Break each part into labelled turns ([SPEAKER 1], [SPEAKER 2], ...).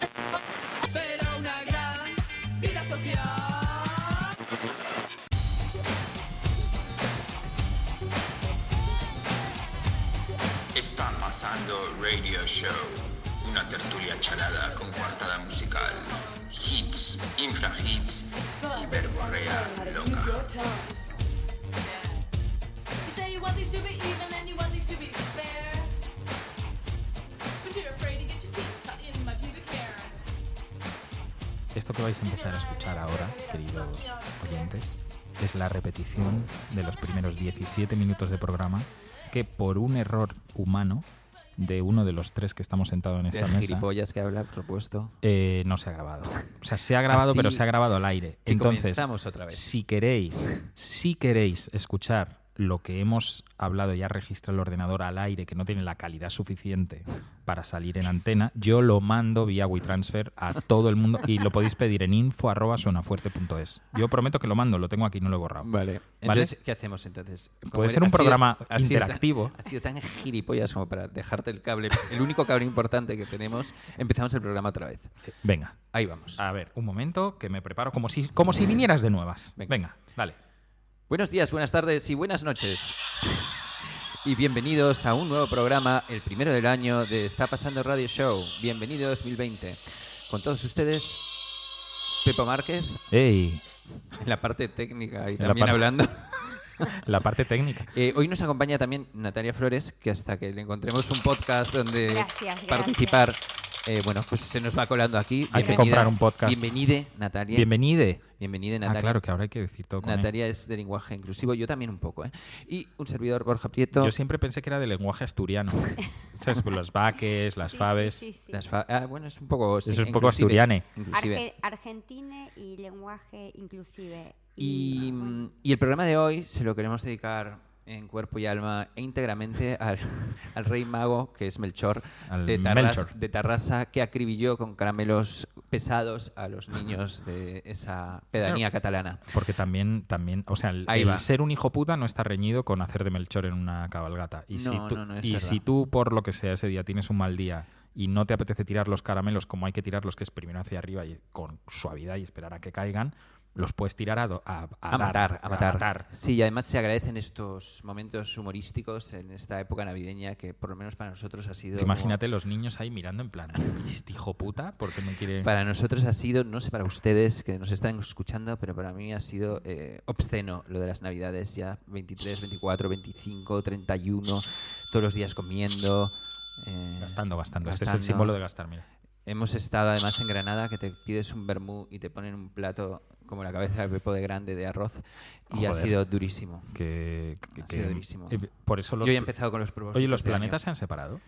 [SPEAKER 1] Pero una gran vida social.
[SPEAKER 2] Está pasando Radio Show, una tertulia charada con cuartada musical, hits, infrahits y verborrea loca.
[SPEAKER 1] You say you want things to be even and you want things to be fair. But you're afraid to get your teeth cut in my pubic hair.
[SPEAKER 3] Esto que vais a empezar a escuchar ahora, queridos oyentes, es la repetición de los primeros 17 minutos de programa que por un error humano de uno de los tres que estamos sentados en esta
[SPEAKER 4] El
[SPEAKER 3] mesa
[SPEAKER 4] gilipollas que habla propuesto.
[SPEAKER 3] eh, no se ha grabado. O sea, se ha grabado,
[SPEAKER 4] Así
[SPEAKER 3] pero se ha grabado al aire.
[SPEAKER 4] que
[SPEAKER 3] Entonces,
[SPEAKER 4] comenzamos otra vez.
[SPEAKER 3] si queréis, si queréis escuchar lo que hemos hablado ya registra el ordenador al aire, que no tiene la calidad suficiente para salir en antena, yo lo mando vía WeTransfer a todo el mundo y lo podéis pedir en info.sonafuerte.es. Yo prometo que lo mando, lo tengo aquí, no lo he borrado.
[SPEAKER 4] Vale. Entonces, ¿qué hacemos entonces? Como
[SPEAKER 3] Puede
[SPEAKER 4] era-
[SPEAKER 3] ser un
[SPEAKER 4] ha sido-
[SPEAKER 3] programa
[SPEAKER 4] ha sido tan-
[SPEAKER 3] interactivo.
[SPEAKER 4] ha sido tan gilipollas como para dejarte el cable, el único cable importante que tenemos. Empezamos el programa otra vez.
[SPEAKER 3] Venga,
[SPEAKER 4] Ahí vamos.
[SPEAKER 3] a ver, un momento que me preparo como si, como si vinieras de nuevas.
[SPEAKER 4] Venga.
[SPEAKER 3] Venga, dale.
[SPEAKER 4] Buenos días, buenas tardes y buenas noches. Y bienvenidos a un nuevo programa, el primero del año de Está Pasando Radio Show. Bienvenido 2020. Con todos ustedes, Pepo Márquez,
[SPEAKER 3] ¡Ey!
[SPEAKER 4] en la parte técnica y
[SPEAKER 3] la
[SPEAKER 4] también
[SPEAKER 3] parte-
[SPEAKER 4] hablando.
[SPEAKER 3] La parte técnica.
[SPEAKER 4] Eh, hoy nos acompaña también Natalia Flores, que hasta que le encontremos un podcast donde
[SPEAKER 5] Gracias, gracias.
[SPEAKER 4] participar, eh, bueno, pues se nos va colando aquí.
[SPEAKER 3] Hay que
[SPEAKER 4] Bienvenida.
[SPEAKER 3] comprar un podcast.
[SPEAKER 4] Bienvenide, Natalia.
[SPEAKER 3] Bienvenide.
[SPEAKER 4] Bienvenida,
[SPEAKER 3] Ah,
[SPEAKER 4] Natalia.
[SPEAKER 3] claro, que ahora hay que decir todo con E.
[SPEAKER 4] Natalia es de lenguaje inclusivo, yo también un poco, ¿eh? Y un servidor, Borja Prieto.
[SPEAKER 3] Yo siempre pensé que era de lenguaje asturiano. ¿Sabes? Con Los vaques, las
[SPEAKER 5] Sí, sí,
[SPEAKER 3] faves.
[SPEAKER 5] sí, sí.
[SPEAKER 4] Las fa- ah, bueno, es un poco...
[SPEAKER 3] Es un poco asturiane.
[SPEAKER 4] Inclusive.
[SPEAKER 5] Arge- Argentine y lenguaje inclusive. ah,
[SPEAKER 4] Y, mm, y el programa de hoy se lo queremos dedicar en cuerpo y alma e íntegramente al, al rey mago, que es Melchor
[SPEAKER 3] Al
[SPEAKER 4] de, Tarras-
[SPEAKER 3] Melchor.
[SPEAKER 4] de Tarrasa, que acribilló con caramelos pesados a los niños de esa pedanía catalana.
[SPEAKER 3] Porque también, también, o sea, el,
[SPEAKER 4] Ahí
[SPEAKER 3] el
[SPEAKER 4] va.
[SPEAKER 3] ser un hijo puta no está reñido con hacer de Melchor en una cabalgata. Y, si,
[SPEAKER 4] No,
[SPEAKER 3] tú,
[SPEAKER 4] no, no, es
[SPEAKER 3] y
[SPEAKER 4] verdad.
[SPEAKER 3] si tú, por lo que sea, ese día tienes un mal día y no te apetece tirar los caramelos como hay que tirarlos, que es primero hacia arriba y con suavidad y esperar a que caigan, los puedes tirar a, do- a- a
[SPEAKER 4] A
[SPEAKER 3] dar,
[SPEAKER 4] matar, a matar.
[SPEAKER 3] matar.
[SPEAKER 4] Sí, y además se agradecen estos momentos humorísticos en esta época navideña que por lo menos para nosotros ha sido...
[SPEAKER 3] Que
[SPEAKER 4] como-
[SPEAKER 3] imagínate los niños ahí mirando en plan, este hijo puta, porque no quiere...
[SPEAKER 4] Para nosotros ha sido, no sé para ustedes que nos están escuchando, pero para mí ha sido eh, obsceno lo de las navidades ya. 23, 24, 25, 31, todos los días comiendo. eh,
[SPEAKER 3] Gastando, gastando. Este es el
[SPEAKER 4] gastando.
[SPEAKER 3] símbolo de gastar, mira.
[SPEAKER 4] Hemos estado además en Granada que te pides un vermú y te ponen un plato como la cabeza del pepo de grande de arroz y ha
[SPEAKER 3] Joder.
[SPEAKER 4] sido durísimo.
[SPEAKER 3] que,
[SPEAKER 4] Ha sido durísimo.
[SPEAKER 3] eh, por eso los
[SPEAKER 4] Yo ya he
[SPEAKER 3] pl-
[SPEAKER 4] empezado con los propósitos.
[SPEAKER 3] oye los
[SPEAKER 4] del año.
[SPEAKER 3] planetas se han separado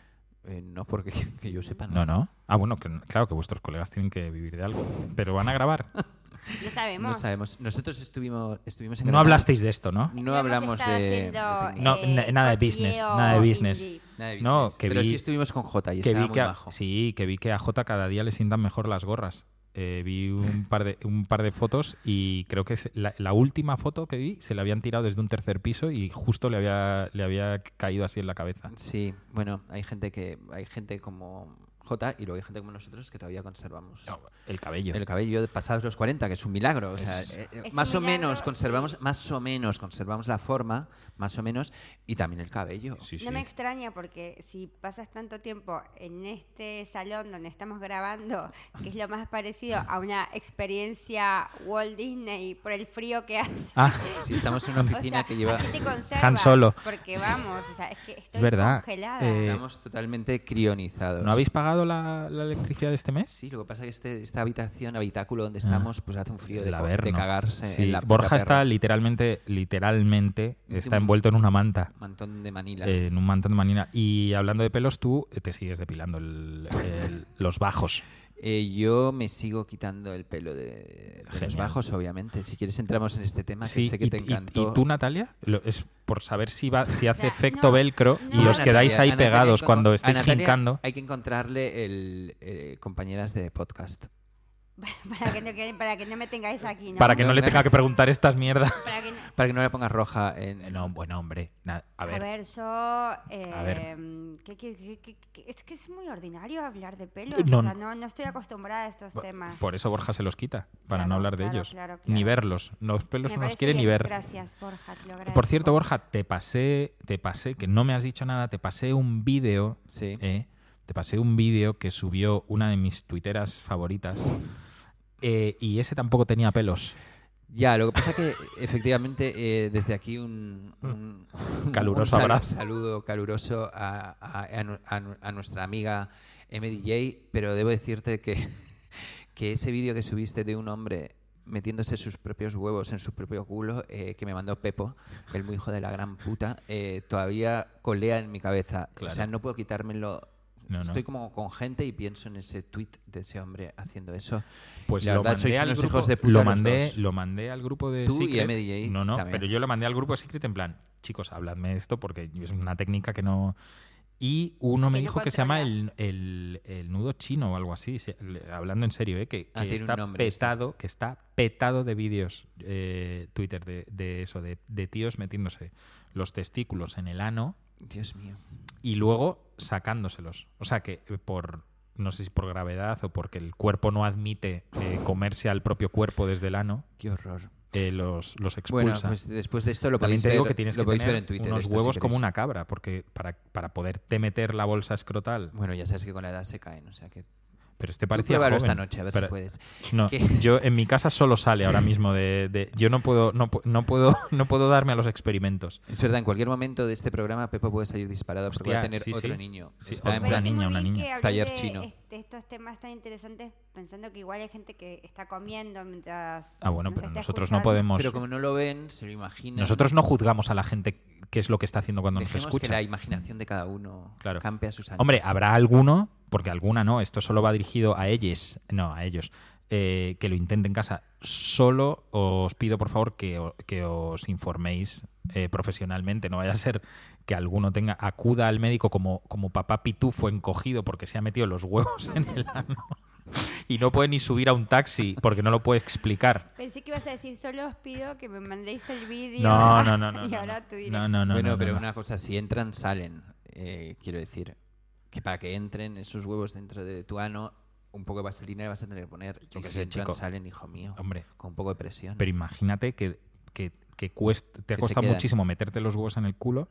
[SPEAKER 4] Eh, no, porque que yo sepa,
[SPEAKER 3] no no ah bueno que, claro que vuestros colegas tienen que vivir de algo pero van a grabar
[SPEAKER 5] No
[SPEAKER 4] mm, No,
[SPEAKER 5] sabemos.
[SPEAKER 4] sabemos. Nosotros estuvimos, estuvimos en
[SPEAKER 3] no
[SPEAKER 4] Granada.
[SPEAKER 3] hablasteis de esto no
[SPEAKER 4] No hablamos de. de técnica.
[SPEAKER 3] No,
[SPEAKER 5] eh,
[SPEAKER 3] na- nada de business, nada de business.
[SPEAKER 4] Nada de
[SPEAKER 3] No,
[SPEAKER 4] business.
[SPEAKER 3] que
[SPEAKER 4] Pero
[SPEAKER 3] vi-
[SPEAKER 4] sí estuvimos con J y
[SPEAKER 3] que
[SPEAKER 4] estaba
[SPEAKER 3] vi
[SPEAKER 4] muy
[SPEAKER 3] que a,
[SPEAKER 4] bajo.
[SPEAKER 3] sí que vi que a J cada día le sientan mejor las gorras Eh, vi un par de un par de fotos y creo que se- la, la última foto que vi se la habían tirado desde un tercer piso y justo le había le había caído así en la cabeza
[SPEAKER 4] Sí, bueno, hay gente que hay gente como J y luego hay gente como nosotros que todavía conservamos
[SPEAKER 3] el cabello
[SPEAKER 4] el cabello de pasados los 40, que es un milagro, o sea,
[SPEAKER 3] Es-
[SPEAKER 4] eh, eh,
[SPEAKER 5] Es un
[SPEAKER 4] más o
[SPEAKER 5] milagro,
[SPEAKER 4] menos
[SPEAKER 5] sí.
[SPEAKER 4] conservamos más o menos conservamos la forma, más o menos y también el cabello.
[SPEAKER 3] sí, sí.
[SPEAKER 5] No me extraña porque si pasas tanto tiempo en este salón donde estamos grabando, que es lo más parecido a una experiencia Walt Disney por el frío que hace.
[SPEAKER 3] ah
[SPEAKER 4] Si estamos en una
[SPEAKER 5] O
[SPEAKER 4] oficina
[SPEAKER 5] sea,
[SPEAKER 4] que lleva
[SPEAKER 5] así te conservas,
[SPEAKER 3] Han Solo.
[SPEAKER 5] Porque vamos, o sea, es que estoy
[SPEAKER 3] verdad,
[SPEAKER 5] congelada.
[SPEAKER 3] eh,
[SPEAKER 4] estamos totalmente crionizados.
[SPEAKER 3] no habéis pagado la, la electricidad de este mes
[SPEAKER 4] Sí, lo que pasa es que este, esta habitación, habitáculo donde estamos, pues hace un frío de,
[SPEAKER 3] Ah. El
[SPEAKER 4] co-
[SPEAKER 3] Averno.
[SPEAKER 4] de cagarse
[SPEAKER 3] Sí,
[SPEAKER 4] en la puta
[SPEAKER 3] Borja está
[SPEAKER 4] perra.
[SPEAKER 3] literalmente, literalmente, está
[SPEAKER 4] un-
[SPEAKER 3] envuelto en una manta.
[SPEAKER 4] mantón de Manila.
[SPEAKER 3] eh, En un mantón de manina. Y hablando de pelos, tú eh, te sigues depilando el- el- los bajos.
[SPEAKER 4] Eh, yo me sigo quitando el pelo de, de los
[SPEAKER 3] Genial.
[SPEAKER 4] bajos, obviamente. Si quieres entramos en este tema,
[SPEAKER 3] Sí,
[SPEAKER 4] que sé que
[SPEAKER 3] y,
[SPEAKER 4] te
[SPEAKER 3] y-
[SPEAKER 4] encantó.
[SPEAKER 3] y tú, Natalia, lo- es por saber si, va, si hace
[SPEAKER 5] No,
[SPEAKER 3] efecto
[SPEAKER 5] no,
[SPEAKER 3] velcro
[SPEAKER 5] no.
[SPEAKER 3] y
[SPEAKER 4] No,
[SPEAKER 3] os
[SPEAKER 4] Natalia,
[SPEAKER 3] quedáis ahí
[SPEAKER 4] a Natalia eh, hay
[SPEAKER 3] pegados
[SPEAKER 4] que-
[SPEAKER 3] cuando
[SPEAKER 4] a
[SPEAKER 3] estáis
[SPEAKER 4] Natalia
[SPEAKER 3] jincando.
[SPEAKER 4] Hay que encontrarle el eh, compañeras de podcast.
[SPEAKER 5] Para que no, que- para que no me tengáis aquí, ¿no?
[SPEAKER 3] Para que
[SPEAKER 4] No,
[SPEAKER 3] no le
[SPEAKER 4] no.
[SPEAKER 3] tenga que preguntar estas mierdas.
[SPEAKER 5] Para que no-
[SPEAKER 4] Para que no le pongas roja en...
[SPEAKER 3] No, bueno, hombre. na- a
[SPEAKER 5] A
[SPEAKER 3] ver.
[SPEAKER 5] ver, yo... eh,
[SPEAKER 3] ver.
[SPEAKER 5] que- que- que- que- que- es que es muy ordinario hablar de pelos.
[SPEAKER 3] Eh, No,
[SPEAKER 5] o sea,
[SPEAKER 3] no.
[SPEAKER 5] no, no estoy acostumbrada a estos temas.
[SPEAKER 3] Por eso Borja se los quita, para
[SPEAKER 5] Claro,
[SPEAKER 3] no hablar de
[SPEAKER 5] claro,
[SPEAKER 3] ellos.
[SPEAKER 5] claro, claro.
[SPEAKER 3] Ni verlos. Los pelos
[SPEAKER 5] Me
[SPEAKER 3] no los
[SPEAKER 5] parece
[SPEAKER 3] quiere ni
[SPEAKER 5] bien.
[SPEAKER 3] ver. Eh,
[SPEAKER 5] Gracias, Borja, te lo agradezco.
[SPEAKER 3] Por cierto, Borja, te pasé, te pasé, que no me has dicho nada, te pasé un vídeo.
[SPEAKER 4] Sí.
[SPEAKER 3] ¿eh? Te pasé un vídeo que subió una de mis tuiteras favoritas. eh, y ese tampoco tenía pelos.
[SPEAKER 4] Ya, lo que pasa que efectivamente eh, desde aquí un, un-
[SPEAKER 3] Caluroso
[SPEAKER 4] un sal-
[SPEAKER 3] abrazo.
[SPEAKER 4] saludo caluroso a, a- a nu- a nu- a nuestra amiga MDJ, pero debo decirte que, que ese vídeo que subiste de un hombre metiéndose sus propios huevos en su propio culo, eh, que me mandó Pepo, el muy hijo de la gran puta, eh, todavía colea en mi cabeza.
[SPEAKER 3] Claro.
[SPEAKER 4] O sea, no puedo quitármelo.
[SPEAKER 3] No, no.
[SPEAKER 4] Estoy como con gente y pienso en ese tweet de ese hombre haciendo eso.
[SPEAKER 3] Pues
[SPEAKER 4] la
[SPEAKER 3] lo
[SPEAKER 4] verdad,
[SPEAKER 3] mandé
[SPEAKER 4] sois
[SPEAKER 3] al
[SPEAKER 4] unos
[SPEAKER 3] grupo-
[SPEAKER 4] hijos de puta
[SPEAKER 3] Lo
[SPEAKER 4] los
[SPEAKER 3] mandé,
[SPEAKER 4] dos.
[SPEAKER 3] lo mandé al grupo de
[SPEAKER 4] Tú y
[SPEAKER 3] Secret.
[SPEAKER 4] MDJ
[SPEAKER 3] No, no,
[SPEAKER 4] también.
[SPEAKER 3] pero yo lo mandé al grupo de Secret en plan, chicos, habladme de esto porque es una técnica que no. Y uno me
[SPEAKER 5] Que no
[SPEAKER 3] dijo que se llama el, el- el nudo chino o algo así, se- le- hablando en serio, ¿eh? que,
[SPEAKER 4] Ah,
[SPEAKER 3] que
[SPEAKER 4] tiene un
[SPEAKER 3] está
[SPEAKER 4] nombre esto.
[SPEAKER 3] petado, que está petado de vídeos eh, Twitter de, de eso, de, de tíos metiéndose los testículos en el ano
[SPEAKER 4] Dios mío.
[SPEAKER 3] y luego sacándoselos. O sea que eh, por no sé si por gravedad o porque el cuerpo no admite eh, comerse al propio cuerpo desde el ano,
[SPEAKER 4] Qué horror.
[SPEAKER 3] eh, los, los expulsa.
[SPEAKER 4] Bueno, pues después de esto lo
[SPEAKER 3] También
[SPEAKER 4] podéis
[SPEAKER 3] te
[SPEAKER 4] ver,
[SPEAKER 3] digo que tienes
[SPEAKER 4] lo
[SPEAKER 3] que
[SPEAKER 4] podéis
[SPEAKER 3] tener
[SPEAKER 4] ver en Twitter.
[SPEAKER 3] unos
[SPEAKER 4] esto, si
[SPEAKER 3] huevos
[SPEAKER 4] queréis.
[SPEAKER 3] como una cabra, porque para, para poderte meter la bolsa escrotal.
[SPEAKER 4] Bueno, ya sabes que con la edad se caen, o sea que...
[SPEAKER 3] Pero este
[SPEAKER 4] Tú
[SPEAKER 3] parecía
[SPEAKER 4] pruébalo
[SPEAKER 3] joven.
[SPEAKER 4] esta noche, a ver
[SPEAKER 3] Pero-
[SPEAKER 4] si puedes.
[SPEAKER 3] No,
[SPEAKER 4] ¿Qué?
[SPEAKER 3] yo en mi casa solo sale ahora mismo de, de- yo no puedo no, pu- no puedo no puedo darme a los experimentos.
[SPEAKER 4] Es verdad, en cualquier momento de este programa Pepa puede salir disparado porque
[SPEAKER 3] Hostia,
[SPEAKER 4] va a tener
[SPEAKER 3] sí,
[SPEAKER 4] otro
[SPEAKER 3] sí.
[SPEAKER 4] niño.
[SPEAKER 3] Sí,
[SPEAKER 4] Está en
[SPEAKER 3] hombre. Una
[SPEAKER 4] plan-
[SPEAKER 5] Parece
[SPEAKER 3] niña,
[SPEAKER 5] muy
[SPEAKER 3] una
[SPEAKER 5] bien
[SPEAKER 3] niña.
[SPEAKER 5] que habléis
[SPEAKER 4] Taller
[SPEAKER 5] de
[SPEAKER 4] chino.
[SPEAKER 5] est- De estos temas tan interesantes, pensando que igual hay gente que está comiendo mientras.
[SPEAKER 3] Ah, bueno,
[SPEAKER 5] nos
[SPEAKER 3] pero
[SPEAKER 5] está
[SPEAKER 3] nosotros no
[SPEAKER 5] escuchando.
[SPEAKER 3] podemos
[SPEAKER 4] Pero como no lo ven, se lo imaginan.
[SPEAKER 3] nosotros no juzgamos a la gente qué es lo que está haciendo cuando
[SPEAKER 4] Dejemos
[SPEAKER 3] nos escucha.
[SPEAKER 4] que la imaginación de cada uno
[SPEAKER 3] Claro.
[SPEAKER 4] campe a sus anchas.
[SPEAKER 3] Hombre, habrá alguno, porque alguna no, esto solo va dirigido a ellos, no, a ellos, eh, que lo intenten en casa. Solo os pido, por favor, que, o- que os informéis eh, profesionalmente. No vaya a ser que alguno tenga acuda al médico como, como papá pitufo encogido porque se ha metido los huevos en el ano y no puede ni subir a un taxi porque no lo puede explicar.
[SPEAKER 5] Pensé que ibas a decir, solo os pido que me mandéis el vídeo.
[SPEAKER 3] No, no, no, no.
[SPEAKER 5] y
[SPEAKER 3] no,
[SPEAKER 5] ahora
[SPEAKER 3] no.
[SPEAKER 5] tú dirás.
[SPEAKER 3] No, no, no,
[SPEAKER 4] bueno,
[SPEAKER 3] no,
[SPEAKER 4] pero
[SPEAKER 3] no.
[SPEAKER 4] una cosa, si entran, salen. Eh, quiero decir, que para que entren esos huevos dentro de tu ano, un poco de vaselina le vas a tener que poner.
[SPEAKER 3] Yo
[SPEAKER 4] y
[SPEAKER 3] qué
[SPEAKER 4] si
[SPEAKER 3] sé,
[SPEAKER 4] entran,
[SPEAKER 3] chico.
[SPEAKER 4] salen, hijo mío.
[SPEAKER 3] Hombre.
[SPEAKER 4] Con un poco de presión.
[SPEAKER 3] Pero imagínate que, que- que cuest- te ha
[SPEAKER 4] se
[SPEAKER 3] costado
[SPEAKER 4] quedan.
[SPEAKER 3] muchísimo meterte los huevos en el culo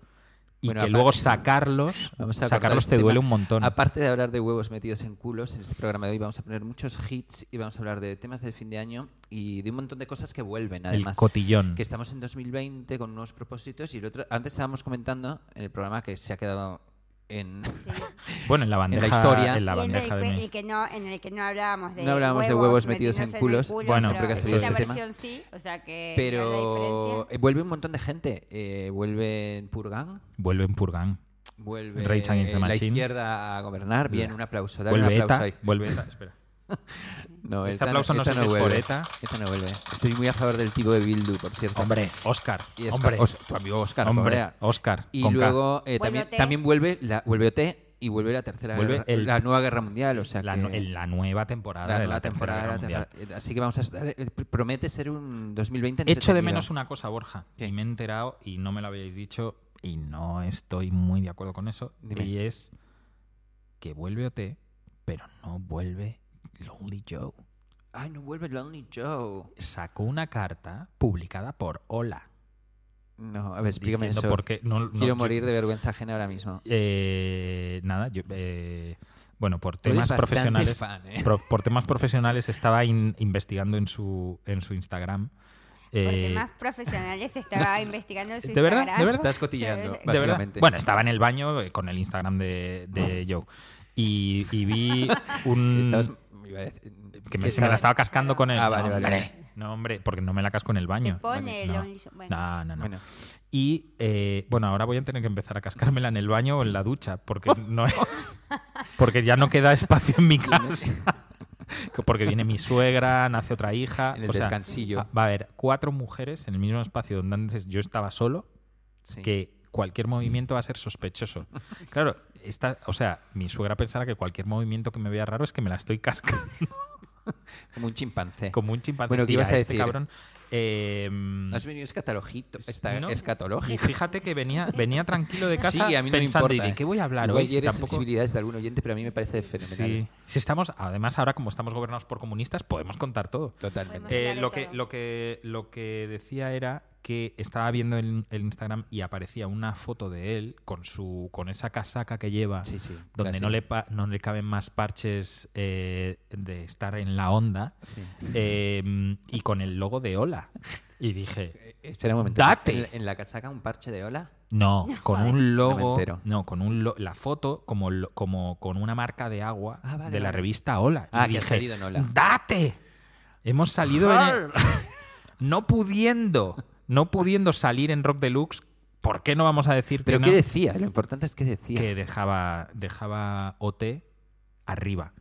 [SPEAKER 3] y
[SPEAKER 4] Bueno,
[SPEAKER 3] que
[SPEAKER 4] aparte-
[SPEAKER 3] luego sacarlos,
[SPEAKER 4] Vamos a cortar
[SPEAKER 3] sacarlos
[SPEAKER 4] este
[SPEAKER 3] te duele
[SPEAKER 4] tema.
[SPEAKER 3] un montón.
[SPEAKER 4] Aparte de hablar de huevos metidos en culos, en este programa de hoy vamos a poner muchos hits y vamos a hablar de temas del fin de año y de un montón de cosas que vuelven, además.
[SPEAKER 3] el cotillón.
[SPEAKER 4] Que estamos en 2020 con nuevos propósitos y el otro, antes estábamos comentando en el programa que se ha quedado en...
[SPEAKER 5] Eh,
[SPEAKER 3] Bueno, en la bandeja,
[SPEAKER 4] historia.
[SPEAKER 3] en la
[SPEAKER 5] Y en el
[SPEAKER 3] bandeja de
[SPEAKER 5] que-
[SPEAKER 3] mí.
[SPEAKER 5] y que no, en el que no hablábamos de
[SPEAKER 4] No hablábamos de huevos metidos en
[SPEAKER 5] el
[SPEAKER 4] culos.
[SPEAKER 5] culo,
[SPEAKER 3] Bueno,
[SPEAKER 5] pero
[SPEAKER 3] porque ha
[SPEAKER 5] en
[SPEAKER 3] salido
[SPEAKER 5] esta
[SPEAKER 3] este
[SPEAKER 4] tema.
[SPEAKER 5] versión sí, o sea que vean la
[SPEAKER 4] Pero
[SPEAKER 5] diferencia.
[SPEAKER 4] eh, vuelve un montón de gente. Eh, vuelve en Purgan,
[SPEAKER 3] Vuelve en Purgan.
[SPEAKER 4] vuelve
[SPEAKER 3] Rage Against the
[SPEAKER 4] la
[SPEAKER 3] Machine.
[SPEAKER 4] izquierda a gobernar. Bien,
[SPEAKER 3] La-
[SPEAKER 4] un aplauso. Dale
[SPEAKER 3] Vuelve
[SPEAKER 4] un aplauso
[SPEAKER 3] ETA.
[SPEAKER 4] ahí.
[SPEAKER 3] Vuelve ETA. Espera.
[SPEAKER 4] No,
[SPEAKER 3] Este
[SPEAKER 4] esta
[SPEAKER 3] aplauso no
[SPEAKER 4] esta
[SPEAKER 3] sé si es por
[SPEAKER 4] vuelve.
[SPEAKER 3] ETA.
[SPEAKER 4] Esta no vuelve. Estoy muy a favor del tipo de Bildu, por cierto.
[SPEAKER 3] Hombre, Oscar.
[SPEAKER 4] Y es-
[SPEAKER 3] hombre,
[SPEAKER 4] Os- tu amigo Oscar
[SPEAKER 3] hombre,
[SPEAKER 4] Correa.
[SPEAKER 3] Oscar.
[SPEAKER 4] Y
[SPEAKER 3] con K.
[SPEAKER 4] luego eh,
[SPEAKER 5] Vuelve
[SPEAKER 4] también,
[SPEAKER 5] OT.
[SPEAKER 4] también vuelve la vuelve OT y vuelve la tercera
[SPEAKER 3] Vuelve
[SPEAKER 4] guerra-
[SPEAKER 3] el-
[SPEAKER 4] la nueva guerra mundial, o sea
[SPEAKER 3] la,
[SPEAKER 4] que
[SPEAKER 3] nu- en la nueva temporada
[SPEAKER 4] la
[SPEAKER 3] de
[SPEAKER 4] nueva
[SPEAKER 3] la temporada,
[SPEAKER 4] temporada,
[SPEAKER 3] Guerra
[SPEAKER 4] la
[SPEAKER 3] Mundial.
[SPEAKER 4] tercera- así que vamos a estar eh, promete ser un 2020
[SPEAKER 3] Echo de
[SPEAKER 4] entretenido.
[SPEAKER 3] menos una cosa, Borja,
[SPEAKER 4] ¿Qué?
[SPEAKER 3] y me he enterado y no me lo habíais dicho y no estoy muy de acuerdo con eso.
[SPEAKER 4] Dime.
[SPEAKER 3] Y es que vuelve OT, pero no vuelve Lonely Joe.
[SPEAKER 4] Ay, no vuelve Lonely Joe.
[SPEAKER 3] Sacó una carta publicada por Hola.
[SPEAKER 4] No, a ver, explícame
[SPEAKER 3] diciendo
[SPEAKER 4] eso.
[SPEAKER 3] por qué no- no-
[SPEAKER 4] Quiero
[SPEAKER 3] yo-
[SPEAKER 4] morir de vergüenza ajena ahora mismo.
[SPEAKER 3] eh, nada, yo, eh, bueno, por
[SPEAKER 4] Tú eres
[SPEAKER 3] temas
[SPEAKER 4] bastante
[SPEAKER 3] profesionales,
[SPEAKER 4] fan, ¿eh?
[SPEAKER 3] pro- por temas profesionales estaba in- investigando en su en su Instagram.
[SPEAKER 5] Porque
[SPEAKER 3] eh,
[SPEAKER 5] más profesionales estaba investigando en su
[SPEAKER 3] ¿de verdad?
[SPEAKER 5] Instagram.
[SPEAKER 3] ¿De verdad?
[SPEAKER 4] Estás cotillando,
[SPEAKER 5] Se ve-
[SPEAKER 3] ¿De verdad?
[SPEAKER 4] básicamente.
[SPEAKER 3] Bueno, estaba en el baño eh, con el Instagram de, de Joe. Y, y vi un.
[SPEAKER 4] Estabas- iba a decir-
[SPEAKER 3] Mm. Que me,
[SPEAKER 4] que
[SPEAKER 3] me la
[SPEAKER 4] estabas-
[SPEAKER 3] estaba cascando con el.
[SPEAKER 4] Ah, vale,
[SPEAKER 3] no,
[SPEAKER 4] vale,
[SPEAKER 3] hombre,
[SPEAKER 4] vale.
[SPEAKER 3] no, hombre, porque no me la casco en el baño.
[SPEAKER 5] Te pone
[SPEAKER 3] no.
[SPEAKER 5] Lonely Joe, bueno.
[SPEAKER 3] no, no, no.
[SPEAKER 4] Bueno.
[SPEAKER 3] Y eh, bueno, ahora voy a tener que empezar a cascármela en el baño o en la ducha,
[SPEAKER 5] Oh.
[SPEAKER 3] porque no porque ya no queda espacio en mi casa. Porque viene mi suegra, nace otra hija.
[SPEAKER 4] En el
[SPEAKER 3] o sea, ah,
[SPEAKER 4] descansillo.
[SPEAKER 3] a- Va a haber cuatro mujeres en el mismo espacio donde antes yo estaba solo,
[SPEAKER 4] Sí.
[SPEAKER 3] que cualquier movimiento va a ser sospechoso. Claro, esta, o sea, mi suegra pensará que cualquier movimiento que me vea raro es que me la estoy cascando.
[SPEAKER 4] Como un chimpancé.
[SPEAKER 3] Como un chimpancé.
[SPEAKER 4] Bueno, ¿qué
[SPEAKER 3] Tía,
[SPEAKER 4] ibas a
[SPEAKER 3] este
[SPEAKER 4] decir?
[SPEAKER 3] cabrón. eh,
[SPEAKER 4] Has venido escatologito. Está
[SPEAKER 3] no. Y
[SPEAKER 4] escatológico.
[SPEAKER 3] fíjate que venía, venía tranquilo de casa
[SPEAKER 4] sí, a mí no
[SPEAKER 3] pensando,
[SPEAKER 4] me importa.
[SPEAKER 3] ¿y de qué voy a hablar
[SPEAKER 4] Igual
[SPEAKER 3] hoy? Si
[SPEAKER 4] hieres
[SPEAKER 3] tampoco-
[SPEAKER 4] sensibilidades de algún oyente, pero a mí me parece
[SPEAKER 3] Sí.
[SPEAKER 4] fenomenal.
[SPEAKER 3] Si estamos, además ahora como estamos gobernados por comunistas, podemos contar todo.
[SPEAKER 4] Totalmente.
[SPEAKER 5] Bueno.
[SPEAKER 3] Eh,
[SPEAKER 5] Dale
[SPEAKER 3] lo, que,
[SPEAKER 5] todo.
[SPEAKER 3] lo, que, lo que decía era que estaba viendo el, el Instagram y aparecía una foto de él con su con esa casaca que lleva
[SPEAKER 4] Sí, sí,
[SPEAKER 3] donde
[SPEAKER 4] clásico.
[SPEAKER 3] no le, pa- no le caben más parches eh, de estar en la onda
[SPEAKER 4] Sí.
[SPEAKER 3] eh, y con el logo de Ola y dije
[SPEAKER 4] Eh, Espera un momento.
[SPEAKER 3] ¡Date!
[SPEAKER 4] ¿En, en la casaca un parche de ola?
[SPEAKER 3] no con un
[SPEAKER 4] No
[SPEAKER 3] logo
[SPEAKER 4] me entero.
[SPEAKER 3] no con un lo- la foto como lo- como con una marca de agua
[SPEAKER 4] Ah, vale,
[SPEAKER 3] de la
[SPEAKER 4] vale.
[SPEAKER 3] revista Ola
[SPEAKER 4] Ah,
[SPEAKER 3] y
[SPEAKER 4] que has
[SPEAKER 3] dije
[SPEAKER 4] salido en Ola.
[SPEAKER 3] date hemos salido en el- no pudiendo, no pudiendo salir en Rock Deluxe, ¿por qué no vamos a decir
[SPEAKER 4] ¿Pero
[SPEAKER 3] que,
[SPEAKER 4] qué
[SPEAKER 3] no?
[SPEAKER 4] decía? Lo importante es qué decía.
[SPEAKER 3] que dejaba, dejaba OT arriba?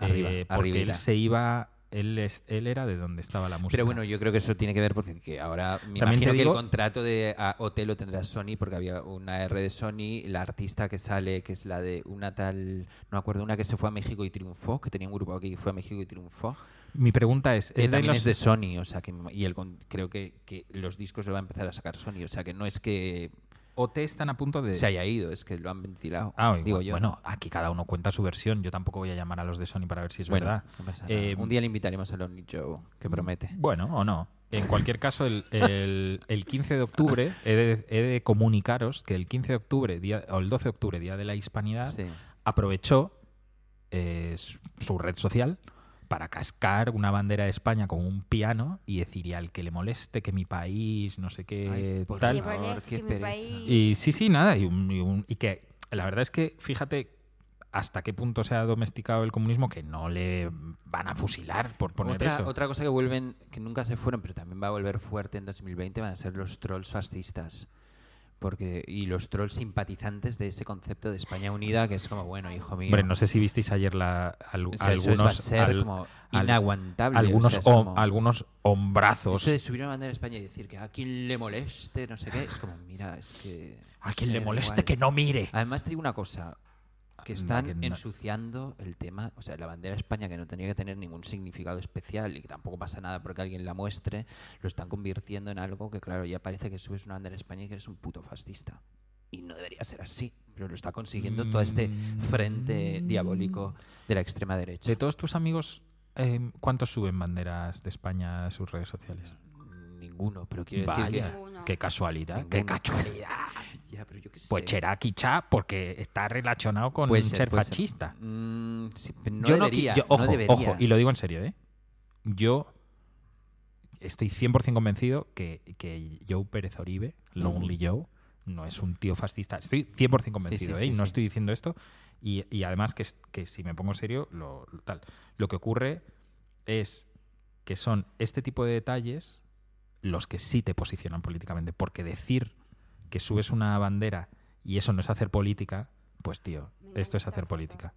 [SPEAKER 4] Eh, Arriba,
[SPEAKER 3] porque
[SPEAKER 4] arribita.
[SPEAKER 3] él se iba, él, es- él era de donde estaba la música.
[SPEAKER 4] Pero bueno, yo creo que eso tiene que ver porque que ahora me
[SPEAKER 3] También
[SPEAKER 4] imagino
[SPEAKER 3] te
[SPEAKER 4] que el
[SPEAKER 3] digo-
[SPEAKER 4] contrato de ah, OT lo tendrá Sony porque había una R de Sony, la artista que sale, que es la de una tal, no me acuerdo, una que se fue a México y triunfó, que tenía un grupo aquí que fue a México y triunfó.
[SPEAKER 3] mi pregunta es,
[SPEAKER 4] Es eh,
[SPEAKER 3] ¿es de
[SPEAKER 4] también
[SPEAKER 3] los-
[SPEAKER 4] es de Sony, o sea, que y el, con- creo que, que los discos lo va a empezar a sacar Sony, o sea, que no es que
[SPEAKER 3] OT están a punto de...
[SPEAKER 4] se haya ido, es que lo han ventilado.
[SPEAKER 3] Ah, igual.
[SPEAKER 4] digo yo.
[SPEAKER 3] Bueno, aquí cada uno cuenta su versión. Yo tampoco voy a llamar a los de Sony para ver si es
[SPEAKER 4] Bueno,
[SPEAKER 3] verdad.
[SPEAKER 4] no pasa nada.
[SPEAKER 3] Eh, mm,
[SPEAKER 4] un día le invitaremos a Lonely Joe, que promete.
[SPEAKER 3] Bueno, o no. En cualquier caso, el, el- el 15 de octubre, he de, he de comunicaros que el 15 de octubre, día, o el 12 de octubre, Día de la Hispanidad,
[SPEAKER 4] Sí.
[SPEAKER 3] aprovechó eh, su, su red social para cascar una bandera de España con un piano y decir "Y al que le moleste que mi país, no sé qué,
[SPEAKER 4] Ay, por
[SPEAKER 3] Eh, tal.
[SPEAKER 5] Que
[SPEAKER 4] favor,
[SPEAKER 5] moleste
[SPEAKER 4] qué
[SPEAKER 5] que mi
[SPEAKER 4] pereza.
[SPEAKER 5] país-
[SPEAKER 3] Y sí, sí, nada. Y, un- y un- y que la verdad es que fíjate hasta qué punto se ha domesticado el comunismo que no le van a fusilar por poner
[SPEAKER 4] otra,
[SPEAKER 3] eso.
[SPEAKER 4] otra cosa que vuelven, que nunca se fueron, pero también va a volver fuerte en 2020, van a ser los trolls fascistas. Porque, y los trolls simpatizantes de ese concepto de España unida, que es como, bueno, hijo mío.
[SPEAKER 3] Hombre, no sé si visteis ayer la, al-
[SPEAKER 4] O sea, eso es-
[SPEAKER 3] algunos,
[SPEAKER 4] va a ser
[SPEAKER 3] al-
[SPEAKER 4] como
[SPEAKER 3] al-
[SPEAKER 4] inaguantable, o
[SPEAKER 3] algunos,
[SPEAKER 4] sea, es como-
[SPEAKER 3] hom- algunos hombrazos.
[SPEAKER 4] Eso de subir una bandera de España y decir que a quien le moleste, no sé qué, es como, mira, es que.
[SPEAKER 3] a
[SPEAKER 4] no
[SPEAKER 3] quien
[SPEAKER 4] sé,
[SPEAKER 3] le
[SPEAKER 4] da
[SPEAKER 3] moleste
[SPEAKER 4] igual.
[SPEAKER 3] que no mire.
[SPEAKER 4] Además, te digo una cosa: que
[SPEAKER 3] Anda,
[SPEAKER 4] están
[SPEAKER 3] que no.
[SPEAKER 4] ensuciando el tema. O sea, la bandera de España, que no tenía que tener ningún significado especial y que tampoco pasa nada porque alguien la muestre, lo están convirtiendo en algo que, claro, ya parece que subes una bandera de España y que eres un puto fascista. Y no debería ser así. Pero lo está consiguiendo todo este frente diabólico de la extrema derecha.
[SPEAKER 3] Mm. De todos tus amigos, eh, ¿cuántos suben banderas de España a sus redes sociales?
[SPEAKER 4] Mm, Ninguno, pero quiero decir
[SPEAKER 3] Vaya,
[SPEAKER 4] que.
[SPEAKER 5] Ninguno.
[SPEAKER 3] qué casualidad, qué
[SPEAKER 4] Ah. Ninguno.
[SPEAKER 3] casualidad.
[SPEAKER 4] Ya, pero yo qué sé.
[SPEAKER 3] Pues Cheraki Cha, porque está relacionado con
[SPEAKER 4] Puede
[SPEAKER 3] ser,
[SPEAKER 4] ser, puede ser.
[SPEAKER 3] fascista.
[SPEAKER 4] Mm, sí, pero no
[SPEAKER 3] yo no,
[SPEAKER 4] debería,
[SPEAKER 3] qui- yo-
[SPEAKER 4] no
[SPEAKER 3] ojo,
[SPEAKER 4] debería.
[SPEAKER 3] ojo, y lo digo en serio, ¿eh? Yo estoy 100% convencido que, que Joe Pérez Oribe, Lonely Joe, no es un tío fascista. Estoy 100% convencido,
[SPEAKER 4] sí,
[SPEAKER 3] ¿eh? Y
[SPEAKER 4] sí,
[SPEAKER 3] no
[SPEAKER 4] sí.
[SPEAKER 3] estoy diciendo esto. Y, y además que, es- que si me pongo en serio, lo, lo tal. Lo que ocurre es que son este tipo de detalles los que sí te posicionan políticamente. Porque decir que subes una bandera y eso no es hacer política, pues tío,
[SPEAKER 5] Me encanta
[SPEAKER 3] esto es
[SPEAKER 5] esta
[SPEAKER 3] hacer
[SPEAKER 5] foto.
[SPEAKER 3] política.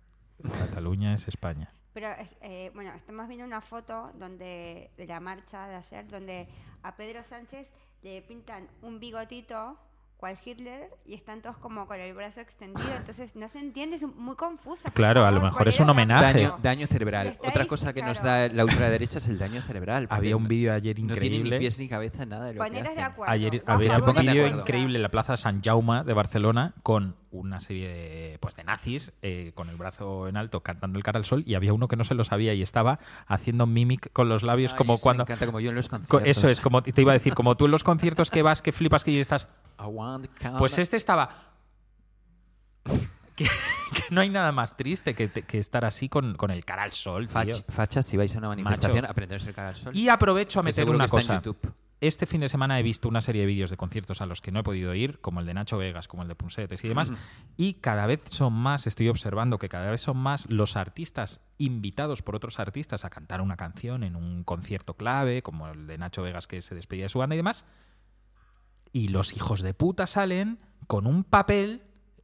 [SPEAKER 3] Cataluña es España.
[SPEAKER 5] Pero es- eh, bueno, estamos viendo una foto donde de la marcha de ayer donde a Pedro Sánchez le pintan un bigotito cual Hitler y están todos como con el brazo extendido, entonces no se entiende, es muy confusa. por
[SPEAKER 3] Claro, a lo
[SPEAKER 5] favor,
[SPEAKER 3] mejor
[SPEAKER 5] ¿cuál
[SPEAKER 3] es
[SPEAKER 5] era
[SPEAKER 3] un
[SPEAKER 5] la
[SPEAKER 3] homenaje.
[SPEAKER 5] foto?
[SPEAKER 4] Daño, daño cerebral.
[SPEAKER 5] Pero está
[SPEAKER 4] Otra
[SPEAKER 5] ahí,
[SPEAKER 4] cosa que nos da
[SPEAKER 5] claro.
[SPEAKER 4] la ultraderecha es el daño cerebral. porque
[SPEAKER 3] Había un
[SPEAKER 4] no-
[SPEAKER 3] vídeo ayer increíble.
[SPEAKER 4] No tiene ni pies ni cabeza nada de lo que
[SPEAKER 5] Poneros de
[SPEAKER 4] hacen.
[SPEAKER 5] acuerdo.
[SPEAKER 3] Ayer
[SPEAKER 5] A
[SPEAKER 3] había
[SPEAKER 5] favor
[SPEAKER 3] un
[SPEAKER 5] de la
[SPEAKER 3] vídeo
[SPEAKER 5] marcha.
[SPEAKER 3] increíble en la Plaza San Jaume de Barcelona con una serie de, pues, de nazis eh, con el brazo en alto cantando el cara al sol y había uno que no se lo sabía y estaba haciendo mimic con los labios
[SPEAKER 4] Ay,
[SPEAKER 3] como
[SPEAKER 4] eso me
[SPEAKER 3] cuando...
[SPEAKER 4] encanta, como yo en los
[SPEAKER 3] co-
[SPEAKER 4] conciertos.
[SPEAKER 3] Eso es, como te iba a decir, como tú en los conciertos que vas, que flipas, que estás...
[SPEAKER 4] I want calm.
[SPEAKER 3] Pues este estaba... Que, que no hay nada más triste que, te- que estar así con, con el cara al sol, tío.
[SPEAKER 4] Fach- fachas, si vais a una manifestación, aprendéis el cara al sol.
[SPEAKER 3] Y aprovecho a
[SPEAKER 4] Que
[SPEAKER 3] meter
[SPEAKER 4] seguro
[SPEAKER 3] una
[SPEAKER 4] que está
[SPEAKER 3] cosa.
[SPEAKER 4] en YouTube.
[SPEAKER 3] Este fin de semana he visto una serie de vídeos de conciertos a los que no he podido ir, como el de Nacho Vegas, como el de Punsetes y demás, y cada vez son más, estoy observando que cada vez son más los artistas invitados por otros artistas a cantar una canción en un concierto clave, como el de Nacho Vegas que se despedía de su banda y demás, y los hijos de puta salen con un papel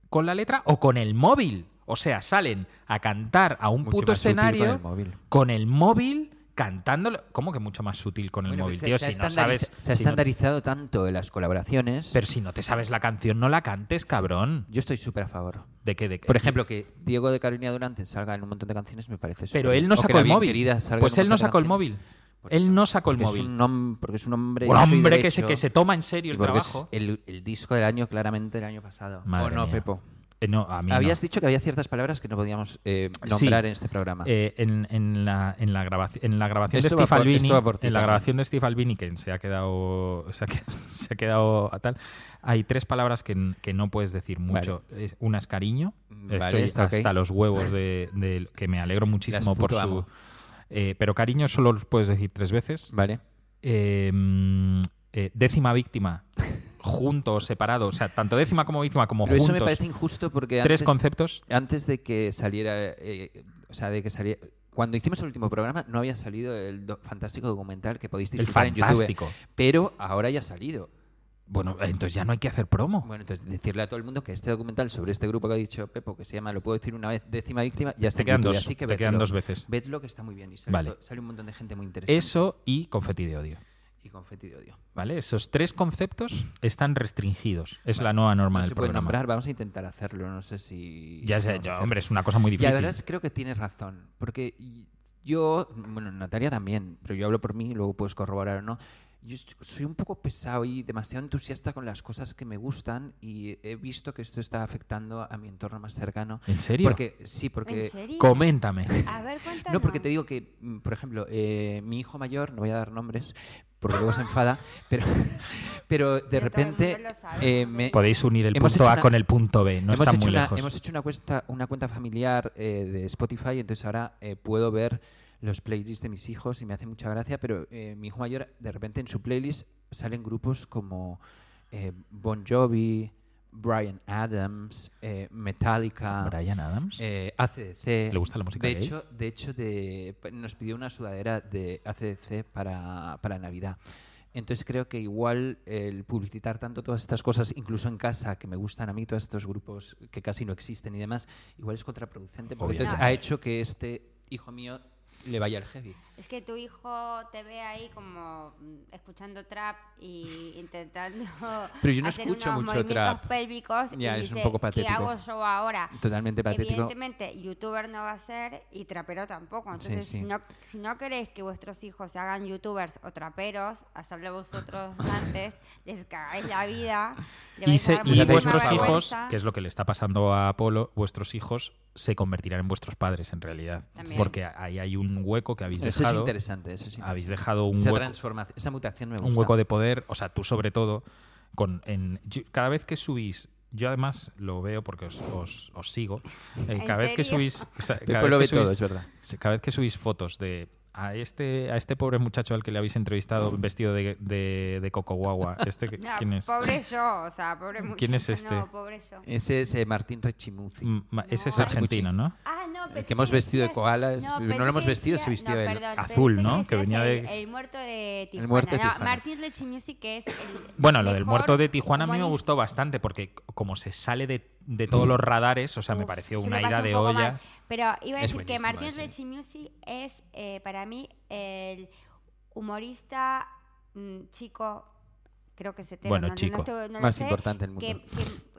[SPEAKER 3] con la letra o con el móvil. O sea, salen a cantar a un
[SPEAKER 4] Mucho
[SPEAKER 3] puto
[SPEAKER 4] más útil con
[SPEAKER 3] escenario
[SPEAKER 4] el móvil.
[SPEAKER 3] con el móvil cantándolo. ¿Cómo que mucho más sutil con el
[SPEAKER 4] Bueno,
[SPEAKER 3] móvil,
[SPEAKER 4] se-
[SPEAKER 3] tío?
[SPEAKER 4] se ha
[SPEAKER 3] si no
[SPEAKER 4] estandariz-
[SPEAKER 3] sabes.
[SPEAKER 4] se ha
[SPEAKER 3] si no-
[SPEAKER 4] estandarizado tanto en las colaboraciones.
[SPEAKER 3] pero si no te sabes la canción, no la cantes, cabrón.
[SPEAKER 4] yo estoy súper a favor.
[SPEAKER 3] ¿De qué? De qué?
[SPEAKER 4] Por ejemplo, que Diego de Carolina Durante salga en un montón de canciones me parece
[SPEAKER 3] Pero
[SPEAKER 4] súper
[SPEAKER 3] él
[SPEAKER 4] bien.
[SPEAKER 3] no
[SPEAKER 4] O que
[SPEAKER 3] sacó
[SPEAKER 4] la
[SPEAKER 3] el
[SPEAKER 4] bien
[SPEAKER 3] móvil.
[SPEAKER 4] querida salga en
[SPEAKER 3] Pues
[SPEAKER 4] un
[SPEAKER 3] él no
[SPEAKER 4] montón de
[SPEAKER 3] sacó el
[SPEAKER 4] canciones.
[SPEAKER 3] móvil.
[SPEAKER 4] Por eso,
[SPEAKER 3] Él no sacó el
[SPEAKER 4] porque es
[SPEAKER 3] móvil.
[SPEAKER 4] un hom- porque es un hombre.
[SPEAKER 3] Un
[SPEAKER 4] yo soy
[SPEAKER 3] hombre que se,
[SPEAKER 4] derecho.
[SPEAKER 3] que se toma en serio
[SPEAKER 4] Y
[SPEAKER 3] el
[SPEAKER 4] porque es
[SPEAKER 3] trabajo. Oh,
[SPEAKER 4] el, el disco del año, claramente, el año pasado.
[SPEAKER 3] Madre
[SPEAKER 4] ¿O no,
[SPEAKER 3] mía.
[SPEAKER 4] Pepo?
[SPEAKER 3] Eh, no, a mí
[SPEAKER 4] Habías
[SPEAKER 3] no.
[SPEAKER 4] dicho que había ciertas palabras que no podíamos eh,
[SPEAKER 3] Sí.
[SPEAKER 4] nombrar en este programa.
[SPEAKER 3] Eh, en, en la, en la grabaci- en la grabación
[SPEAKER 4] Esto
[SPEAKER 3] de
[SPEAKER 4] va
[SPEAKER 3] Steve
[SPEAKER 4] por-
[SPEAKER 3] Albini,
[SPEAKER 4] esto va por ti
[SPEAKER 3] en la
[SPEAKER 4] también.
[SPEAKER 3] grabación de Steve Albini que se ha quedado se ha quedado, se ha quedado a tal, hay tres palabras que, n- que no puedes decir mucho. Es- Una es cariño,
[SPEAKER 4] Vale,
[SPEAKER 3] estoy
[SPEAKER 4] está ok.
[SPEAKER 3] hasta los huevos de, de- que me alegro muchísimo
[SPEAKER 4] Las
[SPEAKER 3] por su
[SPEAKER 4] puto amo.
[SPEAKER 3] eh, pero cariño solo los puedes decir tres veces.
[SPEAKER 4] vale.
[SPEAKER 3] Eh, mm, eh, décima víctima, junto o separado, o sea, tanto décima como víctima como
[SPEAKER 4] Pero eso me
[SPEAKER 3] juntos.
[SPEAKER 4] parece injusto porque
[SPEAKER 3] tres
[SPEAKER 4] antes,
[SPEAKER 3] conceptos.
[SPEAKER 4] antes de que saliera. eh, o sea, de que saliera. Cuando hicimos el último programa no había salido el do- fantástico documental que podéis
[SPEAKER 3] El
[SPEAKER 4] disfrutar en YouTube.
[SPEAKER 3] fantástico.
[SPEAKER 4] Pero ahora ya ha salido.
[SPEAKER 3] Bueno, entonces ya no hay que hacer promo.
[SPEAKER 4] Bueno, entonces decirle a todo el mundo que este documental sobre este grupo que ha dicho Pepo, que se llama Lo puedo decir una vez, décima víctima, ya está
[SPEAKER 3] Te
[SPEAKER 4] en
[SPEAKER 3] quedan
[SPEAKER 4] YouTube,
[SPEAKER 3] dos,
[SPEAKER 4] así que
[SPEAKER 3] te
[SPEAKER 4] vedlo.
[SPEAKER 3] quedan dos veces.
[SPEAKER 4] Vedlo que está muy bien y sale,
[SPEAKER 3] Vale.
[SPEAKER 4] to- sale un montón de gente muy interesante.
[SPEAKER 3] Eso y confeti de odio.
[SPEAKER 4] Y confeti de odio.
[SPEAKER 3] ¿Vale? Esos tres conceptos están restringidos. Es la nueva norma
[SPEAKER 4] no
[SPEAKER 3] del
[SPEAKER 4] se puede
[SPEAKER 3] programa.
[SPEAKER 4] nombrar, vamos a intentar hacerlo, no sé si...
[SPEAKER 3] Ya sé,
[SPEAKER 4] vamos a
[SPEAKER 3] yo,
[SPEAKER 4] hacerlo.
[SPEAKER 3] hombre, es una cosa muy
[SPEAKER 4] Y
[SPEAKER 3] difícil.
[SPEAKER 4] además creo que tienes razón, porque yo, bueno, Natalia también, pero yo hablo por mí, luego puedes corroborar o no. Yo s- soy un poco pesado y demasiado entusiasta con las cosas que me gustan y he visto que esto está afectando a mi entorno más cercano.
[SPEAKER 3] ¿En serio?
[SPEAKER 4] Porque, sí, porque...
[SPEAKER 5] ¿En serio?
[SPEAKER 3] Coméntame.
[SPEAKER 5] A ver, cuéntanos.
[SPEAKER 4] No, porque te digo que, mm, por ejemplo, eh, mi hijo mayor, no voy a dar nombres, porque luego se enfada, pero, pero de
[SPEAKER 5] Pero todo el mundo
[SPEAKER 4] repente
[SPEAKER 5] lo sabe,
[SPEAKER 4] eh,
[SPEAKER 5] ¿no?
[SPEAKER 4] me-
[SPEAKER 3] Podéis unir el
[SPEAKER 4] Hemos
[SPEAKER 3] punto
[SPEAKER 4] hecho
[SPEAKER 3] A
[SPEAKER 4] una-
[SPEAKER 3] con el punto B, no
[SPEAKER 4] hemos,
[SPEAKER 3] están
[SPEAKER 4] hecho
[SPEAKER 3] muy
[SPEAKER 4] una,
[SPEAKER 3] lejos.
[SPEAKER 4] hemos hecho una cuenta, una cuenta familiar eh, de Spotify, entonces ahora eh, puedo ver los playlists de mis hijos y me hace mucha gracia, pero eh, mi hijo mayor, de repente en su playlist salen grupos como eh, Bon Jovi, Brian Adams, eh, Metallica.
[SPEAKER 3] Brian Adams.
[SPEAKER 4] Eh, ACDC.
[SPEAKER 3] ¿Le gusta la música
[SPEAKER 4] de
[SPEAKER 3] gay?
[SPEAKER 4] hecho De hecho, de, nos pidió una sudadera de ACDC para, para Navidad. Entonces creo que igual el publicitar tanto todas estas cosas, incluso en casa, que me gustan a mí, todos estos grupos que casi no existen y demás, igual es contraproducente. Porque entonces ha
[SPEAKER 5] Obviamente.
[SPEAKER 4] hecho que este hijo mío le vaya al heavy.
[SPEAKER 5] Es que tu hijo te ve ahí como mm, escuchando trap y intentando.
[SPEAKER 4] Pero yo no
[SPEAKER 5] hacer
[SPEAKER 4] escucho
[SPEAKER 5] unos
[SPEAKER 4] mucho
[SPEAKER 5] movimientos
[SPEAKER 4] trap.
[SPEAKER 5] pélvicos. y
[SPEAKER 4] Ya, es un
[SPEAKER 5] dice,
[SPEAKER 4] poco patético.
[SPEAKER 5] ¿Qué hago yo ahora?
[SPEAKER 4] Totalmente patético.
[SPEAKER 5] Evidentemente, youtuber no va a ser y trapero tampoco.
[SPEAKER 4] Sí,
[SPEAKER 5] Entonces,
[SPEAKER 4] sí.
[SPEAKER 5] Si, no, si no queréis que vuestros hijos se hagan youtubers o traperos, hacerlo vosotros antes, les cagáis la vida. le
[SPEAKER 3] Y,
[SPEAKER 5] vais a
[SPEAKER 3] se-
[SPEAKER 5] dar
[SPEAKER 3] y
[SPEAKER 5] muchísima
[SPEAKER 3] vuestros
[SPEAKER 5] vergüenza.
[SPEAKER 3] hijos, que es lo que le está pasando a Apolo, vuestros hijos se convertirán en vuestros padres en realidad.
[SPEAKER 5] También.
[SPEAKER 3] Porque ahí hay un hueco que habéis
[SPEAKER 4] Eso es
[SPEAKER 3] dejado.
[SPEAKER 4] interesante. Eso es interesante.
[SPEAKER 3] habéis dejado un
[SPEAKER 4] esa,
[SPEAKER 3] hueco,
[SPEAKER 4] transformación, esa mutación me gusta.
[SPEAKER 3] un hueco de poder, o sea, tú sobre todo, con en, yo- cada vez que subís, yo además lo veo porque os, os- os sigo, eh,
[SPEAKER 5] ¿En
[SPEAKER 3] cada vez que
[SPEAKER 5] serio?
[SPEAKER 3] subís, o sea, cada
[SPEAKER 4] Pepo
[SPEAKER 3] vez
[SPEAKER 4] lo
[SPEAKER 3] que
[SPEAKER 4] ve todo,
[SPEAKER 3] subís-
[SPEAKER 4] es verdad.
[SPEAKER 3] sí, cada vez que subís fotos de a este, a este pobre muchacho al que le habéis entrevistado
[SPEAKER 4] Mm.
[SPEAKER 3] vestido de, de, de coco guagua, este que-
[SPEAKER 5] No,
[SPEAKER 3] quién es,
[SPEAKER 5] Pobre yo, o sea, pobre muchacho.
[SPEAKER 3] ¿Quién es este?
[SPEAKER 5] No, pobre yo.
[SPEAKER 4] Ese es eh, Martín Rechimuzi.
[SPEAKER 3] Mm, ma- ese es
[SPEAKER 5] No.
[SPEAKER 3] argentino, ¿no?
[SPEAKER 5] Ah, no, pensé
[SPEAKER 4] que hemos vestido de koala es- no lo
[SPEAKER 5] pensé
[SPEAKER 4] hemos
[SPEAKER 5] que
[SPEAKER 4] vestido, se vistió él.
[SPEAKER 5] perdón,
[SPEAKER 3] Azul,
[SPEAKER 5] pensé
[SPEAKER 3] ¿no?
[SPEAKER 5] decías
[SPEAKER 3] Que venía
[SPEAKER 5] el-
[SPEAKER 3] de-
[SPEAKER 5] El, muerto de Tijuana.
[SPEAKER 4] El muerto de
[SPEAKER 5] No,
[SPEAKER 4] Tijuana.
[SPEAKER 5] Martín Lechi Music que es el
[SPEAKER 3] Bueno, lo del
[SPEAKER 5] mejor
[SPEAKER 3] muerto de Tijuana a mí me
[SPEAKER 5] humorista.
[SPEAKER 3] gustó bastante porque c- como se sale de, de todos los radares, o sea, me
[SPEAKER 5] Uf,
[SPEAKER 3] pareció
[SPEAKER 5] se
[SPEAKER 3] una
[SPEAKER 5] me pasó
[SPEAKER 3] ida
[SPEAKER 5] un
[SPEAKER 3] de
[SPEAKER 5] poco
[SPEAKER 3] olla.
[SPEAKER 5] mal. Pero iba a
[SPEAKER 4] Es
[SPEAKER 5] decir que
[SPEAKER 4] buenísimo
[SPEAKER 5] Martín
[SPEAKER 4] ese.
[SPEAKER 5] Rechimusi es eh, para mí el humorista mm, chico, creo que se te
[SPEAKER 3] Bueno, chico,
[SPEAKER 4] más importante del mundo.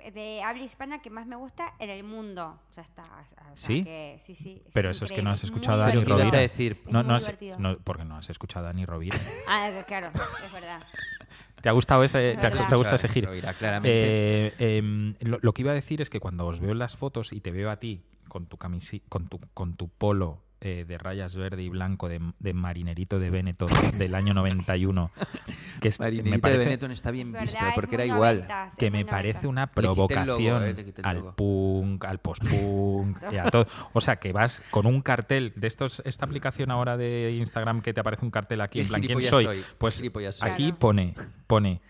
[SPEAKER 5] eh, de habla hispana que más me gusta en el mundo. Ya está. o sea
[SPEAKER 3] ¿Sí?
[SPEAKER 5] que- sí, sí. es
[SPEAKER 3] Pero eso es que no
[SPEAKER 5] increíble,
[SPEAKER 3] has
[SPEAKER 5] es muy
[SPEAKER 3] escuchado a Dani
[SPEAKER 5] divertido.
[SPEAKER 4] Rovira. ¿Qué ibas a
[SPEAKER 3] Rovira.
[SPEAKER 4] decir?
[SPEAKER 5] Es
[SPEAKER 3] No,
[SPEAKER 5] muy
[SPEAKER 3] no has-
[SPEAKER 5] divertido.
[SPEAKER 3] no, porque no has escuchado a Dani Rovira.
[SPEAKER 5] Ah, claro, es verdad.
[SPEAKER 3] ¿Te ha gustado ese,
[SPEAKER 5] Es
[SPEAKER 3] te, ha-
[SPEAKER 5] verdad.
[SPEAKER 3] te gusta ese giro?
[SPEAKER 4] Rovira, claramente.
[SPEAKER 3] Eh, em, lo, lo que iba a decir es que cuando os veo en las fotos y te veo a ti con tu camisi- con tu, con tu polo eh, de rayas verde y blanco de, de marinerito de Benetton del año 91, que es- me
[SPEAKER 4] Marinerita de
[SPEAKER 3] parece,
[SPEAKER 4] Benetton está bien
[SPEAKER 5] Es
[SPEAKER 4] visto,
[SPEAKER 5] verdad, es
[SPEAKER 4] porque era
[SPEAKER 5] muy
[SPEAKER 4] igual.
[SPEAKER 5] noventas, es
[SPEAKER 3] que
[SPEAKER 5] muy
[SPEAKER 3] me parece
[SPEAKER 5] noventas.
[SPEAKER 3] una
[SPEAKER 4] quité el logo,
[SPEAKER 3] provocación
[SPEAKER 4] eh, le quité el
[SPEAKER 3] al
[SPEAKER 4] logo.
[SPEAKER 3] punk, al post-punk, y a todo. O sea, que vas con un cartel de estos, esta aplicación ahora de Instagram que te aparece un cartel aquí,
[SPEAKER 4] Qué
[SPEAKER 3] en plan, ¿quién
[SPEAKER 4] gilipollas
[SPEAKER 3] soy?
[SPEAKER 4] soy, qué
[SPEAKER 3] Pues
[SPEAKER 4] gilipollas soy.
[SPEAKER 3] aquí
[SPEAKER 5] Claro.
[SPEAKER 3] pone, pone,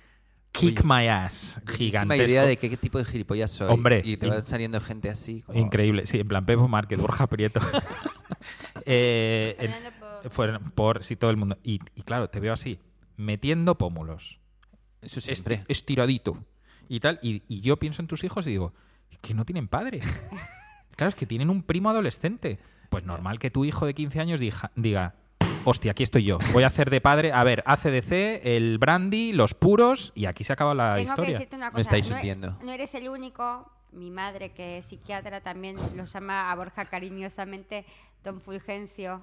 [SPEAKER 3] kick my ass,
[SPEAKER 4] Gigantesco.
[SPEAKER 3] gigantesco.
[SPEAKER 4] idea de qué, qué tipo de gilipollas soy.
[SPEAKER 3] Hombre,
[SPEAKER 4] Y te
[SPEAKER 3] in-
[SPEAKER 4] van saliendo gente así. como-
[SPEAKER 3] Increíble, sí, en plan Pepo Márquez, Borja Prieto. Eh, en-
[SPEAKER 5] Fernando por-
[SPEAKER 3] fueron por, sí, todo el mundo. Y, y claro, te veo así, metiendo pómulos,
[SPEAKER 4] Eso
[SPEAKER 3] est-
[SPEAKER 4] siempre.
[SPEAKER 3] estiradito y tal. Y, y yo pienso en tus hijos y digo, "Es que no tienen padre. claro, es que tienen un primo adolescente. Pues normal que tu hijo de 15 años dija- diga, hostia, aquí estoy yo. Voy a hacer de padre, a ver, ACDC, el brandy, los puros, y aquí se acaba la
[SPEAKER 5] Tengo que
[SPEAKER 3] historia.
[SPEAKER 5] decirte una
[SPEAKER 4] Me
[SPEAKER 5] cosa.
[SPEAKER 4] estáis
[SPEAKER 5] no e-
[SPEAKER 4] hundiendo.
[SPEAKER 5] No eres el único. Mi madre, que es psiquiatra, también lo llama a Borja cariñosamente Don Fulgencio.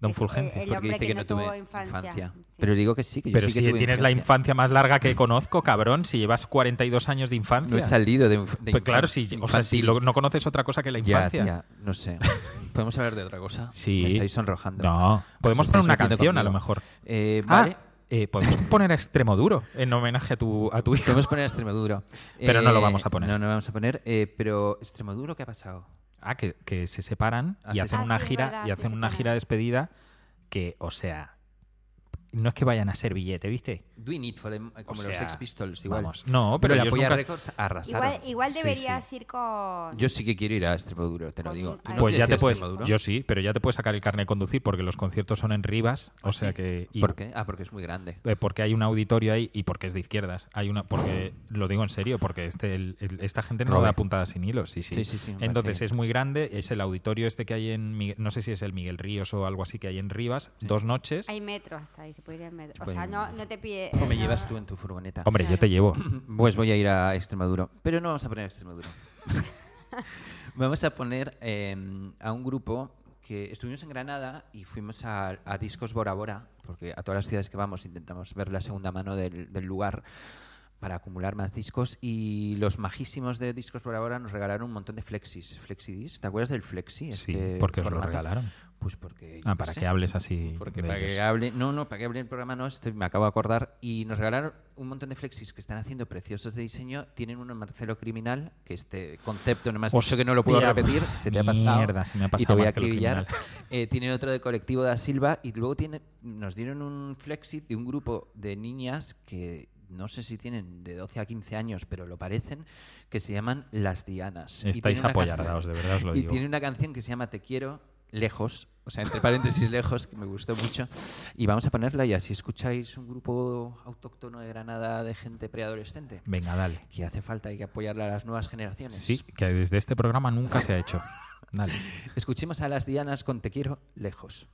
[SPEAKER 3] Don
[SPEAKER 5] Es, eh,
[SPEAKER 3] Fulgencio.
[SPEAKER 5] El,
[SPEAKER 3] Porque
[SPEAKER 5] hombre
[SPEAKER 4] dice
[SPEAKER 5] que,
[SPEAKER 4] que
[SPEAKER 5] no,
[SPEAKER 4] no
[SPEAKER 5] tuvo
[SPEAKER 4] tuve
[SPEAKER 5] infancia.
[SPEAKER 4] infancia.
[SPEAKER 5] Sí.
[SPEAKER 4] Pero digo que sí, que yo
[SPEAKER 3] Pero
[SPEAKER 4] sí
[SPEAKER 3] si
[SPEAKER 4] que tuve
[SPEAKER 3] tienes la infancia más larga que conozco, cabrón, si llevas 42 años de infancia.
[SPEAKER 4] No he salido de, inf- de
[SPEAKER 3] Pues claro,
[SPEAKER 4] infan-
[SPEAKER 3] si, o sea, si
[SPEAKER 4] infantil.
[SPEAKER 3] lo- no conoces otra cosa que la
[SPEAKER 4] Ya,
[SPEAKER 3] infancia.
[SPEAKER 4] tía, no sé. ¿Podemos hablar de otra cosa?
[SPEAKER 3] Sí.
[SPEAKER 4] Me estáis sonrojando.
[SPEAKER 3] No. Podemos
[SPEAKER 4] Os estáis
[SPEAKER 3] poner una
[SPEAKER 4] metiendo
[SPEAKER 3] canción, a
[SPEAKER 4] conmigo.
[SPEAKER 3] lo mejor.
[SPEAKER 4] Eh,
[SPEAKER 3] Ah,
[SPEAKER 4] vale.
[SPEAKER 3] eh, podemos poner a extremo duro en homenaje a tu, a tu hijo.
[SPEAKER 4] Podemos poner a Extremoduro.
[SPEAKER 3] Pero no lo
[SPEAKER 4] Eh,
[SPEAKER 3] vamos a poner.
[SPEAKER 4] No, no lo vamos a poner. eh, pero, ¿Extremoduro qué ha pasado?
[SPEAKER 3] Ah, que, que se separan
[SPEAKER 4] Ah,
[SPEAKER 3] y
[SPEAKER 4] se
[SPEAKER 3] hacen
[SPEAKER 5] separan.
[SPEAKER 3] una
[SPEAKER 5] Ah, sí,
[SPEAKER 3] gira
[SPEAKER 5] verdad,
[SPEAKER 3] y
[SPEAKER 5] se
[SPEAKER 3] hacen una
[SPEAKER 5] separan.
[SPEAKER 3] gira de despedida que, o sea, no es que vayan a ser billete, ¿viste?
[SPEAKER 4] Do we need for them, eh,
[SPEAKER 3] O
[SPEAKER 4] como los
[SPEAKER 3] sea,
[SPEAKER 4] Sex Pistols, igual.
[SPEAKER 3] vamos. No, pero
[SPEAKER 4] la
[SPEAKER 3] ellos
[SPEAKER 4] Polla
[SPEAKER 3] nunca-
[SPEAKER 4] Records arrasaron.
[SPEAKER 5] Igual, igual
[SPEAKER 3] Sí,
[SPEAKER 5] deberías
[SPEAKER 3] sí.
[SPEAKER 5] ir con.
[SPEAKER 4] Yo sí que quiero ir a Extremoduro, te lo
[SPEAKER 5] Con-
[SPEAKER 4] digo. ¿Tú no
[SPEAKER 5] Ay,
[SPEAKER 3] Pues
[SPEAKER 5] sí,
[SPEAKER 3] ya
[SPEAKER 5] sí,
[SPEAKER 3] te
[SPEAKER 5] sí,
[SPEAKER 3] puedes.
[SPEAKER 5] sí.
[SPEAKER 3] Yo sí, pero ya te puedes sacar el carnet de conducir porque los conciertos son en Rivas,
[SPEAKER 5] Ah,
[SPEAKER 3] o sea que. y-
[SPEAKER 4] ¿Por qué? Ah, porque es muy grande.
[SPEAKER 3] eh, porque hay un auditorio ahí y porque es de izquierdas. Hay una, porque lo digo en serio, porque este, el- el- esta gente no
[SPEAKER 4] Robe.
[SPEAKER 3] da puntadas sin hilos. Sí, sí.
[SPEAKER 4] Sí, sí, sí, me
[SPEAKER 3] Entonces
[SPEAKER 4] parece
[SPEAKER 3] es muy grande. Es el auditorio este que hay en, Migue- no sé si es el Miguel Ríos o algo así que hay en Rivas, dos noches.
[SPEAKER 5] Hay metro hasta ahí, se puede ir al metro. O
[SPEAKER 4] Pues-
[SPEAKER 5] sea, no, no te pide.
[SPEAKER 4] ¿O me
[SPEAKER 5] no-
[SPEAKER 4] llevas tú en tu furgoneta?
[SPEAKER 3] Hombre, yo te llevo.
[SPEAKER 4] Pues voy a ir a Extremadura. Pero no vamos a poner a Extremadura. vamos a poner eh, a un grupo que estuvimos en Granada y fuimos a, a Discos Bora Bora, porque a todas las ciudades que vamos intentamos ver la segunda mano del, del lugar para acumular más discos y los majísimos de Discos Bora Bora nos regalaron un montón de flexis, flexidis. ¿Te acuerdas del flexi?
[SPEAKER 3] Sí,
[SPEAKER 4] Este
[SPEAKER 3] porque os lo
[SPEAKER 4] formato.
[SPEAKER 3] regalaron.
[SPEAKER 4] Pues porque... yo
[SPEAKER 3] Ah,
[SPEAKER 4] qué
[SPEAKER 3] para
[SPEAKER 4] sé.
[SPEAKER 3] que hables así.
[SPEAKER 4] Porque
[SPEAKER 3] de
[SPEAKER 4] para
[SPEAKER 3] ellos.
[SPEAKER 4] que hable, no, no, para que hable el programa no, estoy- me acabo de acordar. Y nos regalaron un montón de flexis que están haciendo preciosos de diseño. Tienen uno en Marcelo Criminal, que este concepto no me has dicho que no lo puedo
[SPEAKER 3] Hostia,
[SPEAKER 4] repetir, se te ha pasado.
[SPEAKER 3] mierda, se me ha
[SPEAKER 4] y te
[SPEAKER 3] pasado
[SPEAKER 4] voy a
[SPEAKER 3] Marcelo
[SPEAKER 4] acribillar.
[SPEAKER 3] Criminal.
[SPEAKER 4] Eh, tienen otro de Colectivo da Silva y luego tiene, nos dieron un flexi de un grupo de niñas que no sé si tienen de 12 a 15 años, pero lo parecen, que se llaman Las Dianas. Y
[SPEAKER 3] Estáis
[SPEAKER 4] tienen una can-
[SPEAKER 3] apoyardaos, de verdad os lo
[SPEAKER 4] y
[SPEAKER 3] digo.
[SPEAKER 4] tiene una canción que se llama Te quiero lejos, o sea, entre paréntesis lejos, que me gustó mucho. Y vamos a ponerla y así escucháis un grupo autóctono de Granada de gente preadolescente.
[SPEAKER 3] Venga, dale.
[SPEAKER 4] Que hace falta, hay que apoyarla a las nuevas generaciones.
[SPEAKER 3] Sí, que desde este programa nunca se ha hecho. Dale.
[SPEAKER 4] Escuchemos a las Dianas con Te quiero lejos.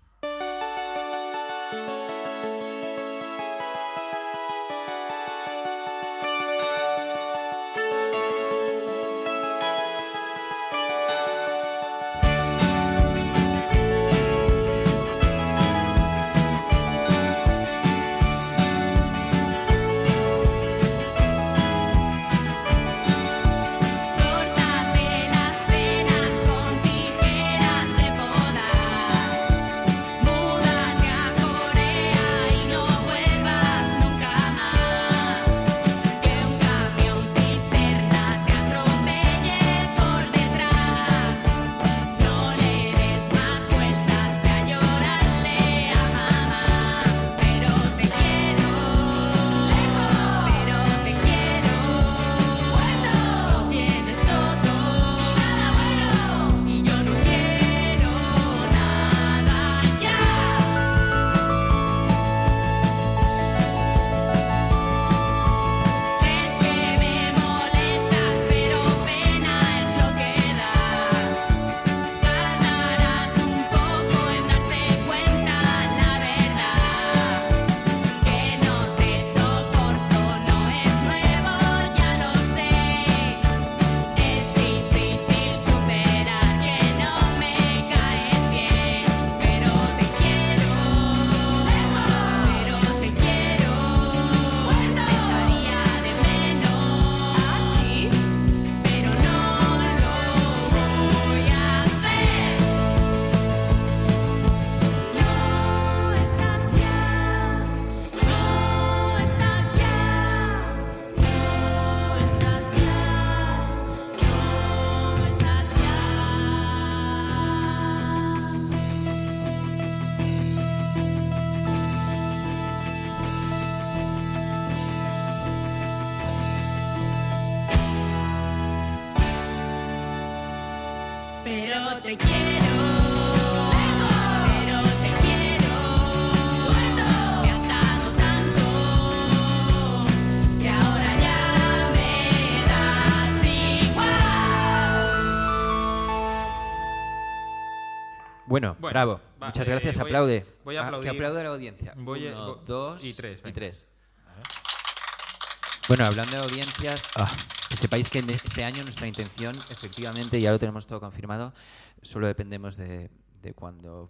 [SPEAKER 1] Córtate las penas con tijeras de boda. Múdate a Corea y no vuelvas nunca más. Que un camión cisterna te atropelle por detrás. No le des más vueltas, ve a llorarle a mamá. Pero te quiero, pero te quiero. No tienes todo, nada bueno Y yo no quiero nada ya Crees que me molestas, pero pena es lo que das Tardarás un poco en darte cuenta la verdad que no te soporto, no es nuevo, ya lo sé. Es difícil superar que no me caes bien, pero te quiero, pero te quiero. Te echaría de menos así, pero no lo voy a hacer. No estás ya, no estás ya, no estás ya, no estás ya. Pero te quiero, pero te quiero. Me has dado tanto que ahora ya me das igual.
[SPEAKER 4] Bueno, bravo.
[SPEAKER 3] Va,
[SPEAKER 4] Muchas
[SPEAKER 3] eh,
[SPEAKER 4] gracias,
[SPEAKER 3] voy a-
[SPEAKER 4] aplaude.
[SPEAKER 3] voy a
[SPEAKER 4] Va,
[SPEAKER 3] aplaudir.
[SPEAKER 4] Que aplaude a la audiencia.
[SPEAKER 3] Voy a-
[SPEAKER 4] Uno,
[SPEAKER 3] voy-
[SPEAKER 4] dos
[SPEAKER 3] y tres,
[SPEAKER 4] Y
[SPEAKER 3] venga.
[SPEAKER 4] tres. Bueno, hablando de audiencias,
[SPEAKER 3] Ah.
[SPEAKER 4] que sepáis que en este año nuestra intención, efectivamente, ya lo tenemos todo confirmado, solo dependemos de, de cuando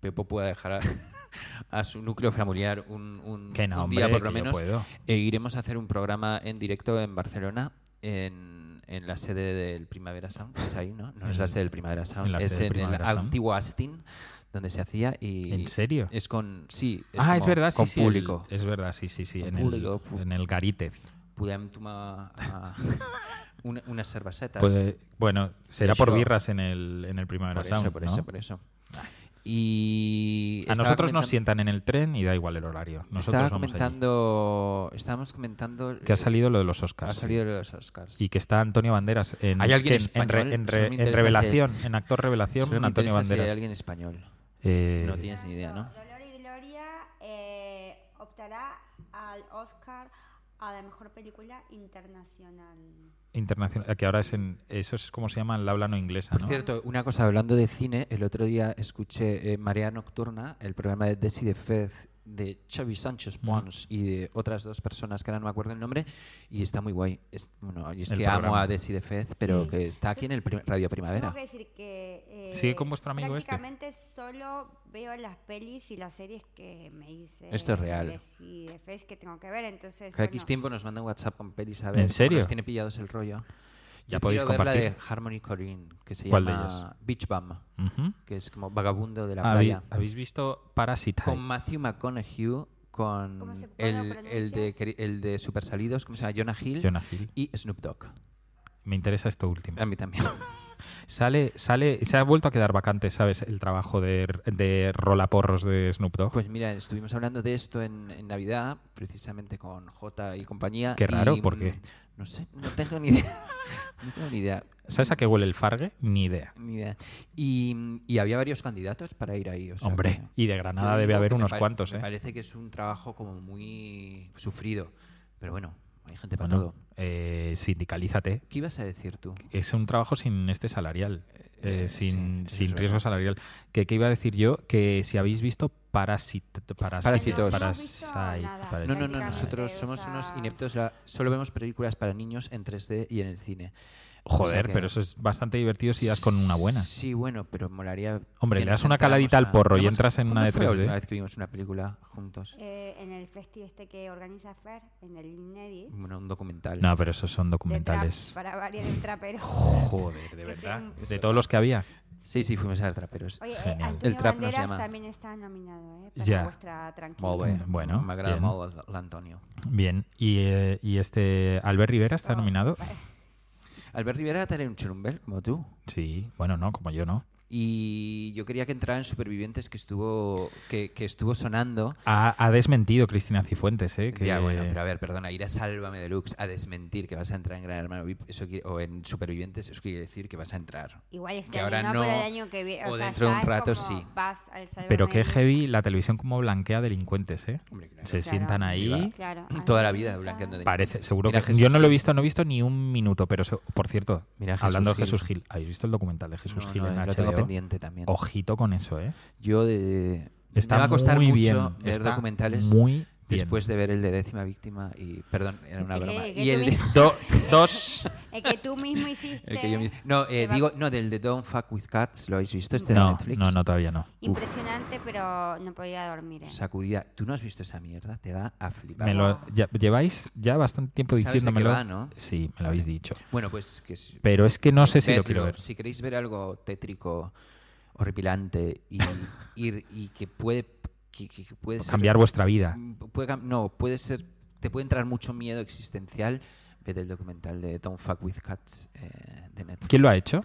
[SPEAKER 4] Pepo pueda dejar a, a su núcleo familiar un, un-
[SPEAKER 3] Que no,
[SPEAKER 4] un día
[SPEAKER 3] hombre,
[SPEAKER 4] por lo
[SPEAKER 3] que yo
[SPEAKER 4] menos.
[SPEAKER 3] puedo.
[SPEAKER 4] E iremos a hacer un programa en directo en Barcelona, en, en la sede del Primavera Sound. Es ahí, ¿no? No es la sede del Primavera Sound,
[SPEAKER 3] en la
[SPEAKER 4] es
[SPEAKER 3] sede del
[SPEAKER 4] en el
[SPEAKER 3] Primavera Sound.
[SPEAKER 4] antiguo Astin, donde se hacía. Y
[SPEAKER 3] ¿En serio?
[SPEAKER 4] Es con. Sí.
[SPEAKER 3] ah, es
[SPEAKER 4] como
[SPEAKER 3] verdad, sí,
[SPEAKER 4] Con
[SPEAKER 3] sí, el- eh,
[SPEAKER 4] público.
[SPEAKER 3] es verdad, sí, sí, sí.
[SPEAKER 4] Con
[SPEAKER 3] En el,
[SPEAKER 4] público.
[SPEAKER 3] en el Garítez.
[SPEAKER 4] Podem tomar ah, una- unas cervecetas.
[SPEAKER 3] Puede- bueno, será por
[SPEAKER 4] Pues, Eso-
[SPEAKER 3] birras en el, en el Primavera
[SPEAKER 4] por
[SPEAKER 3] Sound,
[SPEAKER 4] eso, por
[SPEAKER 3] ¿no? Ah.
[SPEAKER 4] eso, por eso. Y
[SPEAKER 3] A
[SPEAKER 4] estaba
[SPEAKER 3] nosotros nos
[SPEAKER 4] comentan-
[SPEAKER 3] sientan en el tren y da igual el horario. Nosotros
[SPEAKER 4] estaba
[SPEAKER 3] vamos allí.
[SPEAKER 4] comentando, estábamos comentando
[SPEAKER 3] Que ha salido lo de los Oscars.
[SPEAKER 4] ha salido lo de los Oscars.
[SPEAKER 3] Y que está Antonio Banderas en,
[SPEAKER 4] ¿Hay alguien
[SPEAKER 3] que en- en, re-
[SPEAKER 4] español?
[SPEAKER 3] en
[SPEAKER 4] Eso
[SPEAKER 3] re-
[SPEAKER 4] me
[SPEAKER 3] en
[SPEAKER 4] interesa
[SPEAKER 3] revelación, en actor revelación,
[SPEAKER 4] Solo me
[SPEAKER 3] Antonio
[SPEAKER 4] interesa si hay
[SPEAKER 3] Banderas.
[SPEAKER 4] alguien español.
[SPEAKER 3] Eh,
[SPEAKER 4] No tienes ni idea, ¿no?
[SPEAKER 5] Dolor y Gloria eh, optará al Oscar a la mejor película internacional.
[SPEAKER 3] internacional, que ahora es en eso es como se llama el habla no inglesa,
[SPEAKER 4] Por
[SPEAKER 3] ¿no?
[SPEAKER 4] cierto, una cosa, hablando de cine, el otro día escuché eh, Marea Nocturna, el programa de Desi de Fez, de Xavi Sánchez
[SPEAKER 3] Mm.
[SPEAKER 4] Pons y de otras dos personas que ahora no me acuerdo el nombre, y está muy guay. Es, bueno, y es
[SPEAKER 3] El
[SPEAKER 4] que amo
[SPEAKER 3] programa.
[SPEAKER 4] a Desi de Fez, pero
[SPEAKER 5] Sí.
[SPEAKER 4] que está aquí en el pri- Radio Primavera.
[SPEAKER 5] Tengo que decir que. eh,
[SPEAKER 3] ¿Sigue con vuestro amigo este?
[SPEAKER 5] prácticamente solo veo las pelis y las series que me hice.
[SPEAKER 4] Esto es real.
[SPEAKER 5] Y de Face que tengo que ver, entonces.
[SPEAKER 4] Cada
[SPEAKER 5] bueno,
[SPEAKER 4] X tiempo nos manda un WhatsApp con pelis a ver. cómo
[SPEAKER 3] serio?
[SPEAKER 4] Nos tiene pillados el rollo.
[SPEAKER 3] Ya
[SPEAKER 4] Yo
[SPEAKER 3] podéis
[SPEAKER 4] quiero ver la de
[SPEAKER 3] compartir.
[SPEAKER 4] Harmony Corinne, que se
[SPEAKER 3] ¿Cuál de ellas?
[SPEAKER 4] llama Beach Bum,
[SPEAKER 3] Ujú.
[SPEAKER 4] que es como vagabundo de la
[SPEAKER 3] Habí-
[SPEAKER 4] playa.
[SPEAKER 3] ¿Habéis visto Parasite?
[SPEAKER 4] con Matthew McConaughey,
[SPEAKER 5] ¿Cómo
[SPEAKER 4] con
[SPEAKER 5] se puede
[SPEAKER 4] el,
[SPEAKER 5] pronunciar?
[SPEAKER 4] el, de, cri- el de Super Salidos, ¿cómo se llama? Jonah Hill,
[SPEAKER 3] Jonah Hill.
[SPEAKER 4] y Snoop Dogg.
[SPEAKER 3] Me interesa esto último.
[SPEAKER 4] A mí también.
[SPEAKER 3] Sale, sale, se ha vuelto a quedar vacante, ¿sabes? El trabajo de, de rolaporros de Snoop Dogg.
[SPEAKER 4] pues mira, estuvimos hablando de esto en, en Navidad, precisamente con J y compañía.
[SPEAKER 3] Qué raro,
[SPEAKER 4] y,
[SPEAKER 3] ¿por qué?
[SPEAKER 4] mm, No sé, no tengo ni idea. No tengo ni idea.
[SPEAKER 3] ¿Sabes a qué huele el Fargue? Ni idea.
[SPEAKER 4] Ni idea. Y, mm, y había varios candidatos para ir ahí. o sea
[SPEAKER 3] Hombre,
[SPEAKER 4] que-
[SPEAKER 3] y de
[SPEAKER 4] Yo
[SPEAKER 3] Granada
[SPEAKER 4] digo
[SPEAKER 3] debe haber
[SPEAKER 4] que me
[SPEAKER 3] unos
[SPEAKER 4] pare-
[SPEAKER 3] cuantos,
[SPEAKER 4] me
[SPEAKER 3] ¿eh?
[SPEAKER 4] parece que es un trabajo como muy sufrido. Pero bueno, hay gente para
[SPEAKER 3] Bueno,
[SPEAKER 4] todo.
[SPEAKER 3] eh, sindicalízate.
[SPEAKER 4] ¿Qué ibas a decir tú?
[SPEAKER 3] es un trabajo sin este salarial, eh,
[SPEAKER 4] Eh,
[SPEAKER 3] sin,
[SPEAKER 4] sí,
[SPEAKER 3] sin
[SPEAKER 4] eso es
[SPEAKER 3] riesgo
[SPEAKER 4] verdad.
[SPEAKER 3] salarial. Que, que iba a decir yo que si habéis visto Parasite, Parasite,
[SPEAKER 4] Parásitos.
[SPEAKER 5] No, no hemos
[SPEAKER 3] Parasite,
[SPEAKER 5] visto nada,
[SPEAKER 3] Parasite.
[SPEAKER 4] No, no, no,
[SPEAKER 5] prácticamente,
[SPEAKER 4] nosotros
[SPEAKER 5] o
[SPEAKER 4] somos
[SPEAKER 5] sea-
[SPEAKER 4] unos ineptos, la- solo vemos películas para niños en 3D y en el cine.
[SPEAKER 3] Joder,
[SPEAKER 4] O sea que-
[SPEAKER 3] pero eso es bastante divertido si das con una buena.
[SPEAKER 4] Sí, bueno, pero molaría...
[SPEAKER 3] Hombre,
[SPEAKER 4] que
[SPEAKER 3] le
[SPEAKER 4] nos
[SPEAKER 3] das una
[SPEAKER 4] sentáramos
[SPEAKER 3] caladita al
[SPEAKER 4] a-
[SPEAKER 3] porro y
[SPEAKER 4] ¿Cuándo
[SPEAKER 3] entras en
[SPEAKER 4] fue-
[SPEAKER 3] una de 3D?
[SPEAKER 4] cuándo fue la última vez que vimos una película juntos,
[SPEAKER 5] eh, en el festi este que organiza Fer, en el Inedi.
[SPEAKER 4] bueno, un documental.
[SPEAKER 3] No, pero esos son documentales.
[SPEAKER 5] Para variar el trapero.
[SPEAKER 3] Joder, de verdad. De todos los que había.
[SPEAKER 4] Sí, sí, fuimos a ver traperos.
[SPEAKER 5] Oye, eh,
[SPEAKER 3] Genial.
[SPEAKER 5] Antonio
[SPEAKER 4] El trap nos
[SPEAKER 5] Banderas
[SPEAKER 4] llama.
[SPEAKER 5] también está nominado, ¿eh? Para
[SPEAKER 3] Ya.
[SPEAKER 5] vuestra
[SPEAKER 4] Molt
[SPEAKER 5] tranquilidad.
[SPEAKER 4] bé.
[SPEAKER 3] Mm, Bueno,
[SPEAKER 4] me agrada
[SPEAKER 3] bien.
[SPEAKER 4] molt el- l'Antonio.
[SPEAKER 3] Bien. Y, eh, y este. Albert Rivera
[SPEAKER 5] Oh,
[SPEAKER 3] está nominado.
[SPEAKER 4] Albert Rivera era un churumbel, como tú.
[SPEAKER 3] Sí, bueno, no, como yo no.
[SPEAKER 4] Y yo quería que entrara en Supervivientes, que estuvo, que, que estuvo sonando.
[SPEAKER 3] Ha, ha desmentido Cristina Cifuentes, ¿eh? Que,
[SPEAKER 4] Ya, bueno, pero a ver, perdona, ir a Sálvame Deluxe a desmentir que vas a entrar en Gran Hermano VIP eso quiere- o en Supervivientes, eso quiere decir que vas a entrar.
[SPEAKER 5] Igual este
[SPEAKER 4] Que
[SPEAKER 5] año
[SPEAKER 4] ahora
[SPEAKER 5] no, pero
[SPEAKER 4] no,
[SPEAKER 5] el año que viene.
[SPEAKER 4] o
[SPEAKER 5] sea,
[SPEAKER 4] dentro de
[SPEAKER 5] ya
[SPEAKER 4] un
[SPEAKER 5] es
[SPEAKER 4] rato
[SPEAKER 5] como
[SPEAKER 4] sí.
[SPEAKER 5] Vas al Sálvame
[SPEAKER 3] Pero qué
[SPEAKER 5] Deluxe.
[SPEAKER 3] heavy la televisión como blanquea delincuentes, ¿eh?
[SPEAKER 4] Hombre, claro.
[SPEAKER 3] Se
[SPEAKER 5] Claro.
[SPEAKER 3] sientan ahí.
[SPEAKER 5] Claro.
[SPEAKER 4] Toda
[SPEAKER 5] ahí
[SPEAKER 4] la vida
[SPEAKER 5] está.
[SPEAKER 4] blanqueando de
[SPEAKER 3] Parece, seguro
[SPEAKER 4] Mira,
[SPEAKER 3] que
[SPEAKER 4] Jesús
[SPEAKER 3] yo no lo he
[SPEAKER 4] Gil.
[SPEAKER 3] visto, no he visto ni un minuto, pero se- por cierto,
[SPEAKER 4] Mira, Jesús
[SPEAKER 3] hablando de
[SPEAKER 4] Gil.
[SPEAKER 3] Jesús Gil, ¿habéis visto el documental de Jesús
[SPEAKER 4] No,
[SPEAKER 3] Gil
[SPEAKER 4] no,
[SPEAKER 3] en
[SPEAKER 4] lo tengo
[SPEAKER 3] HBO?
[SPEAKER 4] pendiente también.
[SPEAKER 3] Ojito con eso, ¿eh?
[SPEAKER 4] Yo de...
[SPEAKER 3] Está
[SPEAKER 4] me va a costar
[SPEAKER 3] muy
[SPEAKER 4] mucho
[SPEAKER 3] bien,
[SPEAKER 4] ver
[SPEAKER 3] está
[SPEAKER 4] documentales
[SPEAKER 3] muy bien.
[SPEAKER 4] después de ver el de Décima Víctima y... Perdón, era una
[SPEAKER 5] Es que-
[SPEAKER 4] broma.
[SPEAKER 5] es Eh, que
[SPEAKER 4] Y el
[SPEAKER 5] tú
[SPEAKER 4] de...
[SPEAKER 5] mismo-
[SPEAKER 3] Do- dos.
[SPEAKER 5] El que tú mismo hiciste.
[SPEAKER 4] el que yo mismo- No, eh,
[SPEAKER 5] te va-
[SPEAKER 4] digo, no, del de Don't Fuck With Cats, ¿lo habéis visto? Este de
[SPEAKER 3] No,
[SPEAKER 4] Netflix.
[SPEAKER 3] no, no, todavía no.
[SPEAKER 5] Impresionante, pero no podía dormir. ¿eh?
[SPEAKER 4] Sacudida. Tú no has visto esa mierda, te va a flipar.
[SPEAKER 3] Me lo, ya- lleváis ya bastante tiempo
[SPEAKER 4] Sabes de qué
[SPEAKER 3] diciéndomelo.
[SPEAKER 4] va, ¿no?
[SPEAKER 3] Sí, me lo habéis dicho.
[SPEAKER 4] Bueno, pues que es-
[SPEAKER 3] Pero es que no sé si este lo
[SPEAKER 4] Vedlo.
[SPEAKER 3] quiero ver.
[SPEAKER 4] Si queréis ver algo tétrico, horripilante y, y- y que puede, que, que- que puede ser-
[SPEAKER 3] Pues
[SPEAKER 4] Mm,
[SPEAKER 3] Cambiar vuestra vida.
[SPEAKER 4] puede cam- no, puede ser. Te puede entrar mucho miedo existencial. Ved el documental de Don't Fuck with Cats eh, de Netflix.
[SPEAKER 3] ¿Quién lo ha hecho?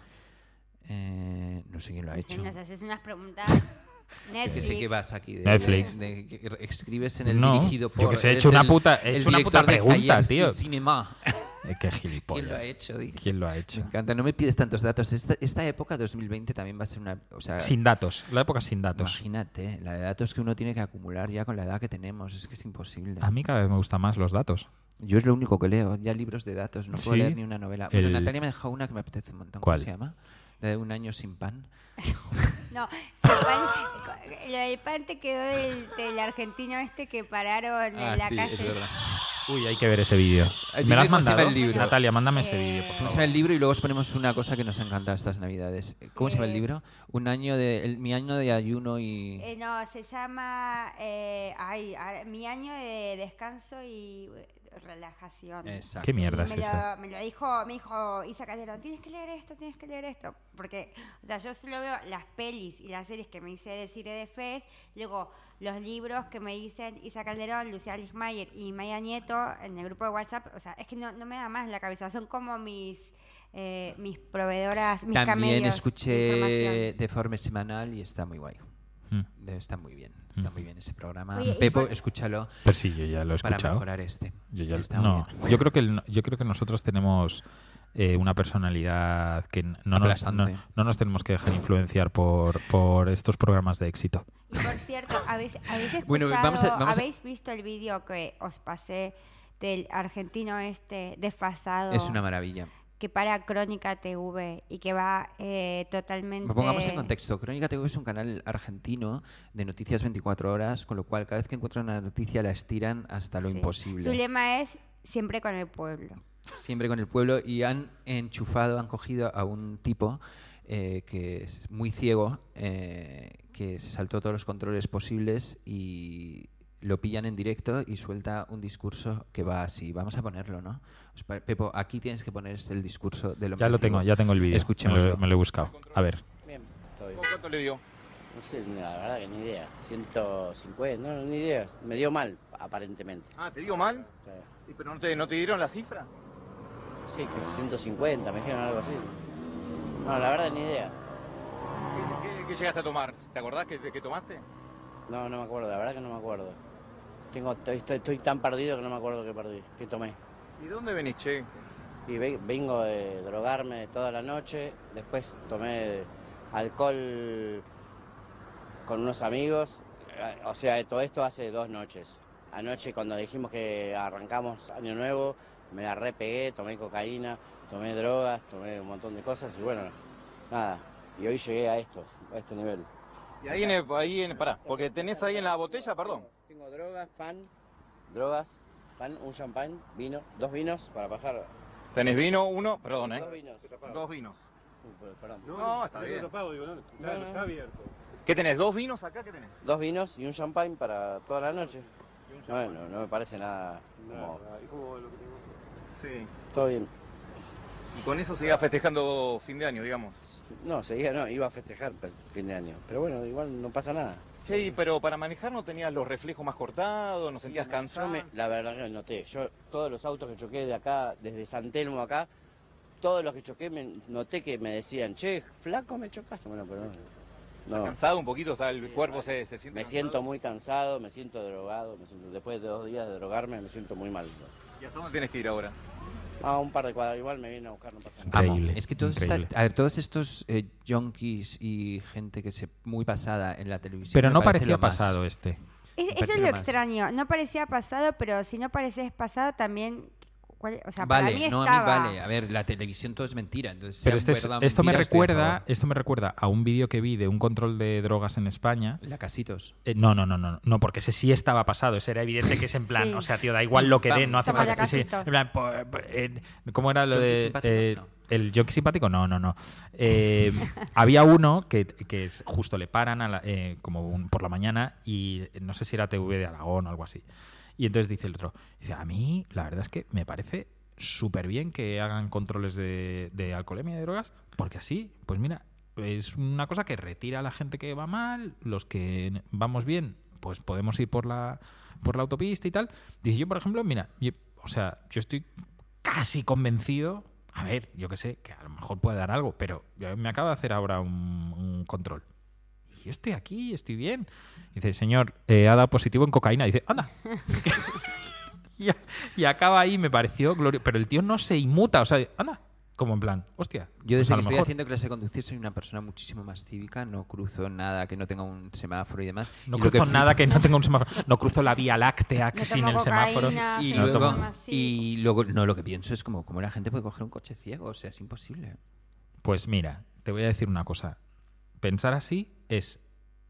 [SPEAKER 4] Eh, no sé quién lo ha
[SPEAKER 5] Si
[SPEAKER 4] hecho.
[SPEAKER 5] Nos haces unas preguntas.
[SPEAKER 4] Que sé que
[SPEAKER 5] Netflix.
[SPEAKER 4] vas aquí de,
[SPEAKER 3] Netflix.
[SPEAKER 4] de- de- que escribes en el
[SPEAKER 3] No,
[SPEAKER 4] dirigido
[SPEAKER 3] yo
[SPEAKER 4] por.
[SPEAKER 3] que sé, he
[SPEAKER 4] eres
[SPEAKER 3] hecho una
[SPEAKER 4] el-
[SPEAKER 3] puta- he
[SPEAKER 4] el
[SPEAKER 3] hecho una
[SPEAKER 4] director
[SPEAKER 3] puta
[SPEAKER 4] de
[SPEAKER 3] pregunta,
[SPEAKER 4] Cahiers
[SPEAKER 3] tío.
[SPEAKER 4] du Cinema.
[SPEAKER 3] Eh, Qué
[SPEAKER 4] ¿Quién lo
[SPEAKER 3] gilipollas.
[SPEAKER 4] ha hecho? Dice.
[SPEAKER 3] ¿Quién lo ha
[SPEAKER 4] Me
[SPEAKER 3] hecho?
[SPEAKER 4] encanta, no me pides tantos datos. Esta, esta época 2020 también va a ser una. O sea,
[SPEAKER 3] Sin datos. La época sin datos.
[SPEAKER 4] Imagínate, la de datos que uno tiene que acumular ya con la edad que tenemos, es que es imposible.
[SPEAKER 3] A mí cada vez me gustan más los datos.
[SPEAKER 4] Yo es lo único que leo, ya libros de datos, no puedo
[SPEAKER 3] Sí.
[SPEAKER 4] leer ni una novela. Bueno,
[SPEAKER 3] El-
[SPEAKER 4] Natalia me ha dejado una que me apetece un montón.
[SPEAKER 3] ¿Cuál?
[SPEAKER 4] ¿Cómo se llama? La de Un año sin pan.
[SPEAKER 5] No, sí, pan- lo del pan te quedó del, del argentino este que pararon en la
[SPEAKER 4] Ah, sí,
[SPEAKER 5] calle.
[SPEAKER 4] es verdad.
[SPEAKER 3] Uy, hay que ver ese vídeo.
[SPEAKER 4] Ay,
[SPEAKER 3] ¿Me lo has
[SPEAKER 4] dime cómo se llama
[SPEAKER 3] mandado?
[SPEAKER 4] el libro.
[SPEAKER 3] Natalia, mándame ese
[SPEAKER 5] Eh,
[SPEAKER 3] vídeo, por
[SPEAKER 4] Vamos
[SPEAKER 3] favor.
[SPEAKER 4] a ver el libro y luego os ponemos una cosa que nos ha encantado estas navidades. ¿Cómo se llama el libro? Un año de, el- mi año de ayuno y...
[SPEAKER 5] Eh, no, se llama eh, ay, ahora- Mi año de descanso y eh, relajación.
[SPEAKER 4] Exacto.
[SPEAKER 3] ¿Qué mierda
[SPEAKER 5] Y
[SPEAKER 3] es
[SPEAKER 5] me
[SPEAKER 3] esa?
[SPEAKER 5] Lo, me lo dijo, me dijo Isa Calderón, tienes que leer esto, tienes que leer esto. Porque, o sea, yo solo veo las pelis y las series que me hice decir de Fez, luego los libros que me dicen Isa Calderón, Lucía Lismayer y Maya Nieto en el grupo de WhatsApp. O sea, es que no, no me da más la cabeza, son como mis, eh, mis proveedoras, mis
[SPEAKER 4] También
[SPEAKER 5] camellos de
[SPEAKER 4] escuché
[SPEAKER 5] información.
[SPEAKER 4] de forma semanal y está muy guay.
[SPEAKER 3] Mm.
[SPEAKER 4] De- Está muy bien. Está muy bien ese programa.
[SPEAKER 5] Oye, y
[SPEAKER 4] Pepo,
[SPEAKER 5] por-
[SPEAKER 4] escúchalo
[SPEAKER 3] Pero sí, yo ya lo he
[SPEAKER 4] para
[SPEAKER 3] escuchado.
[SPEAKER 4] mejorar este.
[SPEAKER 3] Yo, ya-
[SPEAKER 4] Está muy
[SPEAKER 3] no,
[SPEAKER 4] bien.
[SPEAKER 3] yo creo que el- yo creo que nosotros tenemos eh, una personalidad que n- no nos, no,
[SPEAKER 4] Aplastante.
[SPEAKER 3] no nos tenemos que dejar influenciar por, por estos programas de éxito.
[SPEAKER 5] Y por cierto, habéis, habéis
[SPEAKER 4] Bueno,
[SPEAKER 5] escuchado-
[SPEAKER 4] vamos a- vamos a-
[SPEAKER 5] habéis visto el vídeo que os pasé del argentino este desfasado.
[SPEAKER 4] Es una maravilla.
[SPEAKER 5] que para Crónica TV y que va eh, totalmente...
[SPEAKER 4] Pongamos en contexto. Crónica TV es un canal argentino de noticias 24 horas, con lo cual cada vez que encuentran una noticia la estiran hasta lo
[SPEAKER 5] Sí.
[SPEAKER 4] imposible.
[SPEAKER 5] Su lema es siempre con el pueblo.
[SPEAKER 4] siempre con el pueblo y han enchufado, han cogido a un tipo eh, que es muy ciego, eh, que se saltó todos los controles posibles y lo pillan en directo y suelta un discurso que va así. Vamos a ponerlo, ¿no? Os pa- Pepo, aquí tienes que poner el discurso del hombre
[SPEAKER 3] Ya lo
[SPEAKER 4] ciego.
[SPEAKER 3] tengo, ya tengo el vídeo. Me,
[SPEAKER 4] Escuchémoslo.
[SPEAKER 3] lo- me lo he buscado. A ver,
[SPEAKER 6] Bien,
[SPEAKER 7] ¿Cuánto le dio?
[SPEAKER 6] no sé, la verdad que ni idea. 150, no, ni idea. Me dio mal, aparentemente.
[SPEAKER 7] Ah, ¿te digo mal?
[SPEAKER 6] O sea,
[SPEAKER 7] ¿Y ¿Pero no te, no te dieron la cifra?
[SPEAKER 6] Sí, que 150, me dijeron algo así. No, la verdad ni idea.
[SPEAKER 7] ¿Qué, qué- qué llegaste a tomar? ¿Te acordás que, que tomaste?
[SPEAKER 6] No, no me acuerdo, la verdad que no me acuerdo. Tengo, estoy, estoy- estoy tan perdido que no me acuerdo qué perdí, qué tomé.
[SPEAKER 7] ¿Y de dónde venís, che?
[SPEAKER 6] Y ve- vengo de drogarme toda la noche, después tomé alcohol con unos amigos. Eh, O sea, todo esto hace dos noches. Anoche cuando dijimos que arrancamos Año Nuevo, me la repegué, tomé cocaína, tomé drogas, tomé un montón de cosas y bueno, nada. Y hoy llegué a esto, a este nivel.
[SPEAKER 7] Y ahí en, el- ahí en, pará, porque tenés ahí en la botella, perdón.
[SPEAKER 6] Tengo drogas, pan, drogas, pan, un champán, vino, dos vinos para pasar.
[SPEAKER 7] Tenés vino, uno, perdón,
[SPEAKER 6] Dos
[SPEAKER 7] ¿eh?
[SPEAKER 6] vinos.
[SPEAKER 7] Dos vinos.
[SPEAKER 6] Uh, perdón.
[SPEAKER 7] No, está bien.
[SPEAKER 6] No, no, no.
[SPEAKER 7] ¿Qué tenés? ¿Dos vinos acá? ¿Qué tenés?
[SPEAKER 6] Dos vinos y un champagne para toda la noche. No, no, no me parece nada. como-
[SPEAKER 7] Sí.
[SPEAKER 6] Todo bien.
[SPEAKER 7] Y con eso seguías festejando fin de año, digamos.
[SPEAKER 6] No, seguía, no, iba a festejar el fin de año. Pero bueno, igual no pasa nada.
[SPEAKER 7] Che, y pero para manejar no tenías los reflejos más cortados, no sentías
[SPEAKER 6] Yo
[SPEAKER 7] cansado.
[SPEAKER 6] me- la verdad que noté. Yo, todos los autos que choqué de acá, desde San Telmo acá, todos los que choqué, me, noté que me decían, che, flaco me chocaste. Bueno, pero no. no.
[SPEAKER 7] Cansado un poquito, está el cuerpo se, se siente.
[SPEAKER 6] Me siento muy cansado, me siento drogado. me siento- después de dos días de drogarme, me siento muy mal.
[SPEAKER 7] cansado. ¿Y hasta dónde tienes que ir ahora?
[SPEAKER 6] Ah, un par de cuadras igual me viene a buscar, no pasa nada.
[SPEAKER 4] Amo.
[SPEAKER 3] Increíble,
[SPEAKER 4] Es que todos, esta-
[SPEAKER 3] increíble.
[SPEAKER 4] a ver, todos estos eh, junkies y gente que se muy pasada en la televisión.
[SPEAKER 3] pero
[SPEAKER 4] me
[SPEAKER 3] no
[SPEAKER 4] parece
[SPEAKER 3] parecía
[SPEAKER 4] lo más.
[SPEAKER 3] pasado este.
[SPEAKER 5] Es- eso es
[SPEAKER 4] parece
[SPEAKER 5] lo
[SPEAKER 4] lo más.
[SPEAKER 5] extraño. No parecía pasado, pero si no pareces pasado también... ¿cuál- o sea, para mí
[SPEAKER 4] Vale, no,
[SPEAKER 5] estaba...
[SPEAKER 4] a mí vale. A ver, la televisión todo es mentira. Entonces,
[SPEAKER 3] Pero
[SPEAKER 4] sean
[SPEAKER 3] este es-
[SPEAKER 4] verdad o
[SPEAKER 3] esto me
[SPEAKER 4] mentira, estoy a
[SPEAKER 3] recuerda,
[SPEAKER 4] favor.
[SPEAKER 3] esto me recuerda a un vídeo que vi de un control de drogas en España.
[SPEAKER 4] La Casitos.
[SPEAKER 3] Eh, no, no, no, no, no, porque ese sí estaba pasado. Ese era evidente que es en plan,
[SPEAKER 5] Sí.
[SPEAKER 3] o sea, tío, da igual lo que dé, no hace
[SPEAKER 5] Toma,
[SPEAKER 3] falta que se.
[SPEAKER 5] lagartito.
[SPEAKER 3] en plan, po- po- eh, ¿Cómo era lo
[SPEAKER 4] ¿Yonki
[SPEAKER 3] de.
[SPEAKER 4] simpático?
[SPEAKER 3] eh,
[SPEAKER 4] No.
[SPEAKER 3] El jockey simpático? No, no, no. Eh, había uno que, que es- justo le paran a la- eh, como un- por la mañana y eh, no sé si era TV de Aragón o algo así. Y entonces dice el otro, dice, a mí la verdad es que me parece súper bien que hagan controles de, de alcoholemia y de drogas, porque así, pues mira, es una cosa que retira a la gente que va mal, los que vamos bien, pues podemos ir por la, por la autopista y tal. Dice, yo por ejemplo, mira, yo- o sea, yo estoy casi convencido. A ver, yo qué sé, que a lo mejor puede dar algo, pero yo me acabo de hacer ahora un, un control. Y yo estoy aquí, estoy bien. Dice, señor, eh, ha dado positivo en cocaína. Dice, anda. y, a- y acaba ahí, me pareció glorioso. Pero el tío no se inmuta, o sea, anda. Como en plan, hostia. pues
[SPEAKER 4] Yo desde
[SPEAKER 3] a
[SPEAKER 4] que
[SPEAKER 3] lo
[SPEAKER 4] estoy
[SPEAKER 3] mejor.
[SPEAKER 4] haciendo clase de conducir soy una persona muchísimo más cívica, no cruzo nada que no tenga un semáforo y demás.
[SPEAKER 3] No
[SPEAKER 4] Y lo
[SPEAKER 3] cruzo
[SPEAKER 4] flipo-
[SPEAKER 3] nada que no tenga un semáforo. No cruzo la vía láctea que
[SPEAKER 5] No
[SPEAKER 3] sin
[SPEAKER 5] tomo
[SPEAKER 3] el semáforo.
[SPEAKER 4] Y
[SPEAKER 5] cocaína, Ah, sí,
[SPEAKER 3] no
[SPEAKER 4] luego,
[SPEAKER 5] tomo así.
[SPEAKER 4] y luego, no, lo que pienso es como, como la gente puede coger un coche ciego, o sea, es imposible.
[SPEAKER 3] Pues mira, te voy a decir una cosa. Pensar así es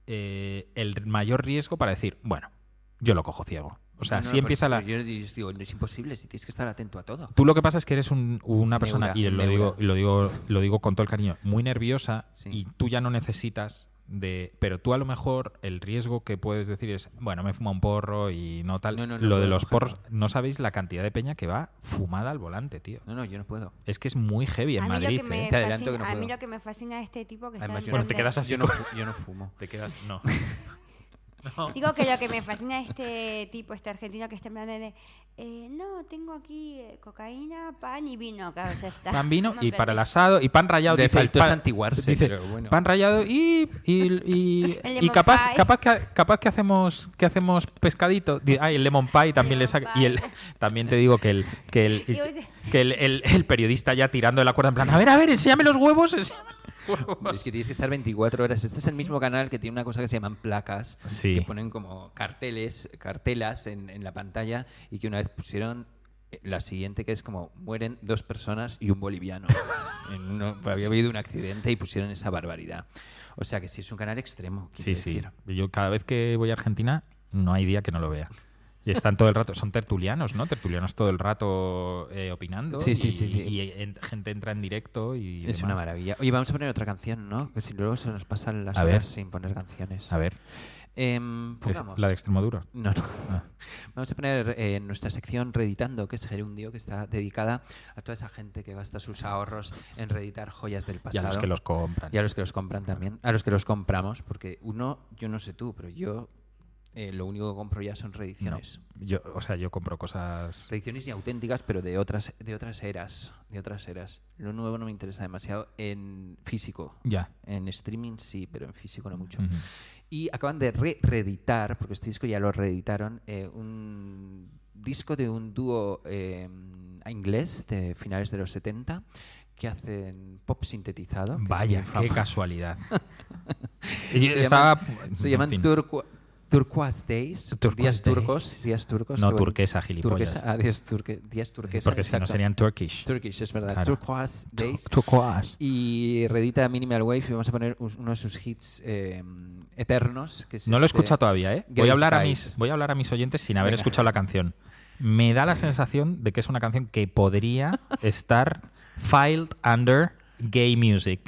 [SPEAKER 3] eh, el mayor riesgo para decir, bueno, yo lo cojo ciego. O sea,
[SPEAKER 4] No, no,
[SPEAKER 3] si
[SPEAKER 4] pero
[SPEAKER 3] empieza
[SPEAKER 4] es-
[SPEAKER 3] la...
[SPEAKER 4] Yo digo, no es imposible, si tienes que estar atento a todo.
[SPEAKER 3] Tú lo que pasa es que eres un- una persona,
[SPEAKER 4] Neura,
[SPEAKER 3] y lo
[SPEAKER 4] neura.
[SPEAKER 3] digo, y lo digo, lo digo con todo el cariño, muy nerviosa
[SPEAKER 4] Sí.
[SPEAKER 3] y tú ya no necesitas de. Pero tú a lo mejor el riesgo que puedes decir es, bueno, me fuma un porro y no tal.
[SPEAKER 4] No, no, no,
[SPEAKER 3] lo de
[SPEAKER 4] no,
[SPEAKER 3] los
[SPEAKER 4] no,
[SPEAKER 3] porros, no sabéis la cantidad de peña que va fumada al volante, tío.
[SPEAKER 4] No, no, yo no puedo.
[SPEAKER 3] Es que es muy heavy en
[SPEAKER 5] a mí,
[SPEAKER 3] Madrid,
[SPEAKER 5] lo que me
[SPEAKER 3] ¿eh?
[SPEAKER 4] Te adelanto que no
[SPEAKER 5] fascina, a mí
[SPEAKER 4] puedo.
[SPEAKER 5] lo que me fascina de este tipo que
[SPEAKER 4] Además,
[SPEAKER 5] está
[SPEAKER 4] yo no-
[SPEAKER 3] Bueno, te quedas así.
[SPEAKER 4] Yo no,
[SPEAKER 3] con-
[SPEAKER 4] fu- yo no fumo.
[SPEAKER 3] Te quedas. No.
[SPEAKER 5] Digo que lo que me fascina de este tipo, este argentino que está en plan de... eh, no, tengo aquí eh, cocaína, pan y vino, claro, ya está.
[SPEAKER 3] Pan vino
[SPEAKER 5] No,
[SPEAKER 3] y
[SPEAKER 5] pero-
[SPEAKER 3] para el asado y pan rallado.
[SPEAKER 4] Le
[SPEAKER 3] dice,
[SPEAKER 4] faltó
[SPEAKER 3] pan-
[SPEAKER 4] santiguarse,
[SPEAKER 3] dice,
[SPEAKER 4] pero bueno.
[SPEAKER 3] Pan rallado y, y, y-
[SPEAKER 5] El
[SPEAKER 3] y
[SPEAKER 5] lemon
[SPEAKER 3] capaz,
[SPEAKER 5] pie.
[SPEAKER 3] capaz, que, capaz que hacemos que hacemos pescadito. Di- Ah, y el lemon pie también le
[SPEAKER 5] Lemon
[SPEAKER 3] saca.
[SPEAKER 5] pie.
[SPEAKER 3] Y el, también te digo que el que el,
[SPEAKER 5] Digo, ese-
[SPEAKER 3] que el, el- el periodista ya tirando de la cuerda en plan, a ver, a ver, enséñame los huevos. enséñame los huevos".
[SPEAKER 4] Es que tienes que estar 24 horas. Este es el mismo canal que tiene una cosa que se llaman placas,
[SPEAKER 3] Sí.
[SPEAKER 4] que ponen como carteles, cartelas en, en la pantalla y que una vez pusieron eh, la siguiente que es como mueren dos personas y un boliviano. En uno- había habido un accidente y pusieron esa barbaridad. O sea que sí es un canal extremo. quiero
[SPEAKER 3] Sí, sí.
[SPEAKER 4] decir.
[SPEAKER 3] Yo cada vez que voy a Argentina no hay día que no lo vea. Y están todo el rato, son tertulianos, ¿no? Tertulianos todo el rato eh, opinando.
[SPEAKER 4] Sí, sí,
[SPEAKER 3] y-
[SPEAKER 4] sí, sí.
[SPEAKER 3] Y eh, en- gente entra en directo y.
[SPEAKER 4] Es una
[SPEAKER 3] demás.
[SPEAKER 4] maravilla. Oye, vamos a poner otra canción, ¿no? Que si luego se nos pasan las
[SPEAKER 3] A
[SPEAKER 4] horas
[SPEAKER 3] ver.
[SPEAKER 4] sin poner canciones.
[SPEAKER 3] A ver,
[SPEAKER 4] Em,
[SPEAKER 3] es
[SPEAKER 4] pongamos.
[SPEAKER 3] la de Ah. Extremadura.
[SPEAKER 4] No, no. Vamos a poner eh, en nuestra sección Reeditando, que es Gerundio, que está dedicada a toda esa gente que gasta sus ahorros en reeditar joyas del
[SPEAKER 3] Y a
[SPEAKER 4] pasado.
[SPEAKER 3] los que los compran.
[SPEAKER 4] Y a los que los compran también. A los que los compramos, porque uno, yo no sé tú, pero yo eh, lo único que compro ya son
[SPEAKER 3] No.
[SPEAKER 4] reediciones.
[SPEAKER 3] Yo, o sea, yo compro cosas.
[SPEAKER 4] Reediciones y auténticas, pero de otras, de otras eras. De otras eras. Lo nuevo no me interesa demasiado en físico.
[SPEAKER 3] Ya.
[SPEAKER 4] En streaming sí, pero en físico no mucho.
[SPEAKER 3] Ujú.
[SPEAKER 4] Y acaban de re- reeditar, porque este disco ya lo reeditaron, eh, un disco de un dúo eh, inglés de finales de los 70 que hacen pop sintetizado. que es
[SPEAKER 3] Vaya,
[SPEAKER 4] muy
[SPEAKER 3] qué
[SPEAKER 4] famo-
[SPEAKER 3] casualidad. Y yo
[SPEAKER 4] Se
[SPEAKER 3] estaba.
[SPEAKER 4] llaman, se
[SPEAKER 3] en
[SPEAKER 4] llaman
[SPEAKER 3] fin.
[SPEAKER 4] turqua- Turquoise Days,
[SPEAKER 3] Turquoise
[SPEAKER 4] días
[SPEAKER 3] Days.
[SPEAKER 4] turcos, días turcos.
[SPEAKER 3] No,
[SPEAKER 4] qué bonito.
[SPEAKER 3] turquesa, gilipollas.
[SPEAKER 4] Turquesa, ah, días, turque- días turquesa.
[SPEAKER 3] Porque si no
[SPEAKER 4] exacto.
[SPEAKER 3] serían Turkish.
[SPEAKER 4] Turkish, es verdad.
[SPEAKER 3] Claro.
[SPEAKER 4] Turquoise Days.
[SPEAKER 3] Turquoise.
[SPEAKER 4] Y reedita Minimal Wave y vamos a poner us- uno de sus hits eh, eternos. Que es
[SPEAKER 3] No lo he
[SPEAKER 4] este-
[SPEAKER 3] escuchado todavía, ¿eh? Voy
[SPEAKER 4] Grey
[SPEAKER 3] a, hablar a
[SPEAKER 4] Skies.
[SPEAKER 3] mis, voy a hablar a mis oyentes sin haber
[SPEAKER 4] Venga.
[SPEAKER 3] escuchado la canción. Me da la sensación de que es una canción que podría estar filed under gay music,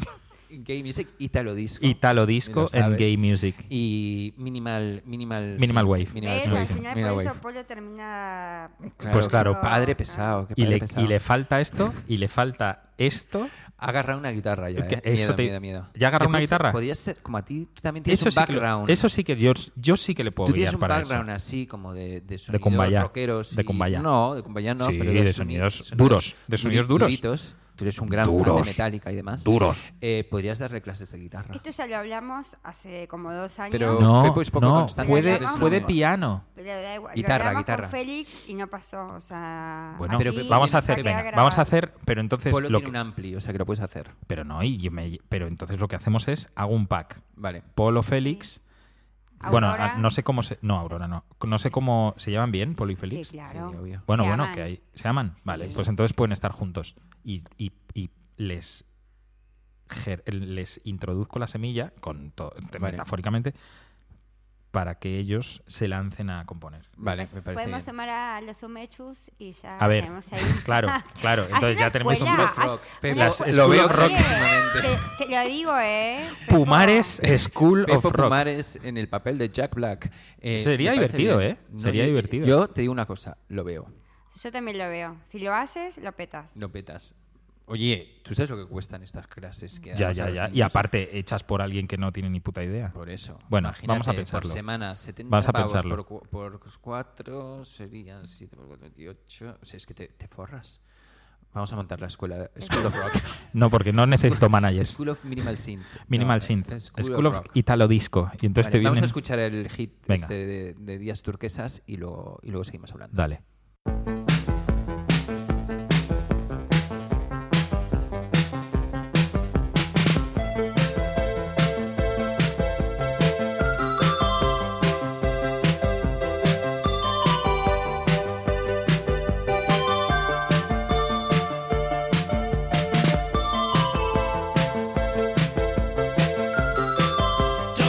[SPEAKER 4] Gay Music, Italo Disco.
[SPEAKER 3] italo disco
[SPEAKER 4] Oh, Lo
[SPEAKER 3] and
[SPEAKER 4] sabes.
[SPEAKER 3] gay music.
[SPEAKER 4] Y Minimal... Minimal,
[SPEAKER 3] Minimal Wave.
[SPEAKER 5] ¿Ves?
[SPEAKER 3] Sí,
[SPEAKER 5] Al
[SPEAKER 3] sí.
[SPEAKER 4] Minimal
[SPEAKER 5] final por
[SPEAKER 4] Wave.
[SPEAKER 5] eso Polo termina...
[SPEAKER 3] Pues claro,
[SPEAKER 4] qué Padre pesado. qué
[SPEAKER 3] Y
[SPEAKER 4] padre
[SPEAKER 3] le,
[SPEAKER 4] pesado.
[SPEAKER 3] y le falta esto, y le falta esto.
[SPEAKER 4] Ha agarrado una guitarra ya,
[SPEAKER 3] Que
[SPEAKER 4] eh.
[SPEAKER 3] eso
[SPEAKER 4] miedo,
[SPEAKER 3] te-
[SPEAKER 4] miedo, miedo.
[SPEAKER 3] ¿Ya ha agarrado
[SPEAKER 4] Le
[SPEAKER 3] una
[SPEAKER 4] puede ser-
[SPEAKER 3] guitarra?
[SPEAKER 4] Podría ser... Como a ti, tú también tienes
[SPEAKER 3] Eso
[SPEAKER 4] un
[SPEAKER 3] sí, que lo-
[SPEAKER 4] background.
[SPEAKER 3] eso sí que yo, yo sí que le puedo
[SPEAKER 4] Tú tienes
[SPEAKER 3] brillar
[SPEAKER 4] un
[SPEAKER 3] para
[SPEAKER 4] background
[SPEAKER 3] eso.
[SPEAKER 4] así, como de, de sonidos
[SPEAKER 3] Kumbaya.
[SPEAKER 4] rockeros.
[SPEAKER 3] De
[SPEAKER 4] y-
[SPEAKER 3] Kumbaya.
[SPEAKER 4] No, de Kumbaya no,
[SPEAKER 3] Sí,
[SPEAKER 4] pero
[SPEAKER 3] de
[SPEAKER 4] soni-
[SPEAKER 3] sonidos duros, de sonidos
[SPEAKER 4] duri-
[SPEAKER 3] duros.
[SPEAKER 4] duritos. Tú eres un gran fan
[SPEAKER 3] Duros.
[SPEAKER 4] de Metallica y demás.
[SPEAKER 3] Duros.
[SPEAKER 4] Eh, podrías darle clases de guitarra.
[SPEAKER 5] Esto ya lo hablamos hace como dos años.
[SPEAKER 4] Pero-
[SPEAKER 3] No,
[SPEAKER 4] Pepo es poco
[SPEAKER 3] no,
[SPEAKER 4] constante.
[SPEAKER 3] fue de,
[SPEAKER 5] Pero
[SPEAKER 3] fue de
[SPEAKER 5] vamos.
[SPEAKER 3] piano.
[SPEAKER 5] Pero da igual,
[SPEAKER 4] Guitarra,
[SPEAKER 5] lo hablamos
[SPEAKER 4] guitarra.
[SPEAKER 5] con Félix y no pasó, o sea...
[SPEAKER 3] Bueno,
[SPEAKER 5] aquí
[SPEAKER 4] Ah, Pero-
[SPEAKER 3] vamos a
[SPEAKER 5] va
[SPEAKER 3] hacer,
[SPEAKER 5] quedar
[SPEAKER 3] venga, vamos a
[SPEAKER 5] grabado.
[SPEAKER 3] hacer, pero entonces
[SPEAKER 4] Polo
[SPEAKER 3] lo
[SPEAKER 4] tiene
[SPEAKER 3] que-
[SPEAKER 4] un ampli, o sea que lo puedes hacer.
[SPEAKER 3] pero no, y yo me- pero entonces lo que hacemos es hago un pack.
[SPEAKER 4] Vale.
[SPEAKER 3] Polo Félix. Bueno,
[SPEAKER 5] Aurora.
[SPEAKER 3] a- no sé cómo se. No, Aurora no. No sé cómo. ¿Se llaman bien, Polo y Félix?
[SPEAKER 5] Sí, claro.
[SPEAKER 4] Sí, obvio.
[SPEAKER 3] Bueno,
[SPEAKER 5] Se
[SPEAKER 3] bueno,
[SPEAKER 5] aman.
[SPEAKER 3] que hay. ¿Se llaman? Vale,
[SPEAKER 5] Sí.
[SPEAKER 3] pues entonces pueden estar juntos. Y, y- y les. ger- les introduzco la semilla, con to-
[SPEAKER 4] Vale.
[SPEAKER 3] metafóricamente, para que ellos se lancen a componer.
[SPEAKER 4] Vale, me parece
[SPEAKER 5] Podemos
[SPEAKER 4] bien.
[SPEAKER 5] sumar a los humechus y ya
[SPEAKER 3] A ver,
[SPEAKER 5] tenemos ahí.
[SPEAKER 3] claro, claro,
[SPEAKER 5] Haz
[SPEAKER 3] entonces
[SPEAKER 5] una
[SPEAKER 3] ya tenemos un
[SPEAKER 5] escuela,
[SPEAKER 3] blues
[SPEAKER 5] haz
[SPEAKER 4] rock,
[SPEAKER 5] una
[SPEAKER 4] pero
[SPEAKER 5] escuela.
[SPEAKER 3] Las- lo veo
[SPEAKER 5] Oye,
[SPEAKER 3] rock
[SPEAKER 4] últimamente.
[SPEAKER 5] Te, te lo digo, ¿eh? Pepo.
[SPEAKER 3] Pumares School of
[SPEAKER 4] Pepo
[SPEAKER 3] Rock.
[SPEAKER 4] Pumares en el papel de Jack Black. Eh,
[SPEAKER 3] Sería
[SPEAKER 4] me parece
[SPEAKER 3] divertido,
[SPEAKER 4] bien.
[SPEAKER 3] ¿eh? Sería
[SPEAKER 4] yo-
[SPEAKER 3] divertido.
[SPEAKER 4] Yo te digo una cosa, lo veo.
[SPEAKER 5] Yo también lo veo. Si lo haces, lo petas.
[SPEAKER 4] Lo petas. Oye, ¿tú sabes lo que cuestan estas clases? Que
[SPEAKER 3] Ya,
[SPEAKER 4] damos a
[SPEAKER 3] ya,
[SPEAKER 4] los
[SPEAKER 3] ya. Y
[SPEAKER 4] niños?
[SPEAKER 3] aparte, hechas por alguien que no tiene ni puta idea.
[SPEAKER 4] Por eso.
[SPEAKER 3] Bueno,
[SPEAKER 4] Imagínate,
[SPEAKER 3] vamos a
[SPEAKER 4] Por
[SPEAKER 3] pensarlo.
[SPEAKER 4] semana, 70
[SPEAKER 3] Vamos a
[SPEAKER 4] pavos
[SPEAKER 3] pensarlo.
[SPEAKER 4] Por, cu- por cuatro serían 7 por 4, 28. O sea, es que te, te forras. Vamos a montar la escuela. School of Rock.
[SPEAKER 3] No, porque no necesito managers.
[SPEAKER 4] School of Minimal Synth.
[SPEAKER 3] Minimal
[SPEAKER 4] No, eh,
[SPEAKER 3] Synth.
[SPEAKER 4] School, of, Rock.
[SPEAKER 3] Italo Disco. Y entonces te
[SPEAKER 4] Vale, Vamos
[SPEAKER 3] vienen...
[SPEAKER 4] a escuchar el hit
[SPEAKER 3] Venga.
[SPEAKER 4] este de, de Días Turquesas y luego, y luego seguimos hablando.
[SPEAKER 3] Dale.
[SPEAKER 1] Yo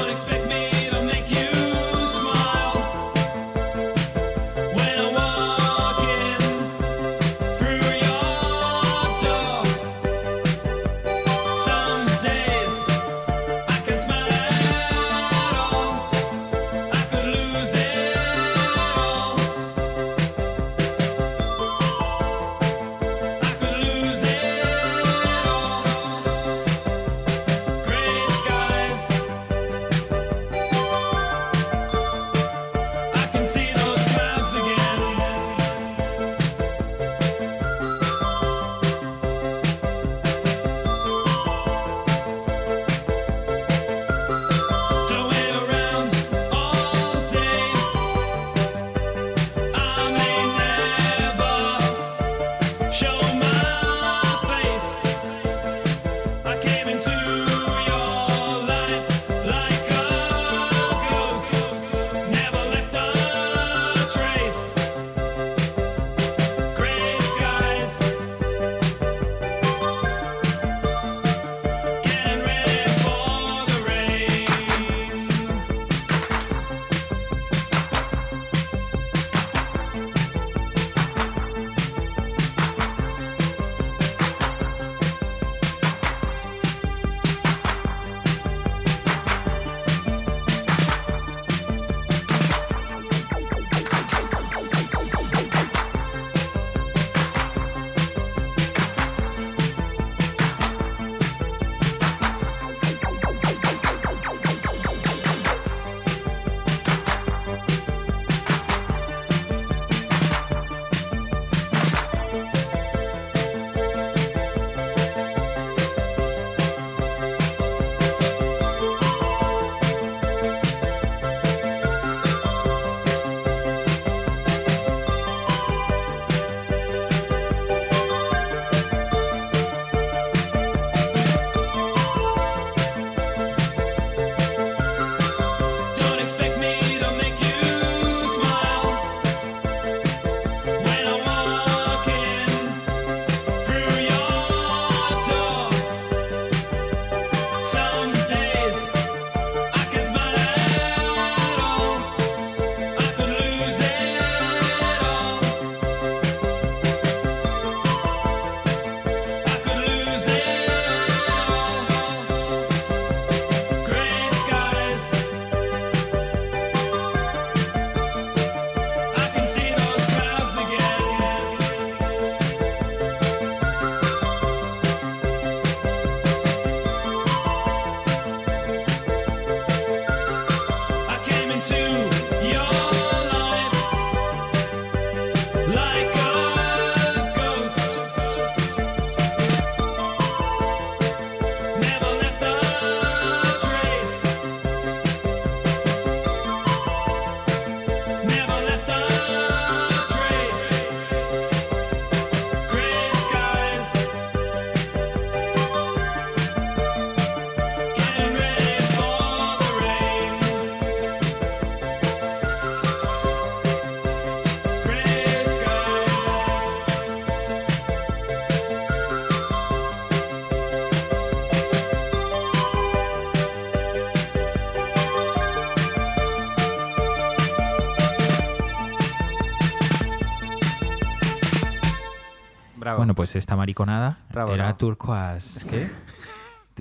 [SPEAKER 4] Bravo.
[SPEAKER 3] Bueno, pues esta mariconada
[SPEAKER 4] Bravo,
[SPEAKER 3] era
[SPEAKER 4] no.
[SPEAKER 3] turcoas. ¿Qué?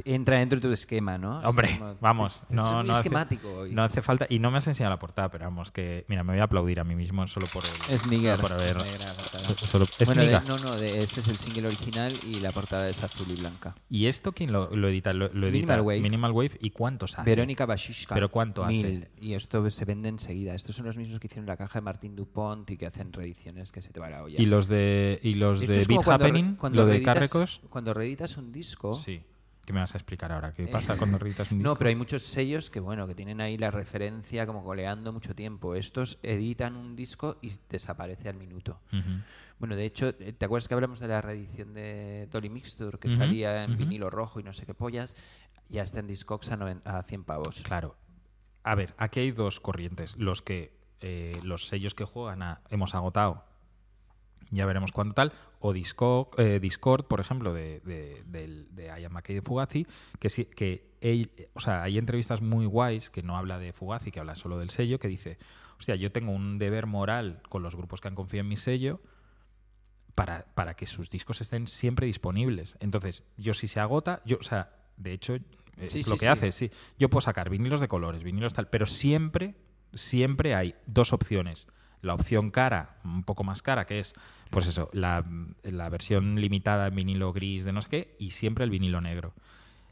[SPEAKER 4] entra dentro de tu esquema, ¿no? Es
[SPEAKER 3] Hombre,
[SPEAKER 4] como-
[SPEAKER 3] vamos.
[SPEAKER 4] Es
[SPEAKER 3] No,
[SPEAKER 4] muy
[SPEAKER 3] no hace-
[SPEAKER 4] esquemático hoy.
[SPEAKER 3] No hace falta. Y no me has enseñado la portada, pero vamos, que. Mira, me voy a aplaudir a mí mismo solo por el.
[SPEAKER 4] Es Miguel.
[SPEAKER 3] solo por haber-
[SPEAKER 4] Es negra la portada.
[SPEAKER 3] so- solo- es
[SPEAKER 4] Bueno, de-
[SPEAKER 3] miga.
[SPEAKER 4] no, no, de- ese es el single original y la portada es azul y blanca.
[SPEAKER 3] ¿Y esto quién lo, lo edita? Lo, lo edita
[SPEAKER 4] Minimal Wave.
[SPEAKER 3] Minimal Wave. ¿Y cuántos hace?
[SPEAKER 4] Verónica Bashishka.
[SPEAKER 3] Ah, ¿Pero cuánto hace?
[SPEAKER 4] Mil. Y esto se vende enseguida. Estos son los mismos que hicieron la caja de Martín Dupont y que hacen reediciones que se te va la olla.
[SPEAKER 3] ¿Y los de, y los
[SPEAKER 4] Esto
[SPEAKER 3] de
[SPEAKER 4] es como
[SPEAKER 3] Beat
[SPEAKER 4] cuando re-
[SPEAKER 3] Happening?
[SPEAKER 4] cuando
[SPEAKER 3] ¿Lo de
[SPEAKER 4] reeditas-
[SPEAKER 3] Carrecos?
[SPEAKER 4] Cuando reeditas un disco.
[SPEAKER 3] Sí. ¿Qué me vas a explicar ahora? ¿Qué pasa cuando reeditas un disco?
[SPEAKER 4] No, pero hay muchos sellos que bueno, que tienen ahí la referencia como coleando mucho tiempo. Estos editan un disco y desaparece al minuto.
[SPEAKER 3] Ujú.
[SPEAKER 4] Bueno, de hecho, eh, ¿te acuerdas que hablamos de la reedición de Dolly Mixture que
[SPEAKER 3] Ujú,
[SPEAKER 4] salía en
[SPEAKER 3] ujú.
[SPEAKER 4] vinilo rojo y no sé qué pollas? Ya está en Discogs a, noven- a 100 pavos.
[SPEAKER 3] Claro. A ver, aquí hay dos corrientes. Los que eh, los sellos que juegan a hemos agotado. Ya veremos cuándo tal. O Disco- eh, Discord, por ejemplo, de, de, del- de Ian McKay de Fugazi, que sí, que él- o sea, hay entrevistas muy guays que no habla de Fugazi, que habla solo del sello, que dice, hostia, yo tengo un deber moral con los grupos que han confiado en mi sello para, para que sus discos estén siempre disponibles. Entonces, yo si se agota, yo, o sea, de hecho, eh, es
[SPEAKER 4] Sí,
[SPEAKER 3] lo
[SPEAKER 4] sí,
[SPEAKER 3] que
[SPEAKER 4] sí.
[SPEAKER 3] hace, sí. Yo puedo sacar vinilos de colores, vinilos tal, pero siempre, siempre hay dos opciones. La opción cara, un poco más cara, que es, pues eso, la, la versión limitada en vinilo gris de no sé qué, y siempre el vinilo negro.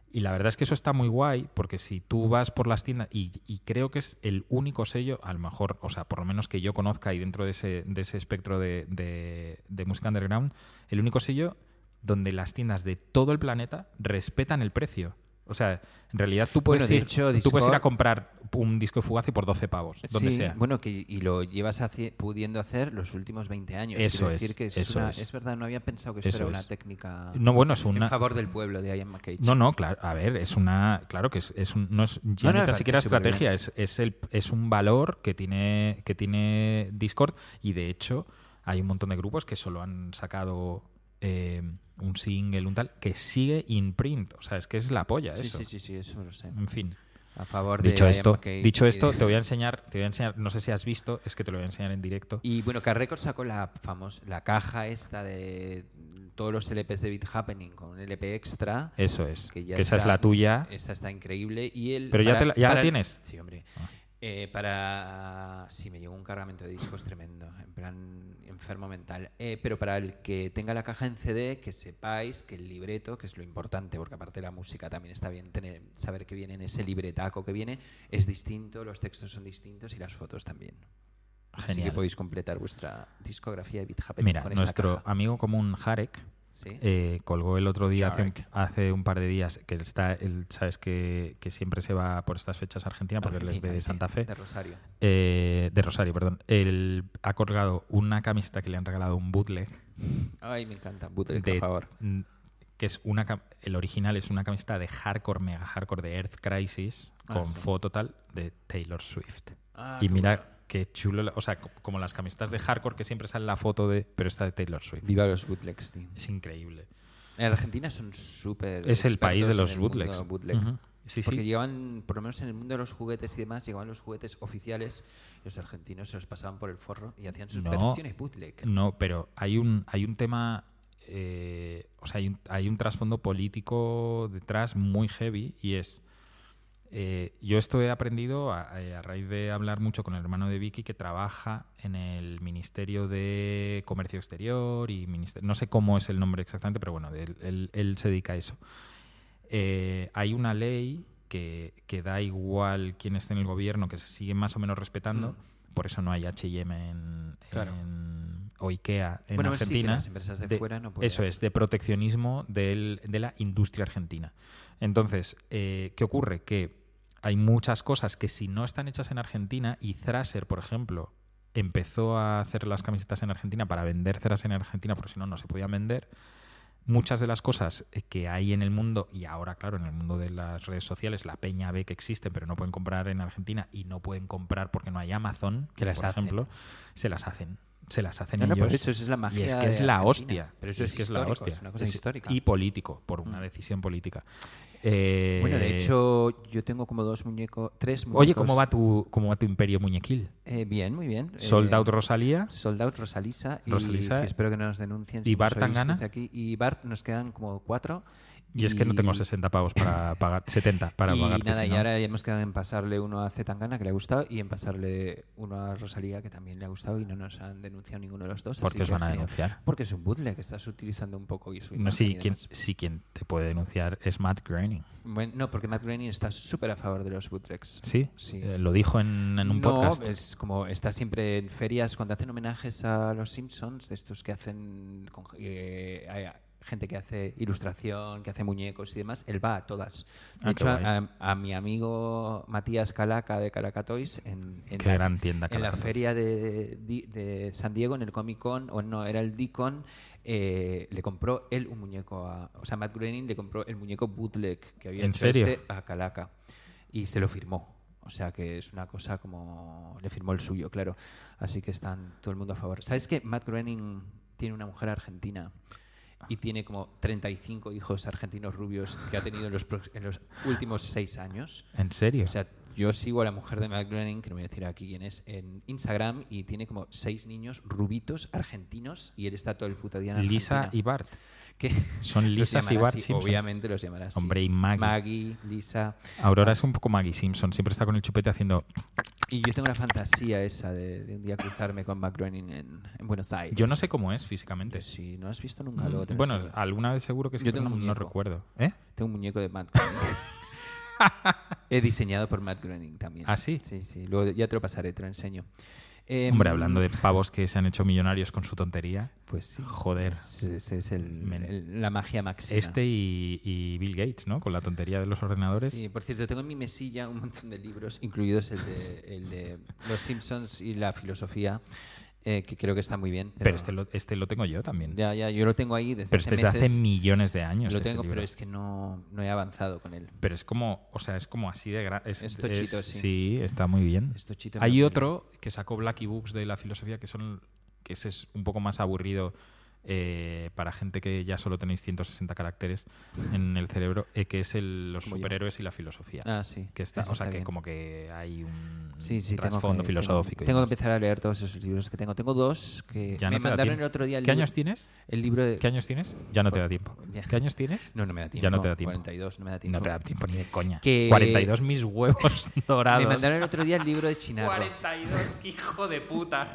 [SPEAKER 3] Y la verdad es que eso está muy guay, porque si tú vas por las tiendas, y, y creo que es el único sello, a lo mejor, o sea, por lo menos que yo conozca y dentro de ese, de ese espectro de, de- de música underground, el único sello donde las tiendas de todo el planeta respetan el precio. O sea, en realidad tú puedes,
[SPEAKER 4] Bueno, de
[SPEAKER 3] ir,
[SPEAKER 4] hecho,
[SPEAKER 3] tú puedes ir a
[SPEAKER 4] Discord-
[SPEAKER 3] comprar un disco de Fugazi por 12 pavos, donde
[SPEAKER 4] Sí,
[SPEAKER 3] sea.
[SPEAKER 4] Bueno, que, y lo llevas haci- pudiendo hacer los últimos 20 años.
[SPEAKER 3] Eso
[SPEAKER 4] Quiero
[SPEAKER 3] es,
[SPEAKER 4] decir que es,
[SPEAKER 3] eso
[SPEAKER 4] una-
[SPEAKER 3] es.
[SPEAKER 4] verdad, no había pensado que esto
[SPEAKER 3] Eso
[SPEAKER 4] era una
[SPEAKER 3] es.
[SPEAKER 4] técnica
[SPEAKER 3] no, bueno, es una...
[SPEAKER 4] en favor del pueblo de Ian McCage.
[SPEAKER 3] No, no, claro. A ver, es una. Claro que es, es un- no es ya
[SPEAKER 4] No, no,
[SPEAKER 3] ni
[SPEAKER 4] me
[SPEAKER 3] tan
[SPEAKER 4] parece
[SPEAKER 3] siquiera
[SPEAKER 4] súper
[SPEAKER 3] estrategia, es, es, el, es un valor que tiene, que tiene Discord y de hecho hay un montón de grupos que solo han sacado eh, un single, un tal, que sigue in print. O sea, es que es la polla
[SPEAKER 4] Sí,
[SPEAKER 3] eso.
[SPEAKER 4] sí, sí, sí, eso lo sé.
[SPEAKER 3] En fin.
[SPEAKER 4] A favor de
[SPEAKER 3] Dicho
[SPEAKER 4] Ian
[SPEAKER 3] esto,
[SPEAKER 4] McCage
[SPEAKER 3] dicho
[SPEAKER 4] y
[SPEAKER 3] esto,
[SPEAKER 4] de-
[SPEAKER 3] te voy a enseñar, te voy a enseñar, no sé si has visto, es que te lo voy a enseñar en directo.
[SPEAKER 4] Y bueno, Carrecord sacó la famosa la caja esta de todos los LPs de Beat Happening con un LP extra.
[SPEAKER 3] Eso es.
[SPEAKER 4] que ya
[SPEAKER 3] que esa es
[SPEAKER 4] está-
[SPEAKER 3] la tuya.
[SPEAKER 4] Esa está increíble. Y el
[SPEAKER 3] Pero ya te la- ya la tienes.
[SPEAKER 4] Sí, hombre. Eh, para. Sí, me llegó un cargamento de discos tremendo. En plan, enfermo mental. Eh, pero para el que tenga la caja en CD, que sepáis que el libreto, que es lo importante, porque aparte la música también está bien tener, saber que viene en ese libretaco que viene, es distinto, los textos son distintos y las fotos también. Así que
[SPEAKER 3] Genial.
[SPEAKER 4] podéis completar vuestra discografía de Beat Happening
[SPEAKER 3] Mira,
[SPEAKER 4] con esta
[SPEAKER 3] nuestro
[SPEAKER 4] caja.
[SPEAKER 3] amigo común Jarek
[SPEAKER 4] ¿Sí?
[SPEAKER 3] eh, colgó el otro día, hace un,
[SPEAKER 4] Jarek.
[SPEAKER 3] hace un par de días, que él está, él, sabes que, que siempre se va por estas fechas a Argentina porque él es
[SPEAKER 4] Argentina,
[SPEAKER 3] de
[SPEAKER 4] sí,
[SPEAKER 3] Santa Fe,
[SPEAKER 4] De Rosario.
[SPEAKER 3] eh, de Rosario, perdón. Él ha colgado una camiseta que le han regalado un bootleg,
[SPEAKER 4] Ay, me encanta. Bootleg,
[SPEAKER 3] de-
[SPEAKER 4] por favor.
[SPEAKER 3] mm, que es una, cam- el original es una camiseta de hardcore, mega hardcore de Earth Crisis
[SPEAKER 4] Ah,
[SPEAKER 3] con
[SPEAKER 4] sí.
[SPEAKER 3] foto tal de Taylor Swift.
[SPEAKER 4] Ah,
[SPEAKER 3] y
[SPEAKER 4] qué
[SPEAKER 3] mira
[SPEAKER 4] bueno.
[SPEAKER 3] qué chulo, la- o sea, co- como las camisetas de hardcore que siempre sale la foto de, pero está de Taylor Swift.
[SPEAKER 4] Viva los bootlegs, tío.
[SPEAKER 3] Es increíble.
[SPEAKER 4] En Argentina son súper.
[SPEAKER 3] Es el país de
[SPEAKER 4] expertos
[SPEAKER 3] los
[SPEAKER 4] en el mundo
[SPEAKER 3] bootlegs.
[SPEAKER 4] bootleg.
[SPEAKER 3] Ujú. Sí,
[SPEAKER 4] Porque
[SPEAKER 3] sí.
[SPEAKER 4] llegaban, por lo menos en el mundo de los juguetes y demás, llegaban los juguetes oficiales, los argentinos se los pasaban por el forro y hacían sus
[SPEAKER 3] No.
[SPEAKER 4] versiones bootleg.
[SPEAKER 3] No, pero hay un, hay un tema. eh, o sea, hay un, hay un trasfondo político detrás muy heavy y es. eh, yo esto he aprendido a, eh, a raíz de hablar mucho con el hermano de Vicky que trabaja en el Ministerio de Comercio Exterior y Ministerio, no sé cómo es el nombre exactamente, pero bueno, él, él- él se dedica a eso. Eh, hay una ley que, que da igual quién esté en el gobierno, que se sigue más o menos respetando, por eso no hay HM en,
[SPEAKER 4] Claro.
[SPEAKER 3] en- em, o IKEA en
[SPEAKER 4] Bueno, sí, que
[SPEAKER 3] Argentina.
[SPEAKER 4] las empresas de fuera no pueden.
[SPEAKER 3] Eso es, de proteccionismo del- de la industria argentina. Entonces, eh, ¿qué ocurre? Que hay muchas cosas que si no están hechas en Argentina, y Thrasher, por ejemplo, empezó a hacer las camisetas en Argentina para vendérselas en Argentina, porque si no, no se podían vender. Muchas de las cosas eh, que hay en el mundo, y ahora, claro, en el mundo de las redes sociales, la peña ve que existen, pero no pueden comprar en Argentina y no pueden comprar porque no hay Amazon,
[SPEAKER 4] Que las
[SPEAKER 3] por
[SPEAKER 4] hacen.
[SPEAKER 3] ejemplo, se las hacen. se las hacen
[SPEAKER 4] No, no,
[SPEAKER 3] ellos.
[SPEAKER 4] por eso, eso es la magia
[SPEAKER 3] Y es que
[SPEAKER 4] de
[SPEAKER 3] es la
[SPEAKER 4] Argentina.
[SPEAKER 3] hostia.
[SPEAKER 4] Pero eso
[SPEAKER 3] Y
[SPEAKER 4] es
[SPEAKER 3] que es la
[SPEAKER 4] histórico,
[SPEAKER 3] hostia.
[SPEAKER 4] es una cosa histórica. Mm.
[SPEAKER 3] Y político, por una decisión política. Eh,
[SPEAKER 4] Bueno, de hecho, yo tengo como dos muñecos, tres muñecos.
[SPEAKER 3] Oye, ¿cómo va tu, cómo va tu imperio muñequil?
[SPEAKER 4] Eh, bien, muy bien. Eh,
[SPEAKER 3] Sold out Rosalía.
[SPEAKER 4] Sold out Rosalisa. Y
[SPEAKER 3] Rosalisa.
[SPEAKER 4] sí, espero que no nos denuncien.
[SPEAKER 3] ¿Y
[SPEAKER 4] si
[SPEAKER 3] Bart
[SPEAKER 4] nos oís
[SPEAKER 3] Tangana?
[SPEAKER 4] desde aquí. Y Bart nos quedan como cuatro.
[SPEAKER 3] Y, es que no tengo 60 pavos para pagar, 70 para
[SPEAKER 4] y
[SPEAKER 3] pagarte.
[SPEAKER 4] nada,
[SPEAKER 3] si
[SPEAKER 4] y
[SPEAKER 3] no.
[SPEAKER 4] ahora ya hemos quedado en pasarle uno a Zetangana, que le ha gustado, y en pasarle uno a Rosalía, que también le ha gustado, y no nos han denunciado ninguno de los dos.
[SPEAKER 3] ¿Por
[SPEAKER 4] así
[SPEAKER 3] qué os
[SPEAKER 4] que
[SPEAKER 3] van a
[SPEAKER 4] genial.
[SPEAKER 3] denunciar?
[SPEAKER 4] Porque es un bootleg, que estás utilizando un poco y su
[SPEAKER 3] No,
[SPEAKER 4] imagen
[SPEAKER 3] sí,
[SPEAKER 4] y
[SPEAKER 3] quien,
[SPEAKER 4] demás.
[SPEAKER 3] sí, quien te puede denunciar es Matt Groening.
[SPEAKER 4] Bueno, no, porque Matt Groening está súper a favor de los bootlegs.
[SPEAKER 3] ¿Sí?
[SPEAKER 4] Sí.
[SPEAKER 3] Eh, lo dijo en, en un
[SPEAKER 4] no, pues,
[SPEAKER 3] podcast.
[SPEAKER 4] es como está siempre en ferias cuando hacen homenajes a los Simpsons, de estos que hacen con- eh, hay a- gente que hace ilustración, que hace muñecos y demás, él va a todas. De
[SPEAKER 3] Ah,
[SPEAKER 4] hecho,
[SPEAKER 3] qué
[SPEAKER 4] a, a mi amigo Matías Calaca de Caracatois en, en,
[SPEAKER 3] Qué gran tienda,
[SPEAKER 4] en la
[SPEAKER 3] Calaca Toys.
[SPEAKER 4] feria de, di- de San Diego, en el Comic Con, o no, era el Dicon, eh, le compró él un muñeco a. O sea, Matt Groening le compró el muñeco bootleg que había
[SPEAKER 3] ¿En
[SPEAKER 4] hecho
[SPEAKER 3] serio?
[SPEAKER 4] este a Calaca y se lo firmó. O sea que es una cosa como le firmó el suyo, claro. Así que están todo el mundo a favor. ¿Sabes que Matt Groening tiene una mujer argentina y tiene como 35 hijos argentinos rubios que ha tenido en los, prox- en los últimos seis años?
[SPEAKER 3] ¿En serio?
[SPEAKER 4] O sea, yo sigo a la mujer de Matt Groening, que no voy a decir aquí quién es, en Instagram y tiene como seis niños rubitos argentinos y él está todo el puto día en
[SPEAKER 3] Lisa
[SPEAKER 4] Argentina.
[SPEAKER 3] y Bart.
[SPEAKER 4] Que
[SPEAKER 3] son Lisas
[SPEAKER 4] los
[SPEAKER 3] y
[SPEAKER 4] llamará
[SPEAKER 3] Bart
[SPEAKER 4] así,
[SPEAKER 3] Simpson.
[SPEAKER 4] Obviamente los llamarás
[SPEAKER 3] Hombre, y Maggie.
[SPEAKER 4] Maggie, Lisa.
[SPEAKER 3] Aurora es un poco Maggie Simpson, siempre está con el chupete haciendo.
[SPEAKER 4] Y yo tengo la fantasía esa de, de un día cruzarme con Matt Groening en, en Buenos Aires.
[SPEAKER 3] Yo no sé cómo es físicamente. Mm,
[SPEAKER 4] Si no has visto nunca lo tenés
[SPEAKER 3] Bueno, ah.
[SPEAKER 4] que ver.
[SPEAKER 3] alguna vez seguro que sí,
[SPEAKER 4] Yo
[SPEAKER 3] pero
[SPEAKER 4] tengo
[SPEAKER 3] no,
[SPEAKER 4] un
[SPEAKER 3] no
[SPEAKER 4] muñeco.
[SPEAKER 3] recuerdo. ¿Eh?
[SPEAKER 4] tengo un muñeco de Matt Groening. He diseñado por Matt Groening también.
[SPEAKER 3] ¿Ah, sí?
[SPEAKER 4] Sí, sí. Luego ya te lo pasaré, te lo enseño. Em,
[SPEAKER 3] Hombre, hablando de pavos que se han hecho millonarios con su tontería.
[SPEAKER 4] Pues sí.
[SPEAKER 3] Joder.
[SPEAKER 4] Ese ese es el,
[SPEAKER 3] Men.
[SPEAKER 4] el- la magia máxima.
[SPEAKER 3] Este y, y Bill Gates, ¿no? Con la tontería de los ordenadores.
[SPEAKER 4] Sí, por cierto, tengo en mi mesilla un montón de libros, incluidos el de, el de Los Simpsons y la filosofía, eh, que creo que está muy bien. Pero,
[SPEAKER 3] pero este lo, este lo tengo yo también.
[SPEAKER 4] Ya, ya, yo lo tengo ahí desde
[SPEAKER 3] pero este
[SPEAKER 4] hace
[SPEAKER 3] es de hace
[SPEAKER 4] meses.
[SPEAKER 3] millones de años.
[SPEAKER 4] Lo
[SPEAKER 3] ese
[SPEAKER 4] tengo, pero
[SPEAKER 3] libro.
[SPEAKER 4] es que no, no he avanzado con él.
[SPEAKER 3] Pero es como, o sea, es como así de grande.
[SPEAKER 4] Es tochito, sí.
[SPEAKER 3] está muy bien.
[SPEAKER 4] Es tochito,
[SPEAKER 3] Hay
[SPEAKER 4] pero
[SPEAKER 3] otro que sacó Blacky Books de la filosofía que son que ese es un poco más aburrido eh, para gente que ya solo tenéis 160 caracteres en el cerebro, eh, que es el, los
[SPEAKER 4] Como yo.
[SPEAKER 3] superhéroes y la filosofía.
[SPEAKER 4] Ah, sí.
[SPEAKER 3] Que está,
[SPEAKER 4] Ese
[SPEAKER 3] o sea,
[SPEAKER 4] está
[SPEAKER 3] que
[SPEAKER 4] bien.
[SPEAKER 3] como que hay un
[SPEAKER 4] Sí, sí, tengo
[SPEAKER 3] trasfondo
[SPEAKER 4] que-
[SPEAKER 3] filosófico. y
[SPEAKER 4] Tengo, tengo que
[SPEAKER 3] demás.
[SPEAKER 4] empezar a leer todos esos libros que tengo. Tengo dos que
[SPEAKER 3] Ya
[SPEAKER 4] me
[SPEAKER 3] no te da
[SPEAKER 4] mandaron
[SPEAKER 3] tiempo.
[SPEAKER 4] el otro día. El
[SPEAKER 3] ¿Qué
[SPEAKER 4] libro-
[SPEAKER 3] años tienes?
[SPEAKER 4] El libro de...
[SPEAKER 3] ¿Qué años tienes? Ya no te
[SPEAKER 4] Por-
[SPEAKER 3] da tiempo.
[SPEAKER 4] ya.
[SPEAKER 3] ¿Qué años tienes?
[SPEAKER 4] No, no me da tiempo.
[SPEAKER 3] Ya no te da tiempo.
[SPEAKER 4] 42, no me da tiempo.
[SPEAKER 3] No te da tiempo ni de coña.
[SPEAKER 4] Que-
[SPEAKER 3] 42 mis huevos dorados.
[SPEAKER 4] Me mandaron el otro día el libro de Chinarro.
[SPEAKER 3] 42, que hijo de puta.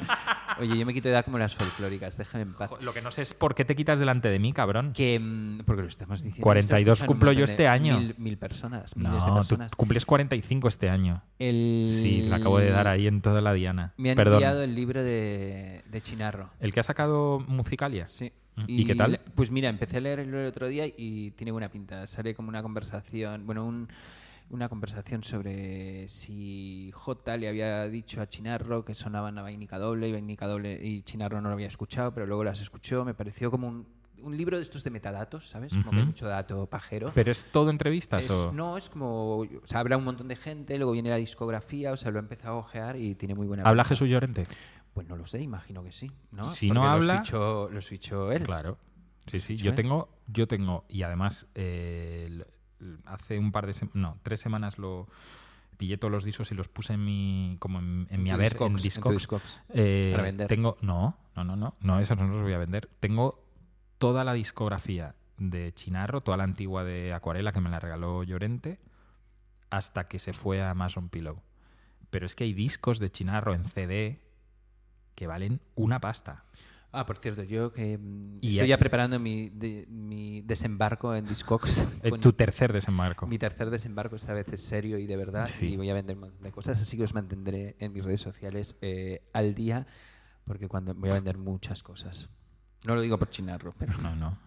[SPEAKER 4] Oye, yo me quito de edad como las folclóricas, déjame en paz.
[SPEAKER 3] Lo que no sé es por qué te quitas delante de mí, cabrón.
[SPEAKER 4] Que, mm, porque lo estamos diciendo.
[SPEAKER 3] 42
[SPEAKER 4] esto escuchan un
[SPEAKER 3] cumplo yo
[SPEAKER 4] montón de-
[SPEAKER 3] este año.
[SPEAKER 4] Mil, mil personas, miles de
[SPEAKER 3] No, tú
[SPEAKER 4] personas.
[SPEAKER 3] cumples 45 este año.
[SPEAKER 4] El-
[SPEAKER 3] Sí, la acabo de dar ahí en toda la diana.
[SPEAKER 4] Me han
[SPEAKER 3] Perdón.
[SPEAKER 4] enviado el libro de, de Chinarro.
[SPEAKER 3] ¿El que ha sacado Musicalia?
[SPEAKER 4] Sí.
[SPEAKER 3] Mm. ¿Y, qué tal?
[SPEAKER 4] le- Pues mira, empecé a leer el otro día y tiene buena pinta. Sale como una conversación, bueno, un- una conversación sobre si J le había dicho a Chinarro que sonaban a vainica doble y vainica doble y Chinarro no lo había escuchado, pero luego las escuchó. Me pareció como un, un libro de estos de metadatos, ¿sabes? Como que hay
[SPEAKER 3] Ujú.
[SPEAKER 4] mucho dato pajero.
[SPEAKER 3] ¿Pero es todo entrevistas
[SPEAKER 4] Es-
[SPEAKER 3] o...?
[SPEAKER 4] no, es como. O sea, habrá un montón de gente, luego viene la discografía, o sea, lo he empezado a ojear y tiene muy buena.
[SPEAKER 3] ¿Habla
[SPEAKER 4] pinta.
[SPEAKER 3] Jesús Llorente?
[SPEAKER 4] Pues no lo sé, imagino que sí. ¿no?
[SPEAKER 3] Si no
[SPEAKER 4] Porque
[SPEAKER 3] habla-
[SPEAKER 4] Los fichó, los fichó él.
[SPEAKER 3] Claro. Sí, sí.
[SPEAKER 4] Eso
[SPEAKER 3] Yo
[SPEAKER 4] es.
[SPEAKER 3] tengo, yo tengo, y además eh, el- el- hace un par de semanas, no, tres semanas lo pillé todos los discos y los puse en mi, como en, en mi
[SPEAKER 4] tu
[SPEAKER 3] haber,
[SPEAKER 4] Discogs,
[SPEAKER 3] en
[SPEAKER 4] en tu
[SPEAKER 3] Discogs.
[SPEAKER 4] Discogs,
[SPEAKER 3] Eh,
[SPEAKER 4] para vender.
[SPEAKER 3] Tengo, no, no, no, no, no, esos no los voy a vender. Tengo toda la discografía de Chinarro, toda la antigua de Acuarela que me la regaló Llorente, hasta que se fue a Amazon Pillow. Pero es que hay discos de Chinarro en CD que valen una pasta.
[SPEAKER 4] Ah, por cierto, yo que mm,
[SPEAKER 3] Y
[SPEAKER 4] estoy
[SPEAKER 3] ahí-
[SPEAKER 4] ya preparando mi, de- mi desembarco en Discogs.
[SPEAKER 3] Eh,
[SPEAKER 4] Con-
[SPEAKER 3] tu tercer desembarco.
[SPEAKER 4] mi tercer desembarco esta vez es serio y de verdad
[SPEAKER 3] Sí.
[SPEAKER 4] y voy a vender un montón de cosas, así que os mantendré en mis redes sociales eh, al día porque cuando voy a vender muchas cosas. No lo digo por chinarro, pero,
[SPEAKER 3] No, no.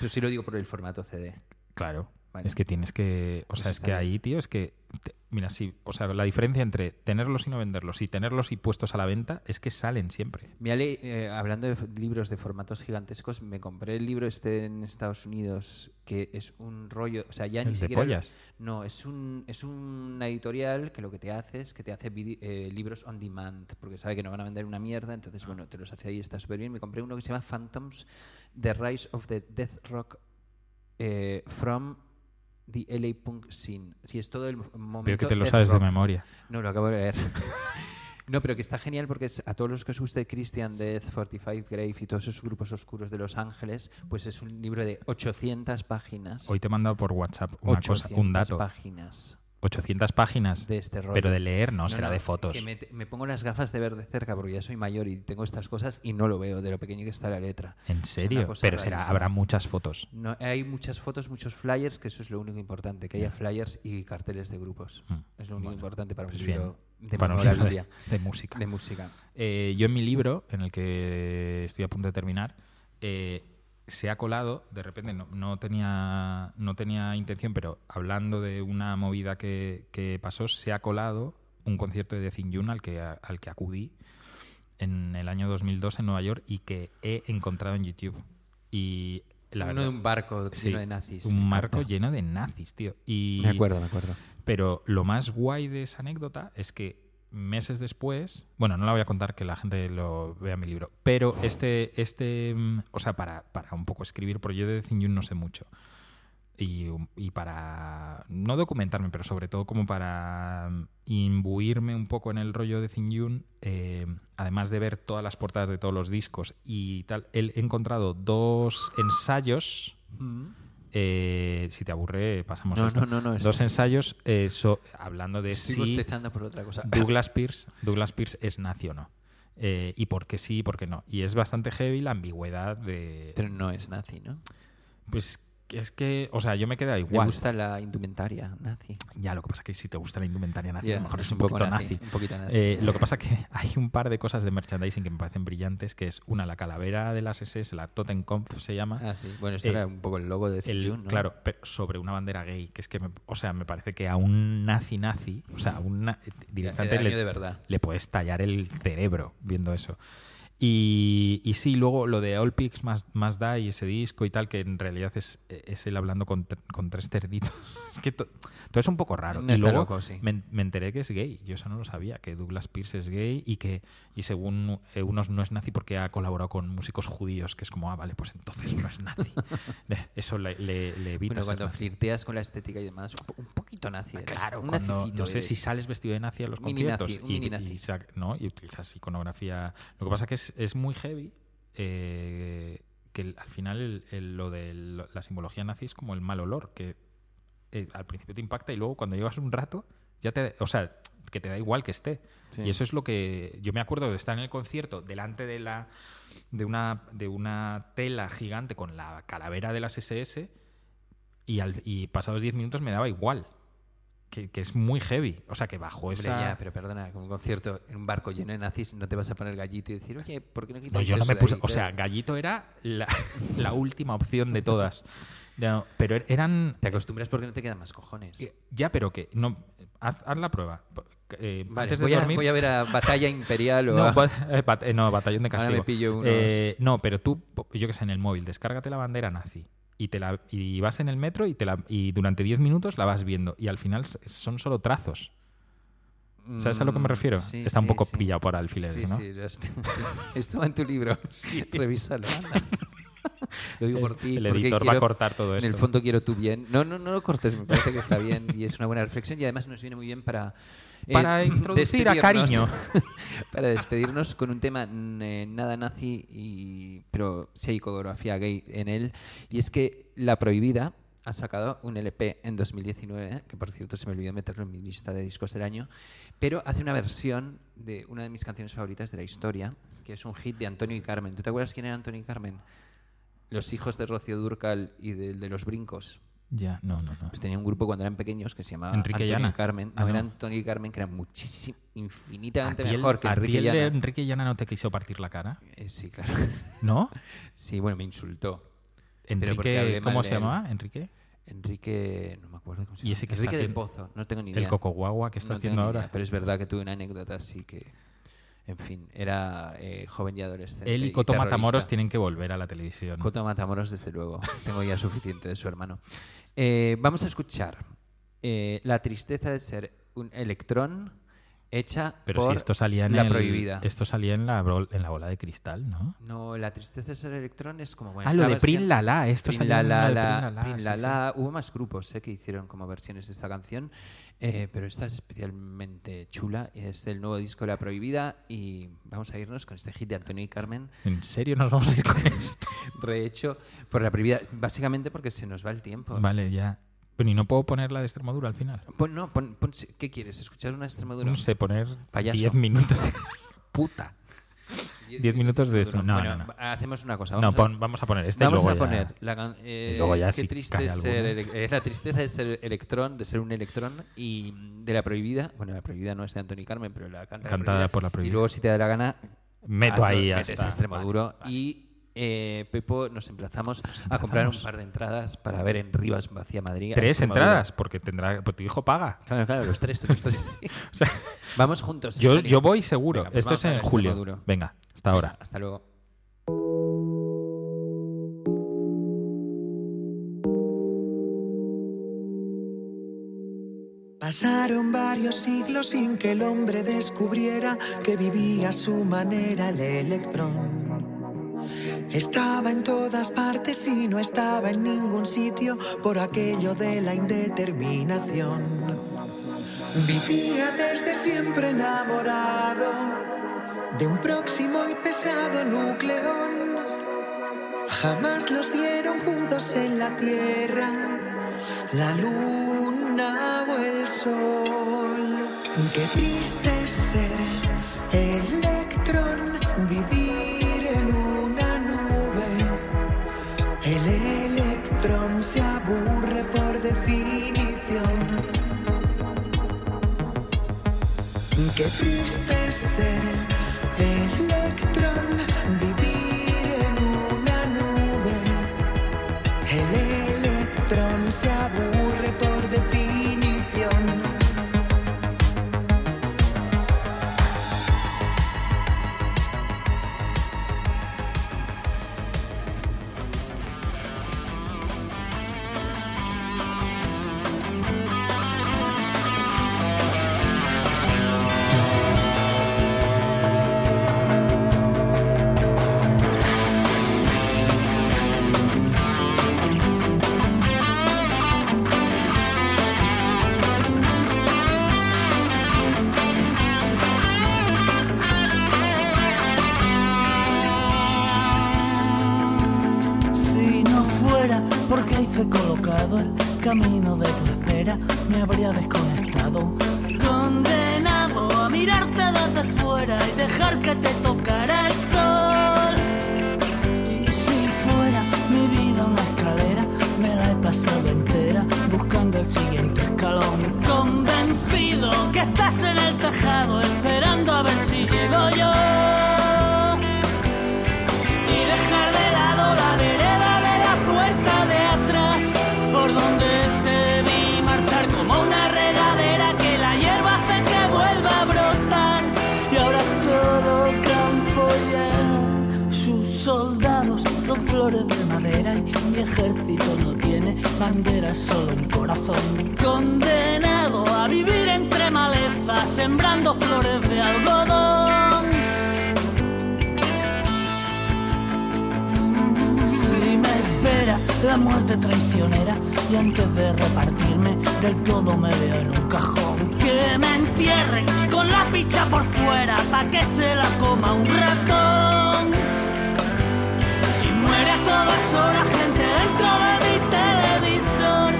[SPEAKER 4] pero sí lo digo por el formato CD.
[SPEAKER 3] Claro.
[SPEAKER 4] Bueno,
[SPEAKER 3] Es que tienes que. O
[SPEAKER 4] Pues
[SPEAKER 3] sea, es
[SPEAKER 4] está
[SPEAKER 3] que
[SPEAKER 4] bien.
[SPEAKER 3] ahí, tío, es que. te- mira, sí. O sea, la diferencia entre tenerlos y no venderlos y tenerlos y puestos a la venta es que salen siempre.
[SPEAKER 4] me ha le- eh, hablando de f- libros de formatos gigantescos, me compré el libro este en Estados Unidos que es un rollo, o sea, ya ni
[SPEAKER 3] ¿El de
[SPEAKER 4] siquiera
[SPEAKER 3] pollas?
[SPEAKER 4] No, es un es una editorial que lo que te hace es que te hace vide- eh, libros on demand, porque sabe que no van a vender una
[SPEAKER 3] Ah.
[SPEAKER 4] mierda, entonces bueno, te los hace ahí, está súper bien. Me compré uno que se llama Phantoms: The Rise of the Death Rock eh, from the LA Punk Scene. Si es todo el momento
[SPEAKER 3] Veo que te lo
[SPEAKER 4] death
[SPEAKER 3] sabes de
[SPEAKER 4] rock.
[SPEAKER 3] memoria.
[SPEAKER 4] No, lo acabo de leer. No, pero que está genial porque es- a todos los que os guste Christian Death, 45 Grave y todos esos grupos oscuros de Los Ángeles, pues es un libro de 800 páginas.
[SPEAKER 3] Hoy te he mandado por WhatsApp una cosa,
[SPEAKER 4] 800
[SPEAKER 3] un dato.
[SPEAKER 4] páginas
[SPEAKER 3] 800 páginas.
[SPEAKER 4] de este rollo.
[SPEAKER 3] Pero de leer, no,
[SPEAKER 4] No,
[SPEAKER 3] será
[SPEAKER 4] no,
[SPEAKER 3] de fotos.
[SPEAKER 4] que me, te- me pongo las gafas de ver de cerca porque ya soy mayor y tengo estas cosas y no lo veo de lo pequeño que está la letra.
[SPEAKER 3] En
[SPEAKER 4] Es una
[SPEAKER 3] serio.
[SPEAKER 4] cosa
[SPEAKER 3] Pero será,
[SPEAKER 4] rarísima.
[SPEAKER 3] habrá muchas fotos.
[SPEAKER 4] No, hay muchas fotos, muchos flyers, que eso es lo único importante, que haya flyers y carteles de grupos.
[SPEAKER 3] Mm,
[SPEAKER 4] Es lo único importante para un
[SPEAKER 3] Pues bien.
[SPEAKER 4] libro de
[SPEAKER 3] Para un libro
[SPEAKER 4] memorabilia,
[SPEAKER 3] de, de música.
[SPEAKER 4] de música.
[SPEAKER 3] Eh, yo en mi libro, en el que estoy a punto de terminar, eh, se ha colado, de repente no, no tenía, no tenía intención, pero hablando de una movida que, que pasó, se ha colado un concierto de The Thing Yun al que, al que acudí en el año 2002 en Nueva York y que he encontrado en YouTube. Y la
[SPEAKER 4] uno
[SPEAKER 3] verdad-
[SPEAKER 4] de un barco
[SPEAKER 3] Sí,
[SPEAKER 4] lleno de nazis.
[SPEAKER 3] Un
[SPEAKER 4] Me
[SPEAKER 3] marco
[SPEAKER 4] encanta.
[SPEAKER 3] lleno de nazis, tío. Y,
[SPEAKER 4] Me acuerdo, me acuerdo.
[SPEAKER 3] pero lo más guay de esa anécdota es que meses después, bueno, no la voy a contar que la gente lo vea en mi libro, pero este, este mm, o sea, para, para un poco escribir, porque yo de Zing Yun no sé mucho. Y, um, y para no documentarme, pero sobre todo como para mm, imbuirme un poco en el rollo de Zing Yun, eh, además de ver todas las portadas de todos los discos y tal, él- he encontrado dos ensayos. eh, si te aburre, pasamos
[SPEAKER 4] No,
[SPEAKER 3] a esto.
[SPEAKER 4] no, no, no, esto- este
[SPEAKER 3] Dos ensayos eh, so- hablando de
[SPEAKER 4] Estoy
[SPEAKER 3] si
[SPEAKER 4] bostezando por otra cosa.
[SPEAKER 3] Douglas Pierce, Douglas Pierce es nazi o no. Eh, y por qué sí y por qué no. Y es bastante heavy la ambigüedad de.
[SPEAKER 4] Pero no es nazi, ¿no?
[SPEAKER 3] Pues es que, o sea, yo me queda
[SPEAKER 4] Me
[SPEAKER 3] igual.
[SPEAKER 4] gusta la indumentaria nazi.
[SPEAKER 3] Ya, lo que pasa es que si te gusta la indumentaria nazi,
[SPEAKER 4] Ya,
[SPEAKER 3] a lo mejor
[SPEAKER 4] es
[SPEAKER 3] es
[SPEAKER 4] un
[SPEAKER 3] un poquito
[SPEAKER 4] poco nazi,
[SPEAKER 3] nazi.
[SPEAKER 4] un poquito nazi.
[SPEAKER 3] Eh, lo que pasa es que hay un par de cosas de merchandising que me parecen brillantes, que es una, la calavera de las SS, la Totenkopf se llama.
[SPEAKER 4] Ah, sí. Bueno, esto
[SPEAKER 3] Eh,
[SPEAKER 4] era un poco el logo de
[SPEAKER 3] el-
[SPEAKER 4] Zhiyun, ¿no?
[SPEAKER 3] Claro, pero sobre una bandera gay, que es que, me- o sea, me parece que a un nazi nazi, o sea, a un na- directamente
[SPEAKER 4] daño
[SPEAKER 3] le,
[SPEAKER 4] de verdad.
[SPEAKER 3] le puedes tallar el cerebro viendo eso. Y, y sí, luego lo de All Pigs más, más da y ese disco y tal, que en realidad es, es él hablando con, tre- con tres cerditos. Es que to- todo es un poco raro.
[SPEAKER 4] No
[SPEAKER 3] y
[SPEAKER 4] está
[SPEAKER 3] luego
[SPEAKER 4] loco, sí.
[SPEAKER 3] me, en- me enteré que es gay. Yo eso no lo sabía, que Douglas Pierce es gay y que, y según eh, unos, no es nazi porque ha colaborado con músicos judíos, que es como, ah, vale, pues entonces no es nazi. Le- eso le, le, le evita.
[SPEAKER 4] Bueno,
[SPEAKER 3] ser
[SPEAKER 4] cuando
[SPEAKER 3] nazi.
[SPEAKER 4] flirteas con la estética y demás, un po- un poquito nazi. eres,
[SPEAKER 3] Ah, Claro,
[SPEAKER 4] un
[SPEAKER 3] cuando-
[SPEAKER 4] nazicito
[SPEAKER 3] no sé
[SPEAKER 4] eres.
[SPEAKER 3] si sales vestido de nazi a los
[SPEAKER 4] Mini nazi,
[SPEAKER 3] conciertos
[SPEAKER 4] un
[SPEAKER 3] y,
[SPEAKER 4] mini
[SPEAKER 3] y
[SPEAKER 4] nazi.
[SPEAKER 3] sa- ¿no? y utilizas iconografía. Lo que pasa que es, es muy heavy eh, que el- al final el- el- lo de lo- la simbología nazi es como el mal olor que eh, al principio te impacta y luego cuando llevas un rato ya te, o sea, que te da igual que esté.
[SPEAKER 4] Sí.
[SPEAKER 3] Y eso es lo que yo me acuerdo de estar en el concierto delante de la de una de una tela gigante con la calavera de las SS y, al, y pasados 10 minutos me daba igual. Que, que es muy heavy. O sea, que bajo
[SPEAKER 4] Hombre,
[SPEAKER 3] esa...
[SPEAKER 4] ya, pero perdona, con un concierto en un barco lleno de nazis no te vas a poner gallito y decir, oye, ¿por qué no
[SPEAKER 3] No,
[SPEAKER 4] quitáis
[SPEAKER 3] yo no
[SPEAKER 4] eso
[SPEAKER 3] me
[SPEAKER 4] de
[SPEAKER 3] puse...
[SPEAKER 4] ahí?"
[SPEAKER 3] O sea, Gallito era la, la última opción de todas. No, pero er- eran...
[SPEAKER 4] te acostumbras porque no te quedan más cojones.
[SPEAKER 3] eh, Ya, pero que... No, haz, haz la prueba. Eh,
[SPEAKER 4] Vale,
[SPEAKER 3] antes de
[SPEAKER 4] voy, a,
[SPEAKER 3] dormir-
[SPEAKER 4] voy a ver a Batalla Imperial o
[SPEAKER 3] No,
[SPEAKER 4] a-
[SPEAKER 3] bat- eh, bat- eh, no, batallón de
[SPEAKER 4] Ahora me
[SPEAKER 3] castigo.
[SPEAKER 4] pillo unos-
[SPEAKER 3] Eh, no, pero tú, po- yo que sé, en el móvil, descárgate la bandera nazi y te la y vas en el metro y te la y durante 10 minutos la vas viendo y al final s- son solo trazos. ¿Sabes a lo que me
[SPEAKER 4] Mm,
[SPEAKER 3] refiero?
[SPEAKER 4] sí,
[SPEAKER 3] Está un
[SPEAKER 4] sí,
[SPEAKER 3] poco
[SPEAKER 4] sí.
[SPEAKER 3] pillado por alfileres,
[SPEAKER 4] Sí,
[SPEAKER 3] ¿no?
[SPEAKER 4] sí, lo has- estuvo en tu libro. Revísalo. anda. Lo digo
[SPEAKER 3] El-
[SPEAKER 4] por ti.
[SPEAKER 3] el
[SPEAKER 4] porque
[SPEAKER 3] editor va
[SPEAKER 4] quiero-
[SPEAKER 3] a cortar todo
[SPEAKER 4] En el
[SPEAKER 3] esto.
[SPEAKER 4] fondo quiero tu bien. No, no, no lo cortes, me parece que está bien y es una buena reflexión y además nos viene muy bien para... eh,
[SPEAKER 3] Para introducir a
[SPEAKER 4] despedirnos-
[SPEAKER 3] cariño.
[SPEAKER 4] para despedirnos con un tema mm, eh, nada nazi, y, pero sí hay iconografía gay en él. Y es que La Prohibida ha sacado un LP en 2019, que por cierto se me olvidó meterlo en mi lista de discos del año, pero hace una versión de una de mis canciones favoritas de la historia, que es un hit de Antonio y Carmen. ¿Tú te acuerdas quién era Antonio y Carmen? Los hijos de Rocío Durcal y del de los brincos.
[SPEAKER 3] Ya, no, no, no.
[SPEAKER 4] Pues tenía un grupo cuando eran pequeños que se llamaba
[SPEAKER 3] Enrique y
[SPEAKER 4] Antonio
[SPEAKER 3] Ana.
[SPEAKER 4] y Carmen. No,
[SPEAKER 3] Ah, no.
[SPEAKER 4] era Antonio y Carmen, que era muchísimo,
[SPEAKER 3] ¿A
[SPEAKER 4] infinitamente
[SPEAKER 3] ti el-
[SPEAKER 4] mejor que
[SPEAKER 3] a ti
[SPEAKER 4] Enrique
[SPEAKER 3] el
[SPEAKER 4] y
[SPEAKER 3] de
[SPEAKER 4] Ana.
[SPEAKER 3] Enrique Llana no te quiso partir la cara?
[SPEAKER 4] Eh, sí, claro.
[SPEAKER 3] ¿No?
[SPEAKER 4] Sí, bueno, me insultó. porque hablé
[SPEAKER 3] Enrique,
[SPEAKER 4] mal
[SPEAKER 3] ¿cómo
[SPEAKER 4] de
[SPEAKER 3] se
[SPEAKER 4] él.
[SPEAKER 3] llamaba? Enrique.
[SPEAKER 4] Enrique, no me acuerdo cómo se llama.
[SPEAKER 3] ¿Y ese que está
[SPEAKER 4] Enrique del
[SPEAKER 3] haciendo?
[SPEAKER 4] Pozo, no tengo ni idea.
[SPEAKER 3] El coco guagua que está
[SPEAKER 4] No tengo
[SPEAKER 3] haciendo
[SPEAKER 4] ni
[SPEAKER 3] ahora.
[SPEAKER 4] idea, pero es verdad que tuve una anécdota así que, en fin, era eh, joven y adolescente.
[SPEAKER 3] Él y Coto
[SPEAKER 4] terrorista.
[SPEAKER 3] Matamoros tienen que volver a la televisión.
[SPEAKER 4] Coto Matamoros, desde luego. Tengo ya suficiente de su hermano. Eh, vamos a escuchar eh, La tristeza de ser un electrón hecha
[SPEAKER 3] Pero
[SPEAKER 4] por
[SPEAKER 3] si esto salía en
[SPEAKER 4] la
[SPEAKER 3] el-
[SPEAKER 4] prohibida.
[SPEAKER 3] Esto salía en la, bro- en la bola de cristal, ¿no?
[SPEAKER 4] No, La tristeza de ser electrón es como... Bueno,
[SPEAKER 3] Ah, lo de Prin
[SPEAKER 4] Prin
[SPEAKER 3] La La, esto
[SPEAKER 4] Prin
[SPEAKER 3] salía
[SPEAKER 4] la
[SPEAKER 3] en una
[SPEAKER 4] la,
[SPEAKER 3] de
[SPEAKER 4] la,
[SPEAKER 3] Prin
[SPEAKER 4] Prin
[SPEAKER 3] La
[SPEAKER 4] la
[SPEAKER 3] sí,
[SPEAKER 4] la. Hubo más grupos eh, que hicieron como versiones de esta canción, eh, pero esta es especialmente chula. Es el nuevo disco de La Prohibida y vamos a irnos con este hit de Antonio y Carmen,
[SPEAKER 3] sí. ¿En serio nos vamos a ir
[SPEAKER 4] Pues
[SPEAKER 3] con esto?
[SPEAKER 4] rehecho por La Prohibida, básicamente porque se nos va el tiempo.
[SPEAKER 3] Vale, ya. Pero y no puedo poner la de Extremadura al final.
[SPEAKER 4] Pon- no, pon- pon- ¿Qué quieres? ¿Escuchar una Extremadura?
[SPEAKER 3] No sé, poner
[SPEAKER 4] Payaso.
[SPEAKER 3] 10 minutos. Puta. 10 minutos de esto. No,
[SPEAKER 4] Bueno,
[SPEAKER 3] no, no.
[SPEAKER 4] hacemos una cosa.
[SPEAKER 3] No,
[SPEAKER 4] Vamos a-
[SPEAKER 3] pon- vamos a poner este
[SPEAKER 4] Vamos
[SPEAKER 3] y luego
[SPEAKER 4] a
[SPEAKER 3] ya-
[SPEAKER 4] poner la can- eh,
[SPEAKER 3] luego ya
[SPEAKER 4] qué
[SPEAKER 3] si
[SPEAKER 4] triste
[SPEAKER 3] cae
[SPEAKER 4] es ser
[SPEAKER 3] alguno.
[SPEAKER 4] ele- es la tristeza de ser electrón, de ser un electrón y de la prohibida. Bueno, la prohibida no es de Antonio y Carmen, pero la canta la
[SPEAKER 3] Cantada por La Prohibida.
[SPEAKER 4] Y luego si te da la gana
[SPEAKER 3] Meto
[SPEAKER 4] hazlo,
[SPEAKER 3] ahí
[SPEAKER 4] metes
[SPEAKER 3] hasta-
[SPEAKER 4] Extremadura y eh, Pepo nos emplazamos, a comprar un par de entradas para ver en Rivas vacía Madrid. a
[SPEAKER 3] Tres
[SPEAKER 4] Extremadura.
[SPEAKER 3] entradas, porque tendrá, pues tu hijo paga.
[SPEAKER 4] Claro, claro, los tres, los tres. sí.
[SPEAKER 3] O sea,
[SPEAKER 4] Vamos juntos. en
[SPEAKER 3] yo,
[SPEAKER 4] serio.
[SPEAKER 3] yo voy seguro.
[SPEAKER 4] Venga, pues
[SPEAKER 3] Esto es
[SPEAKER 4] vamos a
[SPEAKER 3] en
[SPEAKER 4] ver
[SPEAKER 3] julio.
[SPEAKER 4] Extremadura.
[SPEAKER 3] Venga, hasta ahora.
[SPEAKER 4] Hasta luego.
[SPEAKER 8] Pasaron varios siglos sin que el hombre descubriera que vivía a su manera el electrón. Estaba en todas partes y no estaba en ningún sitio por aquello de la indeterminación. Vivía desde siempre enamorado de un próximo y pesado nucleón. Jamás los vieron juntos en la tierra la luna o el sol. Qué triste es ser electrón, vivir en una nube. El electrón se aburre por definición. Qué triste es ser electrón, vivir en una nube. El electrón se aburre por definición.
[SPEAKER 9] Si no fuera porque ahí fue colocado el camino de tu espera, me habría desconectado. Condenado a mirarte desde fuera y dejar que te tocara el sol. Y si fuera mi vida una escalera, me la he pasado entera buscando el siguiente escalón. Convencido que estás en el tejado esperando a ver si llego yo y dejar de lado la vereda de la puerta de atrás, por donde te vi marchar como una regadera que la hierba hace que vuelva a brotar. Y ahora es todo campo ya. Sus soldados son flores de madera y mi ejército no tiene bandera, solo un corazón. Condenado a vivir entre malezas, sembrando flores de algodón. Si me espera la muerte traicionera y antes de repartirme del todo me veo en un cajón. Que me entierren con la picha por fuera pa' que se la coma un ratón. Y muere a todas horas gente dentro de mi televisor.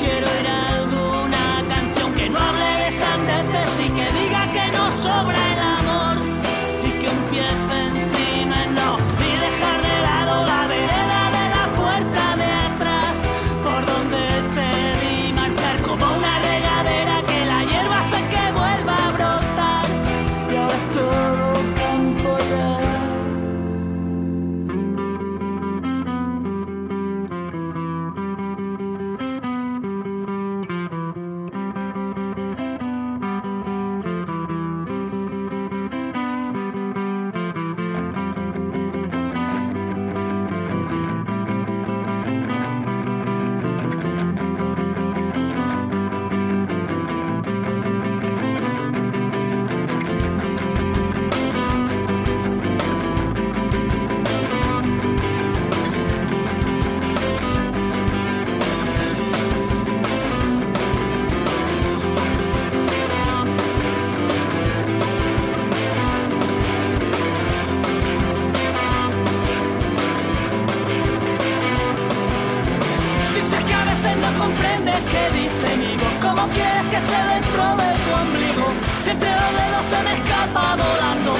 [SPEAKER 9] Quiero ir a alguna canción que no hable de sandeces y que diga que no sobra el amor. Y que empiecen si no es no. Y dejar de lado la vereda de la puerta de atrás. Por donde te vi marchar como una regadera que la hierba hace que vuelva a brotar. Y ahora es todo campo ya. que esté dentro de tu ombligo. Si entre los dedos se me escapa volando